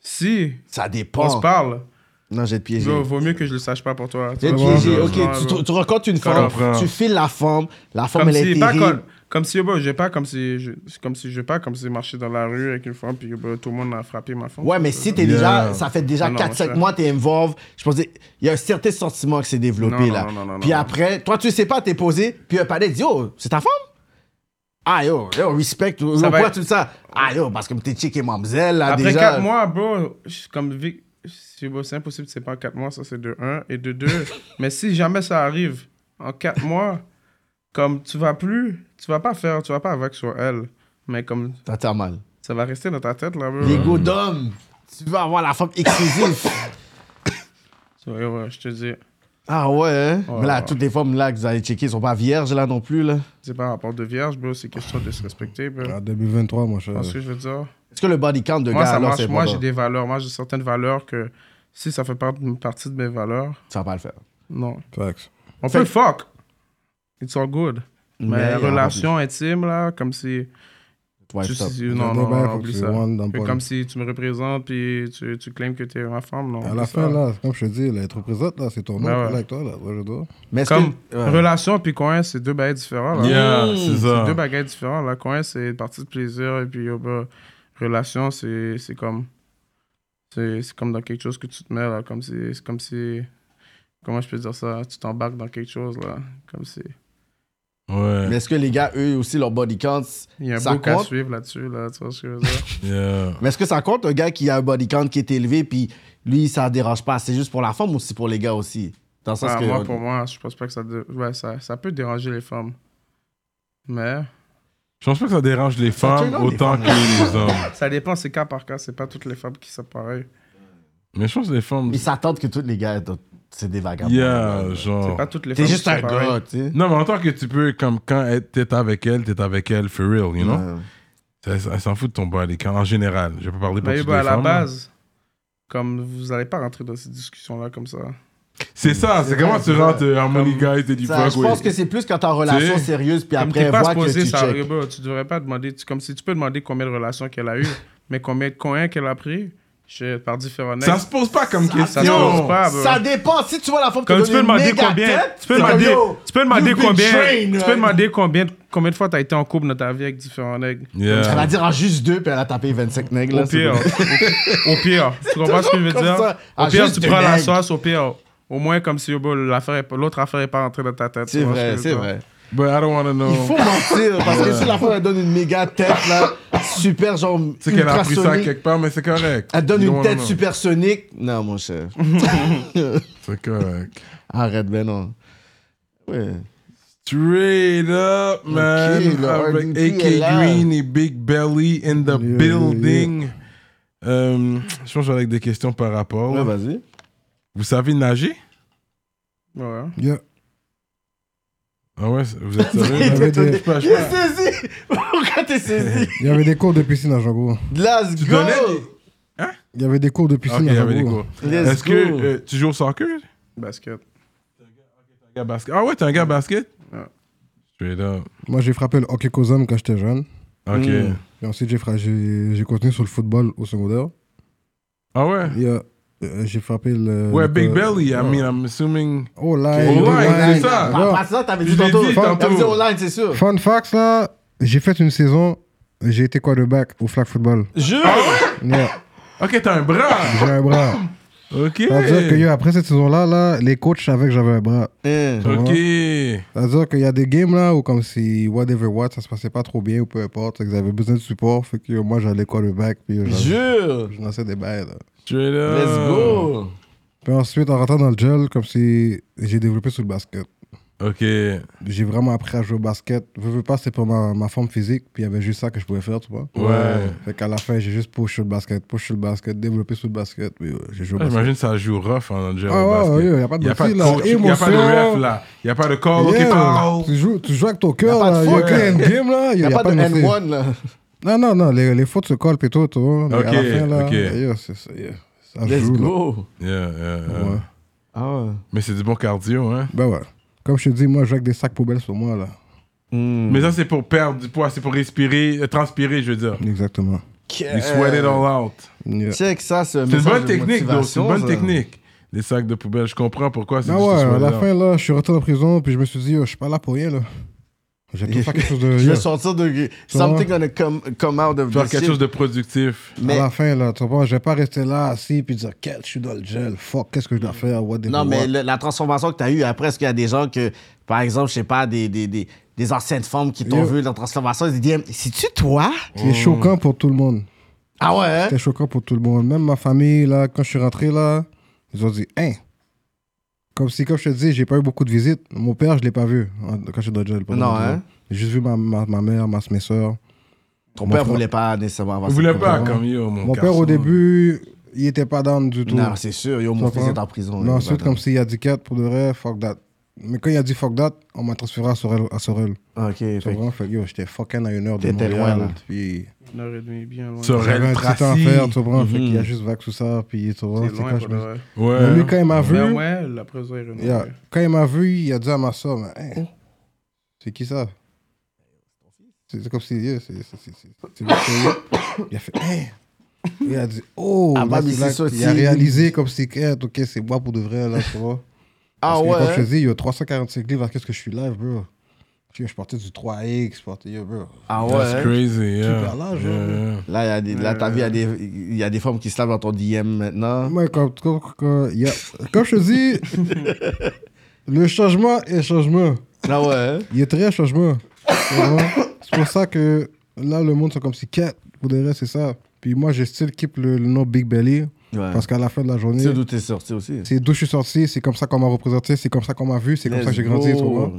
[SPEAKER 3] Si
[SPEAKER 2] Ça
[SPEAKER 3] on se
[SPEAKER 2] dépend.
[SPEAKER 3] parle,
[SPEAKER 2] Non, j'ai de piégé.
[SPEAKER 3] bro, vaut mieux que je le sache pas pour toi.
[SPEAKER 2] J'ai
[SPEAKER 3] Tu
[SPEAKER 2] de
[SPEAKER 3] vois,
[SPEAKER 2] piégé.
[SPEAKER 3] bro,
[SPEAKER 2] Ok,
[SPEAKER 3] genre,
[SPEAKER 2] tu-
[SPEAKER 3] bro.
[SPEAKER 2] tu, tu rencontres une
[SPEAKER 1] Comme
[SPEAKER 2] femme,
[SPEAKER 1] frère.
[SPEAKER 2] tu files la femme, la femme,
[SPEAKER 3] Comme
[SPEAKER 2] elle est
[SPEAKER 3] si, pas
[SPEAKER 2] terrible.
[SPEAKER 3] comme, comme si, bro, j'ai pas, comme si, je, comme si, je pas, comme si marcher dans la rue avec une femme, puis bro, tout le monde a frappé ma femme.
[SPEAKER 2] Ouais, mais si t'es
[SPEAKER 1] Yeah.
[SPEAKER 2] déjà, ça fait déjà
[SPEAKER 3] Ah Non, non, ça-
[SPEAKER 2] 4-5 mois, t'es involved. Je pense qu'il y a un certain sentiment qui s'est développé
[SPEAKER 3] Non, non,
[SPEAKER 2] là.
[SPEAKER 3] non, non, non,
[SPEAKER 2] puis
[SPEAKER 3] non.
[SPEAKER 2] après, toi, tu sais pas, t'es posé, puis un palais dit, oh, c'est ta femme? Ah yo, yo, respect, yo,
[SPEAKER 3] va
[SPEAKER 2] pourquoi
[SPEAKER 3] être-
[SPEAKER 2] tu dis ça? Ah yo, parce que t'es chick et mamzelle là
[SPEAKER 3] Après
[SPEAKER 2] Ah, déjà.
[SPEAKER 3] 4 mois, bro, je- comme Vic, c'est bro, c'est impossible, c'est pas 4 mois, ça c'est de 1 et de 2. mais si jamais ça arrive en 4 mois, comme tu vas plus, tu vas pas faire, tu vas pas avec sur elle, mais comme
[SPEAKER 2] T'as t'as mal.
[SPEAKER 3] ça va rester dans ta tête là, bro.
[SPEAKER 2] L'ego d'homme. Tu veux avoir la femme exclusive.
[SPEAKER 3] So, yo, ouais, je te dis,
[SPEAKER 2] ah ouais, hein?
[SPEAKER 3] Ouais,
[SPEAKER 2] Mais là,
[SPEAKER 3] ouais.
[SPEAKER 2] toutes les femmes là que vous allez checker, sont pas vierges là non plus là.
[SPEAKER 3] c'est pas un rapport de vierge, bro, c'est question de se respecter, bro.
[SPEAKER 4] En 2023, moi, je...
[SPEAKER 3] Tu vois ce que je veux dire?
[SPEAKER 2] Est-ce que Ah, le body count de
[SPEAKER 3] Moi,
[SPEAKER 2] gars
[SPEAKER 3] ça
[SPEAKER 2] alors c'est
[SPEAKER 3] marche. Moi, j'ai
[SPEAKER 2] important?
[SPEAKER 3] des valeurs. Moi, j'ai certaines valeurs que si ça fait part- partie de mes valeurs,
[SPEAKER 2] Ça va pas le faire.
[SPEAKER 3] non.
[SPEAKER 4] Facts.
[SPEAKER 3] On peut fuck. It's all good. Mais,
[SPEAKER 2] il y a un
[SPEAKER 3] relation intime, là, comme si.
[SPEAKER 2] body- ouais,
[SPEAKER 3] Tu-
[SPEAKER 2] stop.
[SPEAKER 3] tu- non,
[SPEAKER 4] Dans
[SPEAKER 3] non,
[SPEAKER 4] le bail,
[SPEAKER 3] non,
[SPEAKER 4] faut
[SPEAKER 3] oublie
[SPEAKER 4] que tu
[SPEAKER 3] ça.
[SPEAKER 4] rentres dans le
[SPEAKER 3] Fais
[SPEAKER 4] pôle.
[SPEAKER 3] comme si tu me représentes puis tu, tu claimes que t'es ma femme, non.
[SPEAKER 4] À
[SPEAKER 3] oublie
[SPEAKER 4] la
[SPEAKER 3] ça.
[SPEAKER 1] ah.
[SPEAKER 4] fin, là, comme je te dis, là, être présente, là, c'est ton nom,
[SPEAKER 3] Ah ouais.
[SPEAKER 4] là, avec toi, là, ouais, je dois.
[SPEAKER 2] Mais est-ce
[SPEAKER 3] Comme
[SPEAKER 2] que-
[SPEAKER 4] euh,
[SPEAKER 2] ouais.
[SPEAKER 3] relation puis coin, c'est deux bails différents, là.
[SPEAKER 1] Yeah,
[SPEAKER 2] Mmh,
[SPEAKER 1] c'est
[SPEAKER 3] C'est
[SPEAKER 1] ça.
[SPEAKER 3] deux bagailles différents, là. Coin, c'est une partie de plaisir et puis, yo, bah, relation, c'est c'est comme. C'est c'est comme dans quelque chose que tu te mets, là. Comme si. C'est comme si. Comment je peux dire ça? Tu t'embarques dans quelque chose, là. Comme si.
[SPEAKER 1] Ouais.
[SPEAKER 2] Mais est-ce que les gars, eux aussi, leur body count.
[SPEAKER 3] Il y a
[SPEAKER 2] Ça
[SPEAKER 3] beaucoup à
[SPEAKER 2] compte?
[SPEAKER 3] suivre là-dessus, là. Tu vois ce que je veux dire?
[SPEAKER 1] Yeah.
[SPEAKER 2] Mais est-ce que ça compte un gars qui a un body count qui est élevé, puis lui, ça dérange pas C'est juste pour la femme ou c'est pour les gars aussi Dans le sens
[SPEAKER 3] Ah,
[SPEAKER 2] que.
[SPEAKER 3] moi, pour moi, je pense pas que ça, dé- ouais, ça, ça peut déranger les femmes. Mais
[SPEAKER 1] Je pense pas que ça dérange les femmes
[SPEAKER 2] dérange les
[SPEAKER 1] autant
[SPEAKER 2] femmes.
[SPEAKER 1] que les hommes.
[SPEAKER 3] ça dépend, c'est cas par cas. C'est pas toutes les femmes qui sont pareilles.
[SPEAKER 1] Mais je pense que les femmes.
[SPEAKER 2] Ils s'attendent que tous les gars, donc, c'est euh, des vagabonds.
[SPEAKER 1] Yeah,
[SPEAKER 2] Ouais.
[SPEAKER 3] C'est
[SPEAKER 1] genre.
[SPEAKER 3] pas toutes les
[SPEAKER 2] Oh. T'es
[SPEAKER 3] femmes
[SPEAKER 2] juste
[SPEAKER 3] qui sont
[SPEAKER 2] un
[SPEAKER 3] pareilles.
[SPEAKER 2] gars, tu sais.
[SPEAKER 1] Non, mais en tant que tu peux, comme quand elle- t'es avec elle, t'es avec elle for real, you know?
[SPEAKER 2] Ouais.
[SPEAKER 1] Elle, elle s'en fout de ton body count en général. Je peux parler pour
[SPEAKER 3] Mais
[SPEAKER 1] toutes
[SPEAKER 3] bah,
[SPEAKER 1] les
[SPEAKER 3] à la
[SPEAKER 1] femmes,
[SPEAKER 2] hein.
[SPEAKER 1] là.
[SPEAKER 3] base, comme vous allez pas rentrer dans ces discussions-là comme ça.
[SPEAKER 1] C'est ça, c'est comment tu rentres euh, Harmony Guy, t'es du
[SPEAKER 2] Ça,
[SPEAKER 1] fuck,
[SPEAKER 2] je pense
[SPEAKER 1] ouais.
[SPEAKER 2] que c'est plus quand t'es en relation
[SPEAKER 1] Tu sais,
[SPEAKER 2] sérieuse, puis
[SPEAKER 3] Comme
[SPEAKER 2] après,
[SPEAKER 3] t'es
[SPEAKER 2] elle
[SPEAKER 3] pas
[SPEAKER 2] voit que
[SPEAKER 3] supposé,
[SPEAKER 2] tu
[SPEAKER 3] ça
[SPEAKER 2] check.
[SPEAKER 3] bah, tu devrais pas demander. tu- comme si tu peux demander combien de relations qu'elle a eues, mais combien de coins qu'elle a pris je- par différents
[SPEAKER 1] Ça
[SPEAKER 3] nègres.
[SPEAKER 1] se pose pas comme
[SPEAKER 3] Ça
[SPEAKER 1] question.
[SPEAKER 3] se pose pas, bah.
[SPEAKER 2] Ça dépend. Si tu vois la femme qui
[SPEAKER 3] Comme tu
[SPEAKER 2] donne
[SPEAKER 3] peux
[SPEAKER 2] une
[SPEAKER 3] demander
[SPEAKER 2] méga
[SPEAKER 3] combien,
[SPEAKER 2] tête,
[SPEAKER 3] tu peux
[SPEAKER 2] c'est comme,
[SPEAKER 3] demander,
[SPEAKER 2] yo,
[SPEAKER 3] tu peux demander
[SPEAKER 2] you've been
[SPEAKER 3] combien,
[SPEAKER 2] trained,
[SPEAKER 3] tu
[SPEAKER 2] right?
[SPEAKER 3] peux demander combien, de- combien de fois t'as été en couple dans ta vie avec différents nègres.
[SPEAKER 1] Yeah.
[SPEAKER 2] Elle va dire en juste deux, puis elle a tapé 25 nègres.
[SPEAKER 3] Au
[SPEAKER 2] là, c'est
[SPEAKER 3] pire,
[SPEAKER 2] bon.
[SPEAKER 3] au au pire, tu comprends ce que je veux
[SPEAKER 2] comme
[SPEAKER 3] dire?
[SPEAKER 2] ça. Ah,
[SPEAKER 3] Au pire,
[SPEAKER 2] juste
[SPEAKER 3] tu
[SPEAKER 2] des
[SPEAKER 3] prends la
[SPEAKER 2] nègres.
[SPEAKER 3] sauce, au pire, au moins comme si bon, l'affaire est pas- l'autre affaire n'est pas rentrée dans ta tête. tu
[SPEAKER 2] C'est
[SPEAKER 3] vois ce que je
[SPEAKER 2] vrai,
[SPEAKER 3] veux
[SPEAKER 2] c'est
[SPEAKER 3] dire.
[SPEAKER 2] vrai.
[SPEAKER 1] But I don't wanna know.
[SPEAKER 2] Il faut mentir, parce que si la femme, elle donne une méga tête, là, super, genre,
[SPEAKER 1] Tu sais qu'elle a appris ça
[SPEAKER 2] ultrasonique,
[SPEAKER 1] quelque part, mais c'est correct.
[SPEAKER 2] elle donne
[SPEAKER 1] You
[SPEAKER 2] une
[SPEAKER 1] don't wanna
[SPEAKER 2] tête
[SPEAKER 1] know.
[SPEAKER 2] supersonique. Non, mon cher.
[SPEAKER 1] C'est correct.
[SPEAKER 2] Arrête, ben non. Ouais.
[SPEAKER 1] Straight up, man.
[SPEAKER 2] le
[SPEAKER 1] Avec
[SPEAKER 2] RDP est
[SPEAKER 1] AK
[SPEAKER 2] là.
[SPEAKER 1] Green et Big Belly in the
[SPEAKER 4] yeah,
[SPEAKER 1] building. Euh, je pense que j'aurais des questions par rapport.
[SPEAKER 2] Ouais,
[SPEAKER 4] bah.
[SPEAKER 2] vas-y.
[SPEAKER 1] Vous savez nager?
[SPEAKER 3] Ouais. hein?
[SPEAKER 4] Yeah.
[SPEAKER 1] Ah ouais, vous êtes sérieux?
[SPEAKER 4] Il y
[SPEAKER 1] là?
[SPEAKER 4] avait des,
[SPEAKER 1] Je sais pas, je
[SPEAKER 2] Il
[SPEAKER 1] sais pas.
[SPEAKER 2] est saisi! Pourquoi t'es saisi?
[SPEAKER 4] il y avait des cours de piscine à Jango.
[SPEAKER 2] Let's
[SPEAKER 1] Tu
[SPEAKER 2] go!
[SPEAKER 1] donnais des-
[SPEAKER 4] Il y avait des cours de piscine
[SPEAKER 1] Ok, il
[SPEAKER 4] à
[SPEAKER 1] y
[SPEAKER 4] Jango.
[SPEAKER 1] avait des cours.
[SPEAKER 2] Let's
[SPEAKER 1] Est-ce
[SPEAKER 2] go!
[SPEAKER 1] que euh, tu joues au soccer?
[SPEAKER 3] Basket.
[SPEAKER 1] Un gars basket. Ah ouais, t'es un gars basket?
[SPEAKER 3] Ouais.
[SPEAKER 1] Straight up.
[SPEAKER 4] Moi, j'ai frappé le hockey aux hommes quand j'étais jeune.
[SPEAKER 1] Ok.
[SPEAKER 2] Mm.
[SPEAKER 4] Et ensuite, j'ai fra- j'ai j'ai continué sur le football au secondaire.
[SPEAKER 1] Ah ouais?
[SPEAKER 4] Il y a- euh, j'ai frappé le.
[SPEAKER 1] Ouais,
[SPEAKER 4] le-
[SPEAKER 1] Big Belly, I mean, I'm assuming.
[SPEAKER 4] Oh line.
[SPEAKER 1] Oh,
[SPEAKER 4] oh,
[SPEAKER 1] line,
[SPEAKER 4] line.
[SPEAKER 1] c'est ça.
[SPEAKER 4] Yo,
[SPEAKER 2] Après ça, t'avais
[SPEAKER 1] Je
[SPEAKER 2] dit
[SPEAKER 1] l'ai
[SPEAKER 2] tantôt.
[SPEAKER 1] dit
[SPEAKER 2] T'avais dit
[SPEAKER 1] tantôt.
[SPEAKER 2] online, c'est sûr.
[SPEAKER 4] Fun facts là, j'ai fait une saison, j'ai été quarterback au flag football.
[SPEAKER 1] Je.
[SPEAKER 4] Yeah,
[SPEAKER 1] Ah, Ok, t'as un bras.
[SPEAKER 4] j'ai un bras.
[SPEAKER 1] Ok.
[SPEAKER 4] Ça veut dire que yo, après cette saison là, là, les coachs savaient que j'avais un bras.
[SPEAKER 2] Hein.
[SPEAKER 1] Ok.
[SPEAKER 4] C'est-à-dire qu'il y a des games là où, comme si whatever what, ça se passait pas trop bien ou peu importe, qu'ils avaient besoin de support, fait que yo, moi j'allais quarterback, puis yo, j'allais-
[SPEAKER 1] Jure.
[SPEAKER 4] je lançais des bails. là.
[SPEAKER 1] Straight up.
[SPEAKER 2] Let's go.
[SPEAKER 4] Puis ensuite, en rentrant dans le gel, comme si j'ai développé sur le basket.
[SPEAKER 1] Ok.
[SPEAKER 4] J'ai vraiment appris à jouer au basket. Veux, veux pas, c'est pour ma, ma forme physique, puis il y avait juste ça que je pouvais faire, tu vois.
[SPEAKER 1] Ouais.
[SPEAKER 4] Fait qu'à la fin, j'ai juste push sur le basket, push sur le basket, développé sur le basket, puis euh, j'ai joué au
[SPEAKER 1] Ah,
[SPEAKER 4] basket.
[SPEAKER 1] J'imagine ça joue rough en Algérie.
[SPEAKER 4] Ah
[SPEAKER 1] au
[SPEAKER 4] ouais,
[SPEAKER 1] basket.
[SPEAKER 4] ouais, y a pas de
[SPEAKER 1] y a pas de
[SPEAKER 4] dossier, là.
[SPEAKER 1] coach, y a pas de
[SPEAKER 4] Émotion.
[SPEAKER 1] ref là. Y a pas de call.
[SPEAKER 4] Yeah,
[SPEAKER 1] Ok,
[SPEAKER 4] tu, joues, tu joues avec ton cœur,
[SPEAKER 2] pas de
[SPEAKER 4] là. Il y a
[SPEAKER 2] faute,
[SPEAKER 4] aucun
[SPEAKER 2] là.
[SPEAKER 4] endgame, là. Il
[SPEAKER 2] Y'a pas, de
[SPEAKER 4] message.
[SPEAKER 2] N1, là.
[SPEAKER 4] Non, non, non, les, les fautes se collent plutôt, tu vois. Mais
[SPEAKER 1] Ok,
[SPEAKER 4] à la fin, là,
[SPEAKER 1] ok.
[SPEAKER 4] yo, c'est ça, yeah, ça
[SPEAKER 2] Let's
[SPEAKER 4] joue, là.
[SPEAKER 2] go.
[SPEAKER 1] pao. Yeah, yeah, yeah.
[SPEAKER 4] Ouais.
[SPEAKER 2] Ah ouais.
[SPEAKER 1] Mais c'est du bon cardio, hein.
[SPEAKER 4] Ben ouais. Comme je te dis, moi, je joue avec des sacs poubelles sur moi, là.
[SPEAKER 2] Hmm.
[SPEAKER 1] Mais ça, c'est pour perdre du poids, c'est pour respirer, euh, transpirer, je veux dire.
[SPEAKER 4] Exactement.
[SPEAKER 1] You sweat it all out.
[SPEAKER 4] Yeah.
[SPEAKER 2] Check ça, ce
[SPEAKER 1] C'est une
[SPEAKER 2] message
[SPEAKER 1] bonne
[SPEAKER 2] de
[SPEAKER 1] technique, donc. C'est une
[SPEAKER 2] motivation,
[SPEAKER 1] bonne
[SPEAKER 2] ça.
[SPEAKER 1] technique. Les sacs de poubelle, je comprends pourquoi c'est
[SPEAKER 4] Ben
[SPEAKER 1] juste
[SPEAKER 4] ouais,
[SPEAKER 1] sweat
[SPEAKER 4] à
[SPEAKER 1] it
[SPEAKER 4] la
[SPEAKER 1] out.
[SPEAKER 4] fin, là, je suis retourné en prison, puis je me suis dit, yo, je suis pas là pour rien, là. J'ai tout fait quelque chose de.
[SPEAKER 2] Je
[SPEAKER 4] yo.
[SPEAKER 2] vais sortir de.
[SPEAKER 4] Ça va.
[SPEAKER 2] Something gonna come, come out of
[SPEAKER 1] Faire
[SPEAKER 2] this
[SPEAKER 1] quelque
[SPEAKER 2] shit.
[SPEAKER 1] chose de productif.
[SPEAKER 4] À
[SPEAKER 2] Mais
[SPEAKER 4] la fin, là, tu comprends, je vais pas rester là, assis, puis dire, quel, je suis dans le gel, fuck, qu'est-ce que je dois faire, what the
[SPEAKER 2] Non,
[SPEAKER 4] fuck.
[SPEAKER 2] mais le- la transformation que tu as eue après, est-ce qu'il y a des gens que, par exemple, je sais pas, des, des, des, des anciennes femmes qui t'ont
[SPEAKER 4] Yo.
[SPEAKER 2] vu la transformation, ils disent C'est-tu toi
[SPEAKER 4] C'est choquant pour tout le monde.
[SPEAKER 2] Ah ouais, hein?
[SPEAKER 4] C'était choquant pour tout le monde. Même ma famille, là, quand je suis rentré, là, ils ont dit, hein. Comme si, comme je te dis, j'ai pas eu beaucoup de visites. Mon père, je l'ai pas vu en- quand je suis dans le gel. pendant
[SPEAKER 2] Non,
[SPEAKER 4] deux
[SPEAKER 2] hein?
[SPEAKER 4] ans. J'ai juste vu ma, ma, ma mère, ma, mes soeurs.
[SPEAKER 2] Ton
[SPEAKER 4] Mon
[SPEAKER 2] père
[SPEAKER 4] frère-
[SPEAKER 2] voulait pas nécessairement avoir
[SPEAKER 1] Vous
[SPEAKER 2] cette
[SPEAKER 1] voulez pas,
[SPEAKER 2] conversation.
[SPEAKER 1] comme yo, mon
[SPEAKER 4] Mon père,
[SPEAKER 1] garçon.
[SPEAKER 4] au début, il était pas down du tout.
[SPEAKER 2] Non, c'est sûr, yo, mon
[SPEAKER 4] Comprends?
[SPEAKER 2] fils est en prison.
[SPEAKER 4] Mais
[SPEAKER 2] yo,
[SPEAKER 4] ensuite,
[SPEAKER 2] bah,
[SPEAKER 4] comme s'il a dit 4 pour de vrai, fuck that. Mais quand il a dit fuck that, on m'a transféré à Sorel. À Sorel.
[SPEAKER 2] Ok, fait
[SPEAKER 4] Tu comprends? Fait que, yo, j'étais fucking à une heure de
[SPEAKER 2] T'étais
[SPEAKER 4] Montréal.
[SPEAKER 2] loin, là.
[SPEAKER 4] Puis
[SPEAKER 3] Une heure et demie, bien loin.
[SPEAKER 1] Sur- Sorel,
[SPEAKER 4] j'avais un petit temps à
[SPEAKER 1] Tracy.
[SPEAKER 4] faire, tu comprends? Fait
[SPEAKER 2] Mhm.
[SPEAKER 4] qu'il y a juste vague sous ça. Puis tu comprends?
[SPEAKER 3] C'est
[SPEAKER 4] c'est
[SPEAKER 3] loin
[SPEAKER 4] quand je
[SPEAKER 3] pour le
[SPEAKER 4] me-
[SPEAKER 3] vrai.
[SPEAKER 1] Ouais.
[SPEAKER 4] Mais lui, quand il m'a vu,
[SPEAKER 3] Mais ouais, la prison est renouvelée.
[SPEAKER 4] il a- quand il m'a vu, il a dit à ma soeur, mais, hein,
[SPEAKER 2] Oh.
[SPEAKER 4] c'est qui ça? C'est c'est comme si. yeah, c'est- c'est- c'est- c'est- c'est- c'est- Il a fait, hein? Il a dit, oh!
[SPEAKER 2] Ah, bah,
[SPEAKER 4] Là,
[SPEAKER 2] mais
[SPEAKER 4] c'est là
[SPEAKER 2] c'est ça,
[SPEAKER 4] il a
[SPEAKER 2] si-
[SPEAKER 4] réalisé comme si, eh, ok, c'est moi pour de vrai, là, tu vois.
[SPEAKER 2] Ah
[SPEAKER 4] Parce que
[SPEAKER 2] ouais,
[SPEAKER 4] Quand je
[SPEAKER 2] hein?
[SPEAKER 4] te dis, il y a 345 livres, qu'est-ce que je suis live, bro? Tu vois, Je partais du 3X, je partais, yo, bro.
[SPEAKER 2] Ah ouais.
[SPEAKER 1] That's
[SPEAKER 2] hein?
[SPEAKER 1] crazy, yeah.
[SPEAKER 4] Super large,
[SPEAKER 1] Yeah,
[SPEAKER 4] hein.
[SPEAKER 1] yeah.
[SPEAKER 2] Là, il y a des, là, t'as vu, il y a des, il y a des femmes qui se lavent dans ton DM maintenant.
[SPEAKER 4] Moi, quand, quand, quand- yeah. Comme je te dis, le changement est changement.
[SPEAKER 2] Ah ouais, hein?
[SPEAKER 4] Il est très changement. tu vois. C'est pour ça que là, le monde, c'est comme si 4, pour le reste, c'est ça. Puis moi, j'ai still keep le, le nom Big Belly,
[SPEAKER 2] Ouais.
[SPEAKER 4] parce qu'à la fin de la journée,
[SPEAKER 2] C'est d'où t'es sorti aussi.
[SPEAKER 4] c'est d'où je suis sorti, c'est comme ça qu'on m'a représenté, c'est comme ça qu'on m'a vu, c'est comme ça que j'ai grandi, tu vois.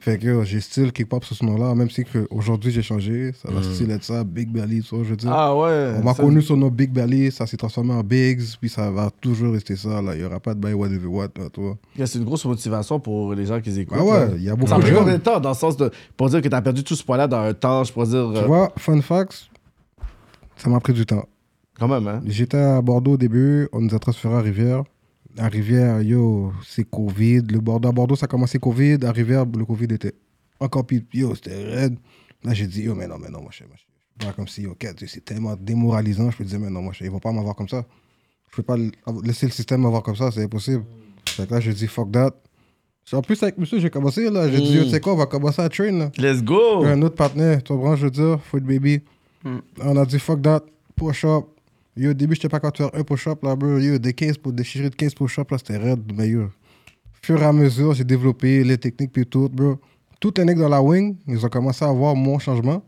[SPEAKER 4] Fait que yo, j'ai still kick pop sur ce nom-là, même si que aujourd'hui j'ai changé, ça va still être ça, Big Belly, tu vois, je veux dire.
[SPEAKER 2] Hmm. Ah ouais.
[SPEAKER 4] On m'a
[SPEAKER 2] ça-
[SPEAKER 4] connu sur nos Big Belly, ça s'est transformé en Bigs, puis ça va toujours rester ça, là, il n'y aura pas de bail whatever what, là, tu vois.
[SPEAKER 2] C'est une grosse motivation pour les gens qui écoutent.
[SPEAKER 4] Bah
[SPEAKER 2] là.
[SPEAKER 4] ouais, il y a beaucoup
[SPEAKER 2] Ça a
[SPEAKER 4] de
[SPEAKER 2] pris combien
[SPEAKER 4] jeunes.
[SPEAKER 2] de temps dans le sens de. Pour dire que t'as perdu tout ce poids-là dans un temps, je pourrais dire.
[SPEAKER 4] Tu
[SPEAKER 2] euh,
[SPEAKER 4] vois, fun facts, ça m'a pris du temps.
[SPEAKER 2] Quand même, hein?
[SPEAKER 4] J'étais à Bordeaux au début, on nous a transférés à Rivière. À Rivière, yo, c'est Covid. Le Bordeaux, à Bordeaux, ça a commencé Covid. À Rivière, le Covid était encore pire. Yo, c'était raide. Là, j'ai dit, yo, mais non, mais non, moi, je moi, je- je suis pas comme si, ok, tu sais, c'est tellement démoralisant. Je me disais, mais non, moi, je- ils vont pas m'avoir comme ça. Je peux pas l- av- laisser le système m'avoir comme ça, c'est impossible. Fait que là, j'ai dit, fuck that. En plus, avec monsieur, j'ai commencé, là. J'ai dit, yo, tu sais quoi, on va commencer à train, là.
[SPEAKER 2] Let's go!
[SPEAKER 4] Puis un autre partenaire, tu comprends, je veux dire, Food Baby.
[SPEAKER 2] Hmm.
[SPEAKER 4] On a dit fuck that, push-up. Yo, au début, je pas quand faire un push-up, là, bro. Yo, des 15 pour, des chéries de 15 push-up, là, c'était raide, mais yo. Fur et à mesure, j'ai développé les techniques, puis tout, bro. Toutes les nègres dans la wing, ils ont commencé à voir mon changement.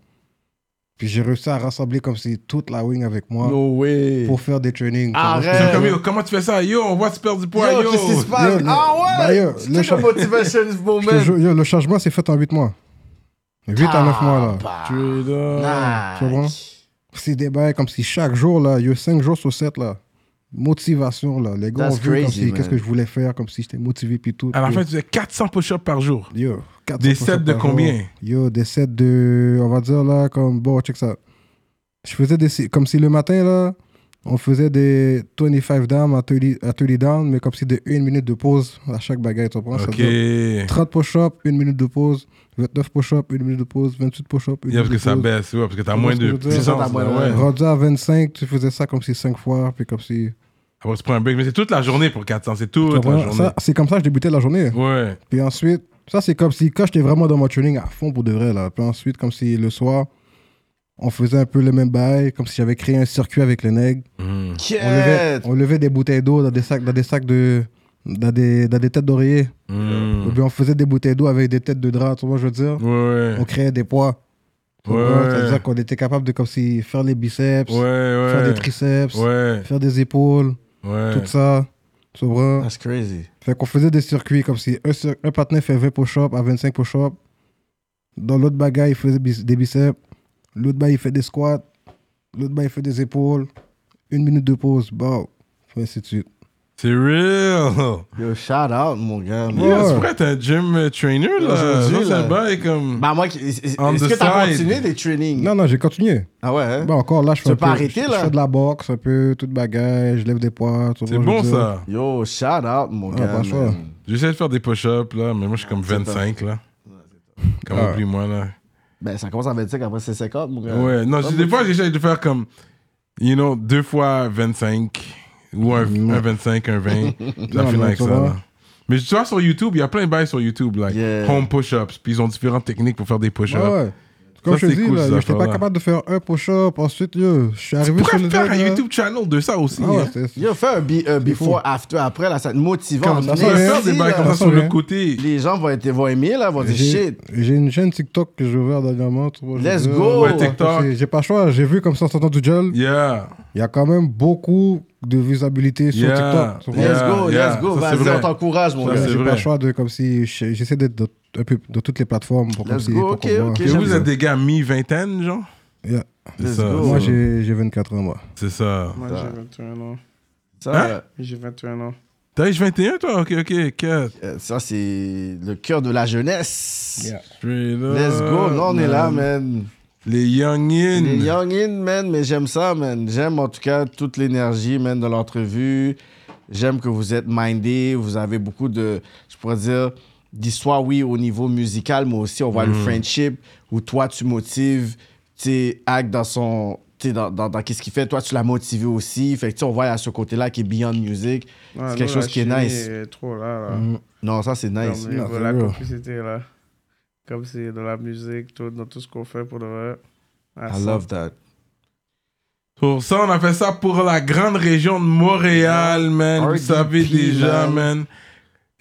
[SPEAKER 4] Puis j'ai réussi à rassembler comme si toute la wing avec moi
[SPEAKER 2] No way!
[SPEAKER 4] pour faire des trainings. tu vois,
[SPEAKER 2] Arrête!
[SPEAKER 1] C'est comme, yo, comment tu fais ça? Yo, on va se perdre du poids, yo.
[SPEAKER 2] Yo, qu'est-ce qui se passe?
[SPEAKER 4] Yo, le-
[SPEAKER 2] Ah
[SPEAKER 4] bah,
[SPEAKER 2] ouais!
[SPEAKER 4] yo,
[SPEAKER 2] C'est
[SPEAKER 4] le
[SPEAKER 2] le
[SPEAKER 4] cha-
[SPEAKER 2] motivation
[SPEAKER 4] je te
[SPEAKER 2] moment!
[SPEAKER 4] jure, yo, le changement s'est fait en 8 mois. 8 à 9 mois, là.
[SPEAKER 2] Bah,
[SPEAKER 1] Straight up.
[SPEAKER 4] tu vois? C'est des bails comme si chaque jour, là, il y a 5 jours sur 7, là. Motivation, là. Les gars
[SPEAKER 2] That's
[SPEAKER 4] ont vu comme
[SPEAKER 2] crazy,
[SPEAKER 4] si,
[SPEAKER 2] man.
[SPEAKER 4] qu'est-ce que je voulais faire, comme si j'étais motivé, puis tout.
[SPEAKER 1] À la
[SPEAKER 4] Yo,
[SPEAKER 1] fin, tu faisais 400 push-ups par jour.
[SPEAKER 4] yo, 400
[SPEAKER 1] Des
[SPEAKER 4] push-ups
[SPEAKER 1] sets de
[SPEAKER 4] par jour.
[SPEAKER 1] combien?
[SPEAKER 4] Yo, des sets de, on va dire, là, comme, bon, check ça. Je faisais des, comme si le matin, là, on faisait des 25 down à 30, à 30 down, mais comme si de 1 minute de pause à chaque bagarre, tu comprends? Ça
[SPEAKER 1] Ok.
[SPEAKER 4] veut dire 30 push-ups, 1 minute de pause, 29 push-ups, 1 minute de pause, 28 push-ups, 1
[SPEAKER 1] Yeah, parce
[SPEAKER 4] minute de
[SPEAKER 1] que ça
[SPEAKER 4] pause.
[SPEAKER 1] baisse, ouais, parce que t'as
[SPEAKER 4] Tu
[SPEAKER 1] moins
[SPEAKER 4] vois ce que
[SPEAKER 1] de
[SPEAKER 4] je veux dire?
[SPEAKER 2] C'est ça, t'as
[SPEAKER 1] puissance.
[SPEAKER 2] moins
[SPEAKER 1] là,
[SPEAKER 2] de-
[SPEAKER 1] ouais.
[SPEAKER 4] Rendu à 25, tu faisais ça comme si 5 fois, puis comme si...
[SPEAKER 1] Après, tu prends un break. Mais c'est toute la journée pour 400. C'est toute
[SPEAKER 4] Tu comprends?
[SPEAKER 1] la journée.
[SPEAKER 4] Ça, C'est comme ça que je débutais la journée.
[SPEAKER 1] Ouais.
[SPEAKER 4] Puis ensuite, ça c'est comme si quand j'étais vraiment dans mon tuning à fond pour de vrai là. Puis ensuite, comme si le soir, on faisait un peu le même bail, comme si j'avais créé un circuit avec les nègres.
[SPEAKER 1] Hmm.
[SPEAKER 4] On levait, on levait des bouteilles d'eau dans des sacs, dans des sacs de, dans des, dans des têtes d'oreiller.
[SPEAKER 1] Mm.
[SPEAKER 4] Et puis on faisait des bouteilles d'eau avec des têtes de drap, tu vois, je veux dire.
[SPEAKER 1] Ouais.
[SPEAKER 4] On créait des poids.
[SPEAKER 1] Ouais.
[SPEAKER 4] C'est-à-dire qu'on était capable de comme si faire les biceps,
[SPEAKER 1] Ouais, ouais.
[SPEAKER 4] faire des triceps,
[SPEAKER 1] Ouais.
[SPEAKER 4] faire des épaules,
[SPEAKER 1] Ouais. Ah.
[SPEAKER 4] tout ça. Tu vois.
[SPEAKER 2] That's crazy.
[SPEAKER 4] Fait qu'on faisait des circuits comme si un, cir- un partenaire fait 20 push-ups à 25 push-ups. Dans l'autre bagaille, il faisait bis- des biceps. L'autre bas, il fait des squats. L'autre bas, il fait des épaules. Une minute de pause. Bon. Puis ainsi de suite.
[SPEAKER 1] C'est real.
[SPEAKER 2] Yo, shout out, mon gars. man.
[SPEAKER 1] Ouais. c'est vrai, t'es un gym euh, trainer, là.
[SPEAKER 2] Aujourd'hui,
[SPEAKER 1] Aujourd'hui,
[SPEAKER 2] là.
[SPEAKER 1] là. bail comme...
[SPEAKER 2] Bah, moi, est-ce
[SPEAKER 1] On
[SPEAKER 2] est-ce
[SPEAKER 1] the
[SPEAKER 2] que t'as
[SPEAKER 1] side.
[SPEAKER 2] continué les trainings?
[SPEAKER 4] Non, Bah, non, j'ai continué.
[SPEAKER 2] Ah ouais, hein?
[SPEAKER 4] Bon, encore là,
[SPEAKER 2] Tu
[SPEAKER 4] je fais,
[SPEAKER 2] veux
[SPEAKER 4] un
[SPEAKER 2] pas
[SPEAKER 4] peu-
[SPEAKER 2] arrêter,
[SPEAKER 4] je-
[SPEAKER 2] là?
[SPEAKER 4] je fais de la boxe un peu, toute bagaille, je lève des poids. tu
[SPEAKER 1] c'est
[SPEAKER 4] vois, je
[SPEAKER 1] bon,
[SPEAKER 4] veux dire.
[SPEAKER 1] ça.
[SPEAKER 2] Yo, shout out, mon
[SPEAKER 4] Ah,
[SPEAKER 2] gars.
[SPEAKER 4] pas
[SPEAKER 2] man.
[SPEAKER 4] ça.
[SPEAKER 1] J'essaie de faire des push-ups, là, mais moi, je suis comme 25, là. Comme
[SPEAKER 4] Ah.
[SPEAKER 1] oublie-moi, là.
[SPEAKER 2] Ben, ça commence à 25, après c'est 50, mon gars. Ah,
[SPEAKER 1] Ouais, non, c'est- des fois, j'essaie de faire comme, you know, deux fois 25, ou un, un 25, un 20. la
[SPEAKER 4] Non,
[SPEAKER 1] fin
[SPEAKER 4] non,
[SPEAKER 1] avec
[SPEAKER 4] ça
[SPEAKER 1] ça,
[SPEAKER 4] va.
[SPEAKER 1] là. Mais tu vois, sur YouTube, il y a plein de bails sur YouTube, like
[SPEAKER 2] Yeah.
[SPEAKER 1] home push-ups, puis ils ont différentes techniques pour faire des
[SPEAKER 4] Ouais,
[SPEAKER 1] push-ups.
[SPEAKER 4] ouais.
[SPEAKER 1] Ça,
[SPEAKER 4] Comme je te
[SPEAKER 1] c'est
[SPEAKER 4] dis,
[SPEAKER 1] cool,
[SPEAKER 4] là,
[SPEAKER 1] ces
[SPEAKER 4] j'étais pas
[SPEAKER 1] affaires-là.
[SPEAKER 4] capable de faire un push-up. Ensuite, yo, je suis
[SPEAKER 1] Tu
[SPEAKER 4] arrivé sur
[SPEAKER 1] pourrais
[SPEAKER 4] le
[SPEAKER 1] faire un
[SPEAKER 4] deck, là.
[SPEAKER 1] YouTube channel de ça aussi.
[SPEAKER 4] Ah ouais,
[SPEAKER 1] hein.
[SPEAKER 4] c'est- c'est-
[SPEAKER 2] Yo, fais un be- un before,
[SPEAKER 4] fou.
[SPEAKER 2] after, après, là, ça te motive.
[SPEAKER 1] Comme
[SPEAKER 2] on
[SPEAKER 1] ça,
[SPEAKER 2] est
[SPEAKER 4] ça,
[SPEAKER 2] ici,
[SPEAKER 1] faire des bails
[SPEAKER 2] là.
[SPEAKER 1] comme ça
[SPEAKER 4] Ça,
[SPEAKER 1] sur
[SPEAKER 4] ouais.
[SPEAKER 1] le côté.
[SPEAKER 2] Les gens vont, être, vont aimer, là, vont dire
[SPEAKER 4] J'ai
[SPEAKER 2] shit.
[SPEAKER 4] j'ai une chaîne TikTok que j'ai ouverte dernièrement. tu vois, je
[SPEAKER 2] Let's
[SPEAKER 4] veux dire.
[SPEAKER 2] go. Ouais,
[SPEAKER 1] TikTok.
[SPEAKER 4] J'ai- J'ai pas le choix. J'ai vu comme ça en sortant du gel. Il
[SPEAKER 1] Yeah.
[SPEAKER 4] y a quand même beaucoup de visibilité sur
[SPEAKER 1] Yeah.
[SPEAKER 4] TikTok. tu vois.
[SPEAKER 2] Let's
[SPEAKER 1] Yeah,
[SPEAKER 2] go,
[SPEAKER 1] yeah,
[SPEAKER 2] let's go.
[SPEAKER 1] ça, c'est
[SPEAKER 2] Vas-y,
[SPEAKER 1] vrai.
[SPEAKER 2] on t'encourage, mon
[SPEAKER 1] Ça,
[SPEAKER 2] gars.
[SPEAKER 1] c'est
[SPEAKER 4] J'ai
[SPEAKER 1] vrai.
[SPEAKER 4] pas le choix de comme si j'ai- j'essaie d'être dans- un peu dans toutes les plateformes pour comme
[SPEAKER 2] Let's
[SPEAKER 4] si
[SPEAKER 2] go,
[SPEAKER 4] pour
[SPEAKER 2] ok,
[SPEAKER 4] qu'on voit.
[SPEAKER 2] ok.
[SPEAKER 1] Et
[SPEAKER 2] j'aime
[SPEAKER 1] vous
[SPEAKER 2] ça.
[SPEAKER 1] êtes des gars mi-vingtaine, genre?
[SPEAKER 4] Yeah.
[SPEAKER 1] C'est
[SPEAKER 2] Let's
[SPEAKER 1] ça.
[SPEAKER 2] go.
[SPEAKER 4] Moi j'ai j'ai 24 ans moi.
[SPEAKER 1] C'est ça.
[SPEAKER 3] Moi, j'ai 21 ans.
[SPEAKER 2] Ça,
[SPEAKER 1] Hein?
[SPEAKER 3] J'ai 21 ans. Ah,
[SPEAKER 1] T'as eu 21, toi? Ok, ok, 4.
[SPEAKER 2] euh, ça, c'est le cœur de la jeunesse. Let's
[SPEAKER 1] Let's
[SPEAKER 2] go. Non, on est
[SPEAKER 1] Euh,
[SPEAKER 2] là, man.
[SPEAKER 1] Les youngins.
[SPEAKER 2] Les young in, man, mais j'aime ça, man. J'aime en tout cas toute l'énergie, man, de l'entrevue. J'aime que vous êtes mindés, vous avez beaucoup de, je pourrais dire, d'histoires, oui, au niveau musical, mais aussi on voit
[SPEAKER 1] Mm.
[SPEAKER 2] le friendship où toi tu motives, tu sais, Hack dans son. tu sais, Dans, dans, dans qu'est-ce qu'il fait, toi tu l'as motivé aussi. Fait que tu sais, on voit à ce côté-là qui est Beyond Music.
[SPEAKER 3] Ouais,
[SPEAKER 2] c'est
[SPEAKER 3] nous,
[SPEAKER 2] quelque chose
[SPEAKER 3] la
[SPEAKER 2] qui est
[SPEAKER 3] chimie
[SPEAKER 2] nice.
[SPEAKER 3] est trop là, là.
[SPEAKER 2] Non, ça c'est nice.
[SPEAKER 3] Comme, euh,
[SPEAKER 4] Mm, non, c'est
[SPEAKER 3] la
[SPEAKER 4] dur.
[SPEAKER 3] complicité, là. Comme c'est de la musique, tout, dans tout ce qu'on fait pour de vrai. Ah,
[SPEAKER 2] I
[SPEAKER 3] ça.
[SPEAKER 2] love that.
[SPEAKER 1] Pour ça, on a fait ça pour la grande région de Montréal, man. Vous
[SPEAKER 2] RDP,
[SPEAKER 1] savez déjà,
[SPEAKER 2] man.
[SPEAKER 1] man.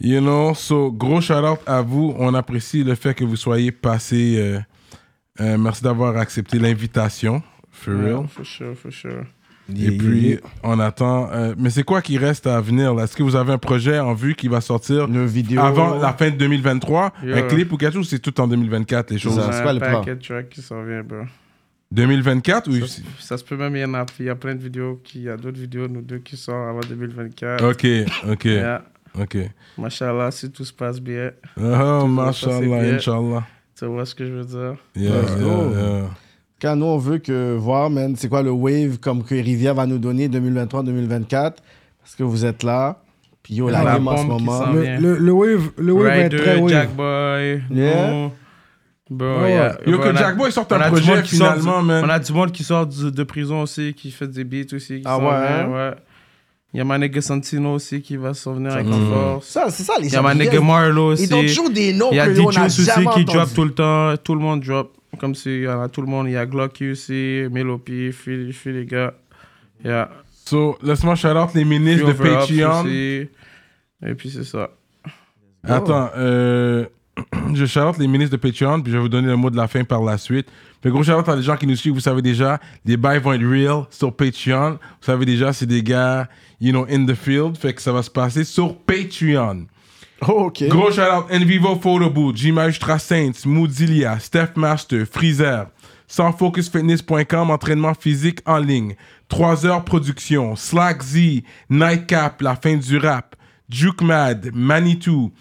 [SPEAKER 1] You know, so gros shout out à vous. On apprécie le fait que vous soyez passé. euh, euh, merci d'avoir accepté l'invitation. For
[SPEAKER 3] Ouais,
[SPEAKER 1] real.
[SPEAKER 3] For sure, for sure.
[SPEAKER 1] Et puis, on attend. euh, mais c'est quoi qui reste à venir? là? Est-ce que vous avez un projet en vue qui va sortir
[SPEAKER 2] Une vidéo.
[SPEAKER 1] avant la fin de 2023?
[SPEAKER 3] Yeah.
[SPEAKER 1] Un clip ou quelque chose? C'est tout en 2024, les choses.
[SPEAKER 2] Ça,
[SPEAKER 3] On
[SPEAKER 2] c'est
[SPEAKER 3] a
[SPEAKER 2] quoi
[SPEAKER 3] un
[SPEAKER 2] le plan?
[SPEAKER 3] paquet de tracks qui s'en vient, bro.
[SPEAKER 1] 2024 ou.
[SPEAKER 3] Ça, ça se peut même, il y en a, il y a plein de vidéos, qui, il y a d'autres vidéos, nous deux, qui sortent avant 2024.
[SPEAKER 1] Ok, ok,
[SPEAKER 3] Yeah.
[SPEAKER 1] ok.
[SPEAKER 3] Machallah, si tout se passe bien.
[SPEAKER 1] Oh,
[SPEAKER 3] ça, c'est
[SPEAKER 1] mashallah,
[SPEAKER 3] bien.
[SPEAKER 1] inshallah.
[SPEAKER 3] Tu vois ce que je veux dire?
[SPEAKER 1] Yeah,
[SPEAKER 2] Let's
[SPEAKER 1] yeah,
[SPEAKER 2] go.
[SPEAKER 1] yeah.
[SPEAKER 2] Quand nous, on veut que voir, man, c'est quoi le wave comme que Rivière va nous donner 2023-2024, parce que vous êtes là. Puis yo, la,
[SPEAKER 3] La
[SPEAKER 2] game en ce
[SPEAKER 3] bombe qui
[SPEAKER 2] moment.
[SPEAKER 3] s'en vient.
[SPEAKER 4] Le, le, le wave, le wave va être très
[SPEAKER 3] Ryder,
[SPEAKER 4] wave.
[SPEAKER 3] Jackboy,
[SPEAKER 2] Yeah.
[SPEAKER 3] nous. Bro,
[SPEAKER 4] Ouais,
[SPEAKER 3] yeah.
[SPEAKER 1] Oh, Yo,
[SPEAKER 3] Bro,
[SPEAKER 1] que
[SPEAKER 3] on a-
[SPEAKER 1] Jack Boy sorte
[SPEAKER 3] on a
[SPEAKER 1] un
[SPEAKER 3] du
[SPEAKER 1] projet
[SPEAKER 3] monde qui sort du-
[SPEAKER 1] finalement,
[SPEAKER 3] On
[SPEAKER 1] man.
[SPEAKER 3] a du monde qui sort du- de prison aussi, qui fait des beats aussi. Qui
[SPEAKER 2] Ah
[SPEAKER 3] s'en
[SPEAKER 2] ouais,
[SPEAKER 3] vient,
[SPEAKER 2] hein?
[SPEAKER 3] ouais. Il y a ma nigga Santino aussi qui va s'en venir avec
[SPEAKER 1] Mm.
[SPEAKER 3] la force.
[SPEAKER 2] Ça, c'est ça, les
[SPEAKER 3] Il y a
[SPEAKER 2] gens.
[SPEAKER 3] ma
[SPEAKER 2] qui
[SPEAKER 3] nigga
[SPEAKER 2] viennent.
[SPEAKER 3] Marlo aussi.
[SPEAKER 2] Ils donnent toujours des noms
[SPEAKER 3] Il y a
[SPEAKER 2] que l'on
[SPEAKER 3] DJ
[SPEAKER 2] n'a
[SPEAKER 3] aussi
[SPEAKER 2] jamais
[SPEAKER 3] qui
[SPEAKER 2] entendus.
[SPEAKER 3] drop tout le temps. Tout le monde drop. Comme si il y en a tout le monde. Il y a Glocky aussi, Melopi, Phil, Phil, les gars. Yeah.
[SPEAKER 1] So, laisse-moi shout out les ministres de
[SPEAKER 3] Few Over Ups
[SPEAKER 1] Patreon.
[SPEAKER 3] aussi. Et puis c'est ça.
[SPEAKER 1] Attends, euh, je shout les ministres de Patreon, puis je vais vous donner le mot de la fin par la suite. Mais gros shout à les gens qui nous suivent, vous savez déjà, les bails vont être real sur Patreon. Vous savez déjà, c'est des gars, you know, in the field, fait que ça va se passer sur Patreon.
[SPEAKER 2] Oh, OK.
[SPEAKER 1] Gros shout out Envivo Photo Booth, J Magistra Saints, Moodilia, Steph Master, Freezer, sansfocusfitness.com, entraînement physique en ligne, 3 heures production, Slack Z, Nightcap, la fin du rap, Juke Mad, Manitou,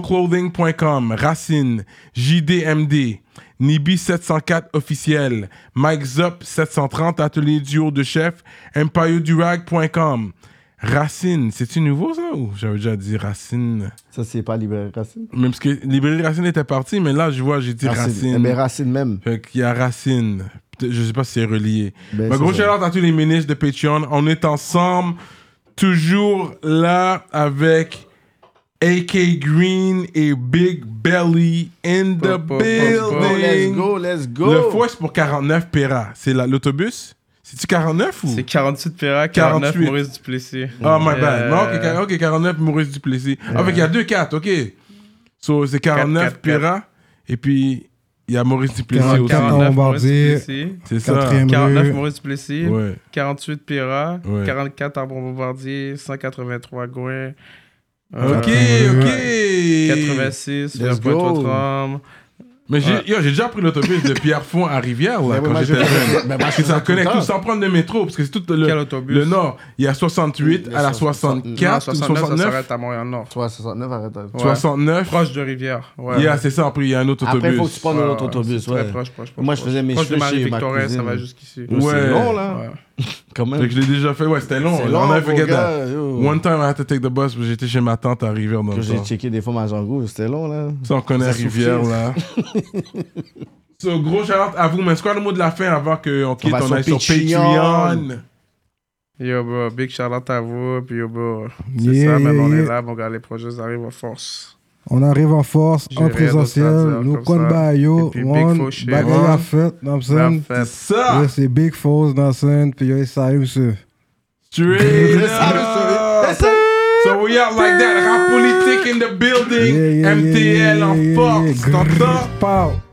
[SPEAKER 1] casualclothing.com, Racine, JDMD, Nibi 704 officiel, Mike Zop 730 atelier duo de chef, empiredurag.com. Racine, c'est-tu nouveau ça ou j'avais déjà dit Racine?
[SPEAKER 2] Ça, c'est pas Libéré Racine.
[SPEAKER 1] Même parce que Librairie Racine était parti, mais là, je vois, j'ai dit
[SPEAKER 2] Eh
[SPEAKER 1] Racine.
[SPEAKER 2] ben, Racine même.
[SPEAKER 1] Fait qu'il y a Racine. Peut-être- Je sais pas si c'est relié.
[SPEAKER 2] Ben,
[SPEAKER 1] mais
[SPEAKER 2] c'est
[SPEAKER 1] gros
[SPEAKER 2] ça.
[SPEAKER 1] shout à tous les ministres de Patreon. On est ensemble. toujours là avec AK Green et Big Belly in the
[SPEAKER 3] Pop, pop, pop, pop.
[SPEAKER 2] Go, let's
[SPEAKER 1] building.
[SPEAKER 2] go, let's go.
[SPEAKER 1] Le foie, c'est pour 49 Pera. C'est la- l'autobus? C'est-tu 49 ou?
[SPEAKER 3] C'est 48 Pera, 49
[SPEAKER 1] 48.
[SPEAKER 3] Maurice Duplessis. Euh,
[SPEAKER 1] Oh, my bad.
[SPEAKER 3] Yeah.
[SPEAKER 1] Non, ok, quar- ok, 49 Maurice Duplessis. Ah, fait qu'il y a deux 4, ok. So, c'est 49
[SPEAKER 3] Euh. Quatre, quatre,
[SPEAKER 1] Pera. Et puis, il y a Maurice Duplessis
[SPEAKER 4] Quarante-
[SPEAKER 1] aussi.
[SPEAKER 4] quarante-
[SPEAKER 3] 49 Maurice
[SPEAKER 4] Bombardier.
[SPEAKER 3] Duplessis.
[SPEAKER 1] C'est ça.
[SPEAKER 4] Quatrième.
[SPEAKER 3] 49 Maurice Duplessis.
[SPEAKER 1] Ouais.
[SPEAKER 3] 48 Pira,
[SPEAKER 1] Ouais.
[SPEAKER 3] 44 Arbon Bombardier, 183 Gouin, euh,
[SPEAKER 1] Ok, ok.
[SPEAKER 3] 86
[SPEAKER 2] Let's
[SPEAKER 3] La pointe
[SPEAKER 2] go.
[SPEAKER 3] aux trembles
[SPEAKER 1] Mais j'ai yo, j'ai déjà pris l'autobus de Pierrefonds à Rivière,
[SPEAKER 2] Mais
[SPEAKER 1] là, quand
[SPEAKER 2] Eh, moi, je
[SPEAKER 1] j'étais
[SPEAKER 2] fais-
[SPEAKER 1] jeune.
[SPEAKER 2] Ben, moi, je
[SPEAKER 1] Parce que
[SPEAKER 2] fais tout
[SPEAKER 1] ça
[SPEAKER 2] le
[SPEAKER 1] connecte
[SPEAKER 2] temps.
[SPEAKER 1] tout, sans prendre le métro, parce que c'est tout le,
[SPEAKER 3] Quel autobus
[SPEAKER 1] le nord. Il y a 68 à la
[SPEAKER 2] Le
[SPEAKER 1] 64
[SPEAKER 3] Non,
[SPEAKER 1] ou
[SPEAKER 3] 69, ça
[SPEAKER 1] 69.
[SPEAKER 3] s'arrête à Montréal-Nord.
[SPEAKER 2] Toi, 69, arrête. arrête.
[SPEAKER 3] Ouais.
[SPEAKER 1] 69.
[SPEAKER 3] Proche de Rivière. Ouais.
[SPEAKER 1] Yeah, c'est ça, après, il y a un autre
[SPEAKER 2] Après, faut que
[SPEAKER 1] autobus.
[SPEAKER 2] tu prennes
[SPEAKER 3] Ouais,
[SPEAKER 2] un
[SPEAKER 3] ouais,
[SPEAKER 2] autre autobus,
[SPEAKER 3] c'est
[SPEAKER 2] ouais.
[SPEAKER 3] Très proche, proche, proche,
[SPEAKER 2] Moi, je
[SPEAKER 3] proche.
[SPEAKER 2] faisais mes
[SPEAKER 3] proche
[SPEAKER 2] cheveux
[SPEAKER 3] de
[SPEAKER 2] chez ma
[SPEAKER 3] Marie-Victorin, ça
[SPEAKER 2] cousine.
[SPEAKER 3] va jusqu'ici.
[SPEAKER 1] Ouais.
[SPEAKER 2] C'est long, là.
[SPEAKER 3] Ouais.
[SPEAKER 2] Quand
[SPEAKER 1] Fait
[SPEAKER 2] même.
[SPEAKER 1] que je l'ai déjà fait, ouais, c'était long.
[SPEAKER 2] C'est
[SPEAKER 1] On
[SPEAKER 2] long,
[SPEAKER 1] a
[SPEAKER 2] mon
[SPEAKER 1] forget that.
[SPEAKER 2] gars, yo.
[SPEAKER 1] One time I had to take the bus, mais j'étais chez ma tante à Rivière dans
[SPEAKER 2] Que
[SPEAKER 1] le
[SPEAKER 2] j'ai
[SPEAKER 1] temps.
[SPEAKER 2] checké des fois ma Django, c'était long, là.
[SPEAKER 1] Ça, on connaît
[SPEAKER 2] Ça
[SPEAKER 1] Rivière,
[SPEAKER 2] souffle.
[SPEAKER 1] là. so, gros shout à vous, mais c'est quoi le mot de la fin avant qu'on quitte,
[SPEAKER 2] va
[SPEAKER 1] on,
[SPEAKER 2] sur
[SPEAKER 1] aille sur
[SPEAKER 2] Patreon.
[SPEAKER 1] Patreon.
[SPEAKER 3] Yo, bro, big shout out à vous. Puis yo, bro, c'est
[SPEAKER 4] Yeah,
[SPEAKER 3] ça, même
[SPEAKER 4] yeah,
[SPEAKER 3] on est
[SPEAKER 4] yeah.
[SPEAKER 3] là, mon gars, les projets arrivent en force.
[SPEAKER 4] On arrive en force,
[SPEAKER 3] J'ai
[SPEAKER 4] en
[SPEAKER 3] rien d'autre à dire
[SPEAKER 4] présentiel. Nous,
[SPEAKER 3] comme ça.
[SPEAKER 4] Konbayo,
[SPEAKER 3] Et puis, Big
[SPEAKER 4] on
[SPEAKER 3] Faux Shit.
[SPEAKER 4] bagaille
[SPEAKER 3] Ouais.
[SPEAKER 4] à fête, dans le
[SPEAKER 3] La
[SPEAKER 4] sens.
[SPEAKER 1] C'est
[SPEAKER 3] fête.
[SPEAKER 1] ça!
[SPEAKER 4] Là, c'est Big Falls dans le sens, puis yo, ça arrive, ça.
[SPEAKER 1] Straight
[SPEAKER 2] ça, le
[SPEAKER 1] up. So we are like that, rap politique in the building,
[SPEAKER 4] Yeah, yeah, yeah,
[SPEAKER 1] MTL
[SPEAKER 4] yeah,
[SPEAKER 1] en
[SPEAKER 4] yeah,
[SPEAKER 1] force,
[SPEAKER 4] yeah.
[SPEAKER 1] t'entends?
[SPEAKER 4] Pow.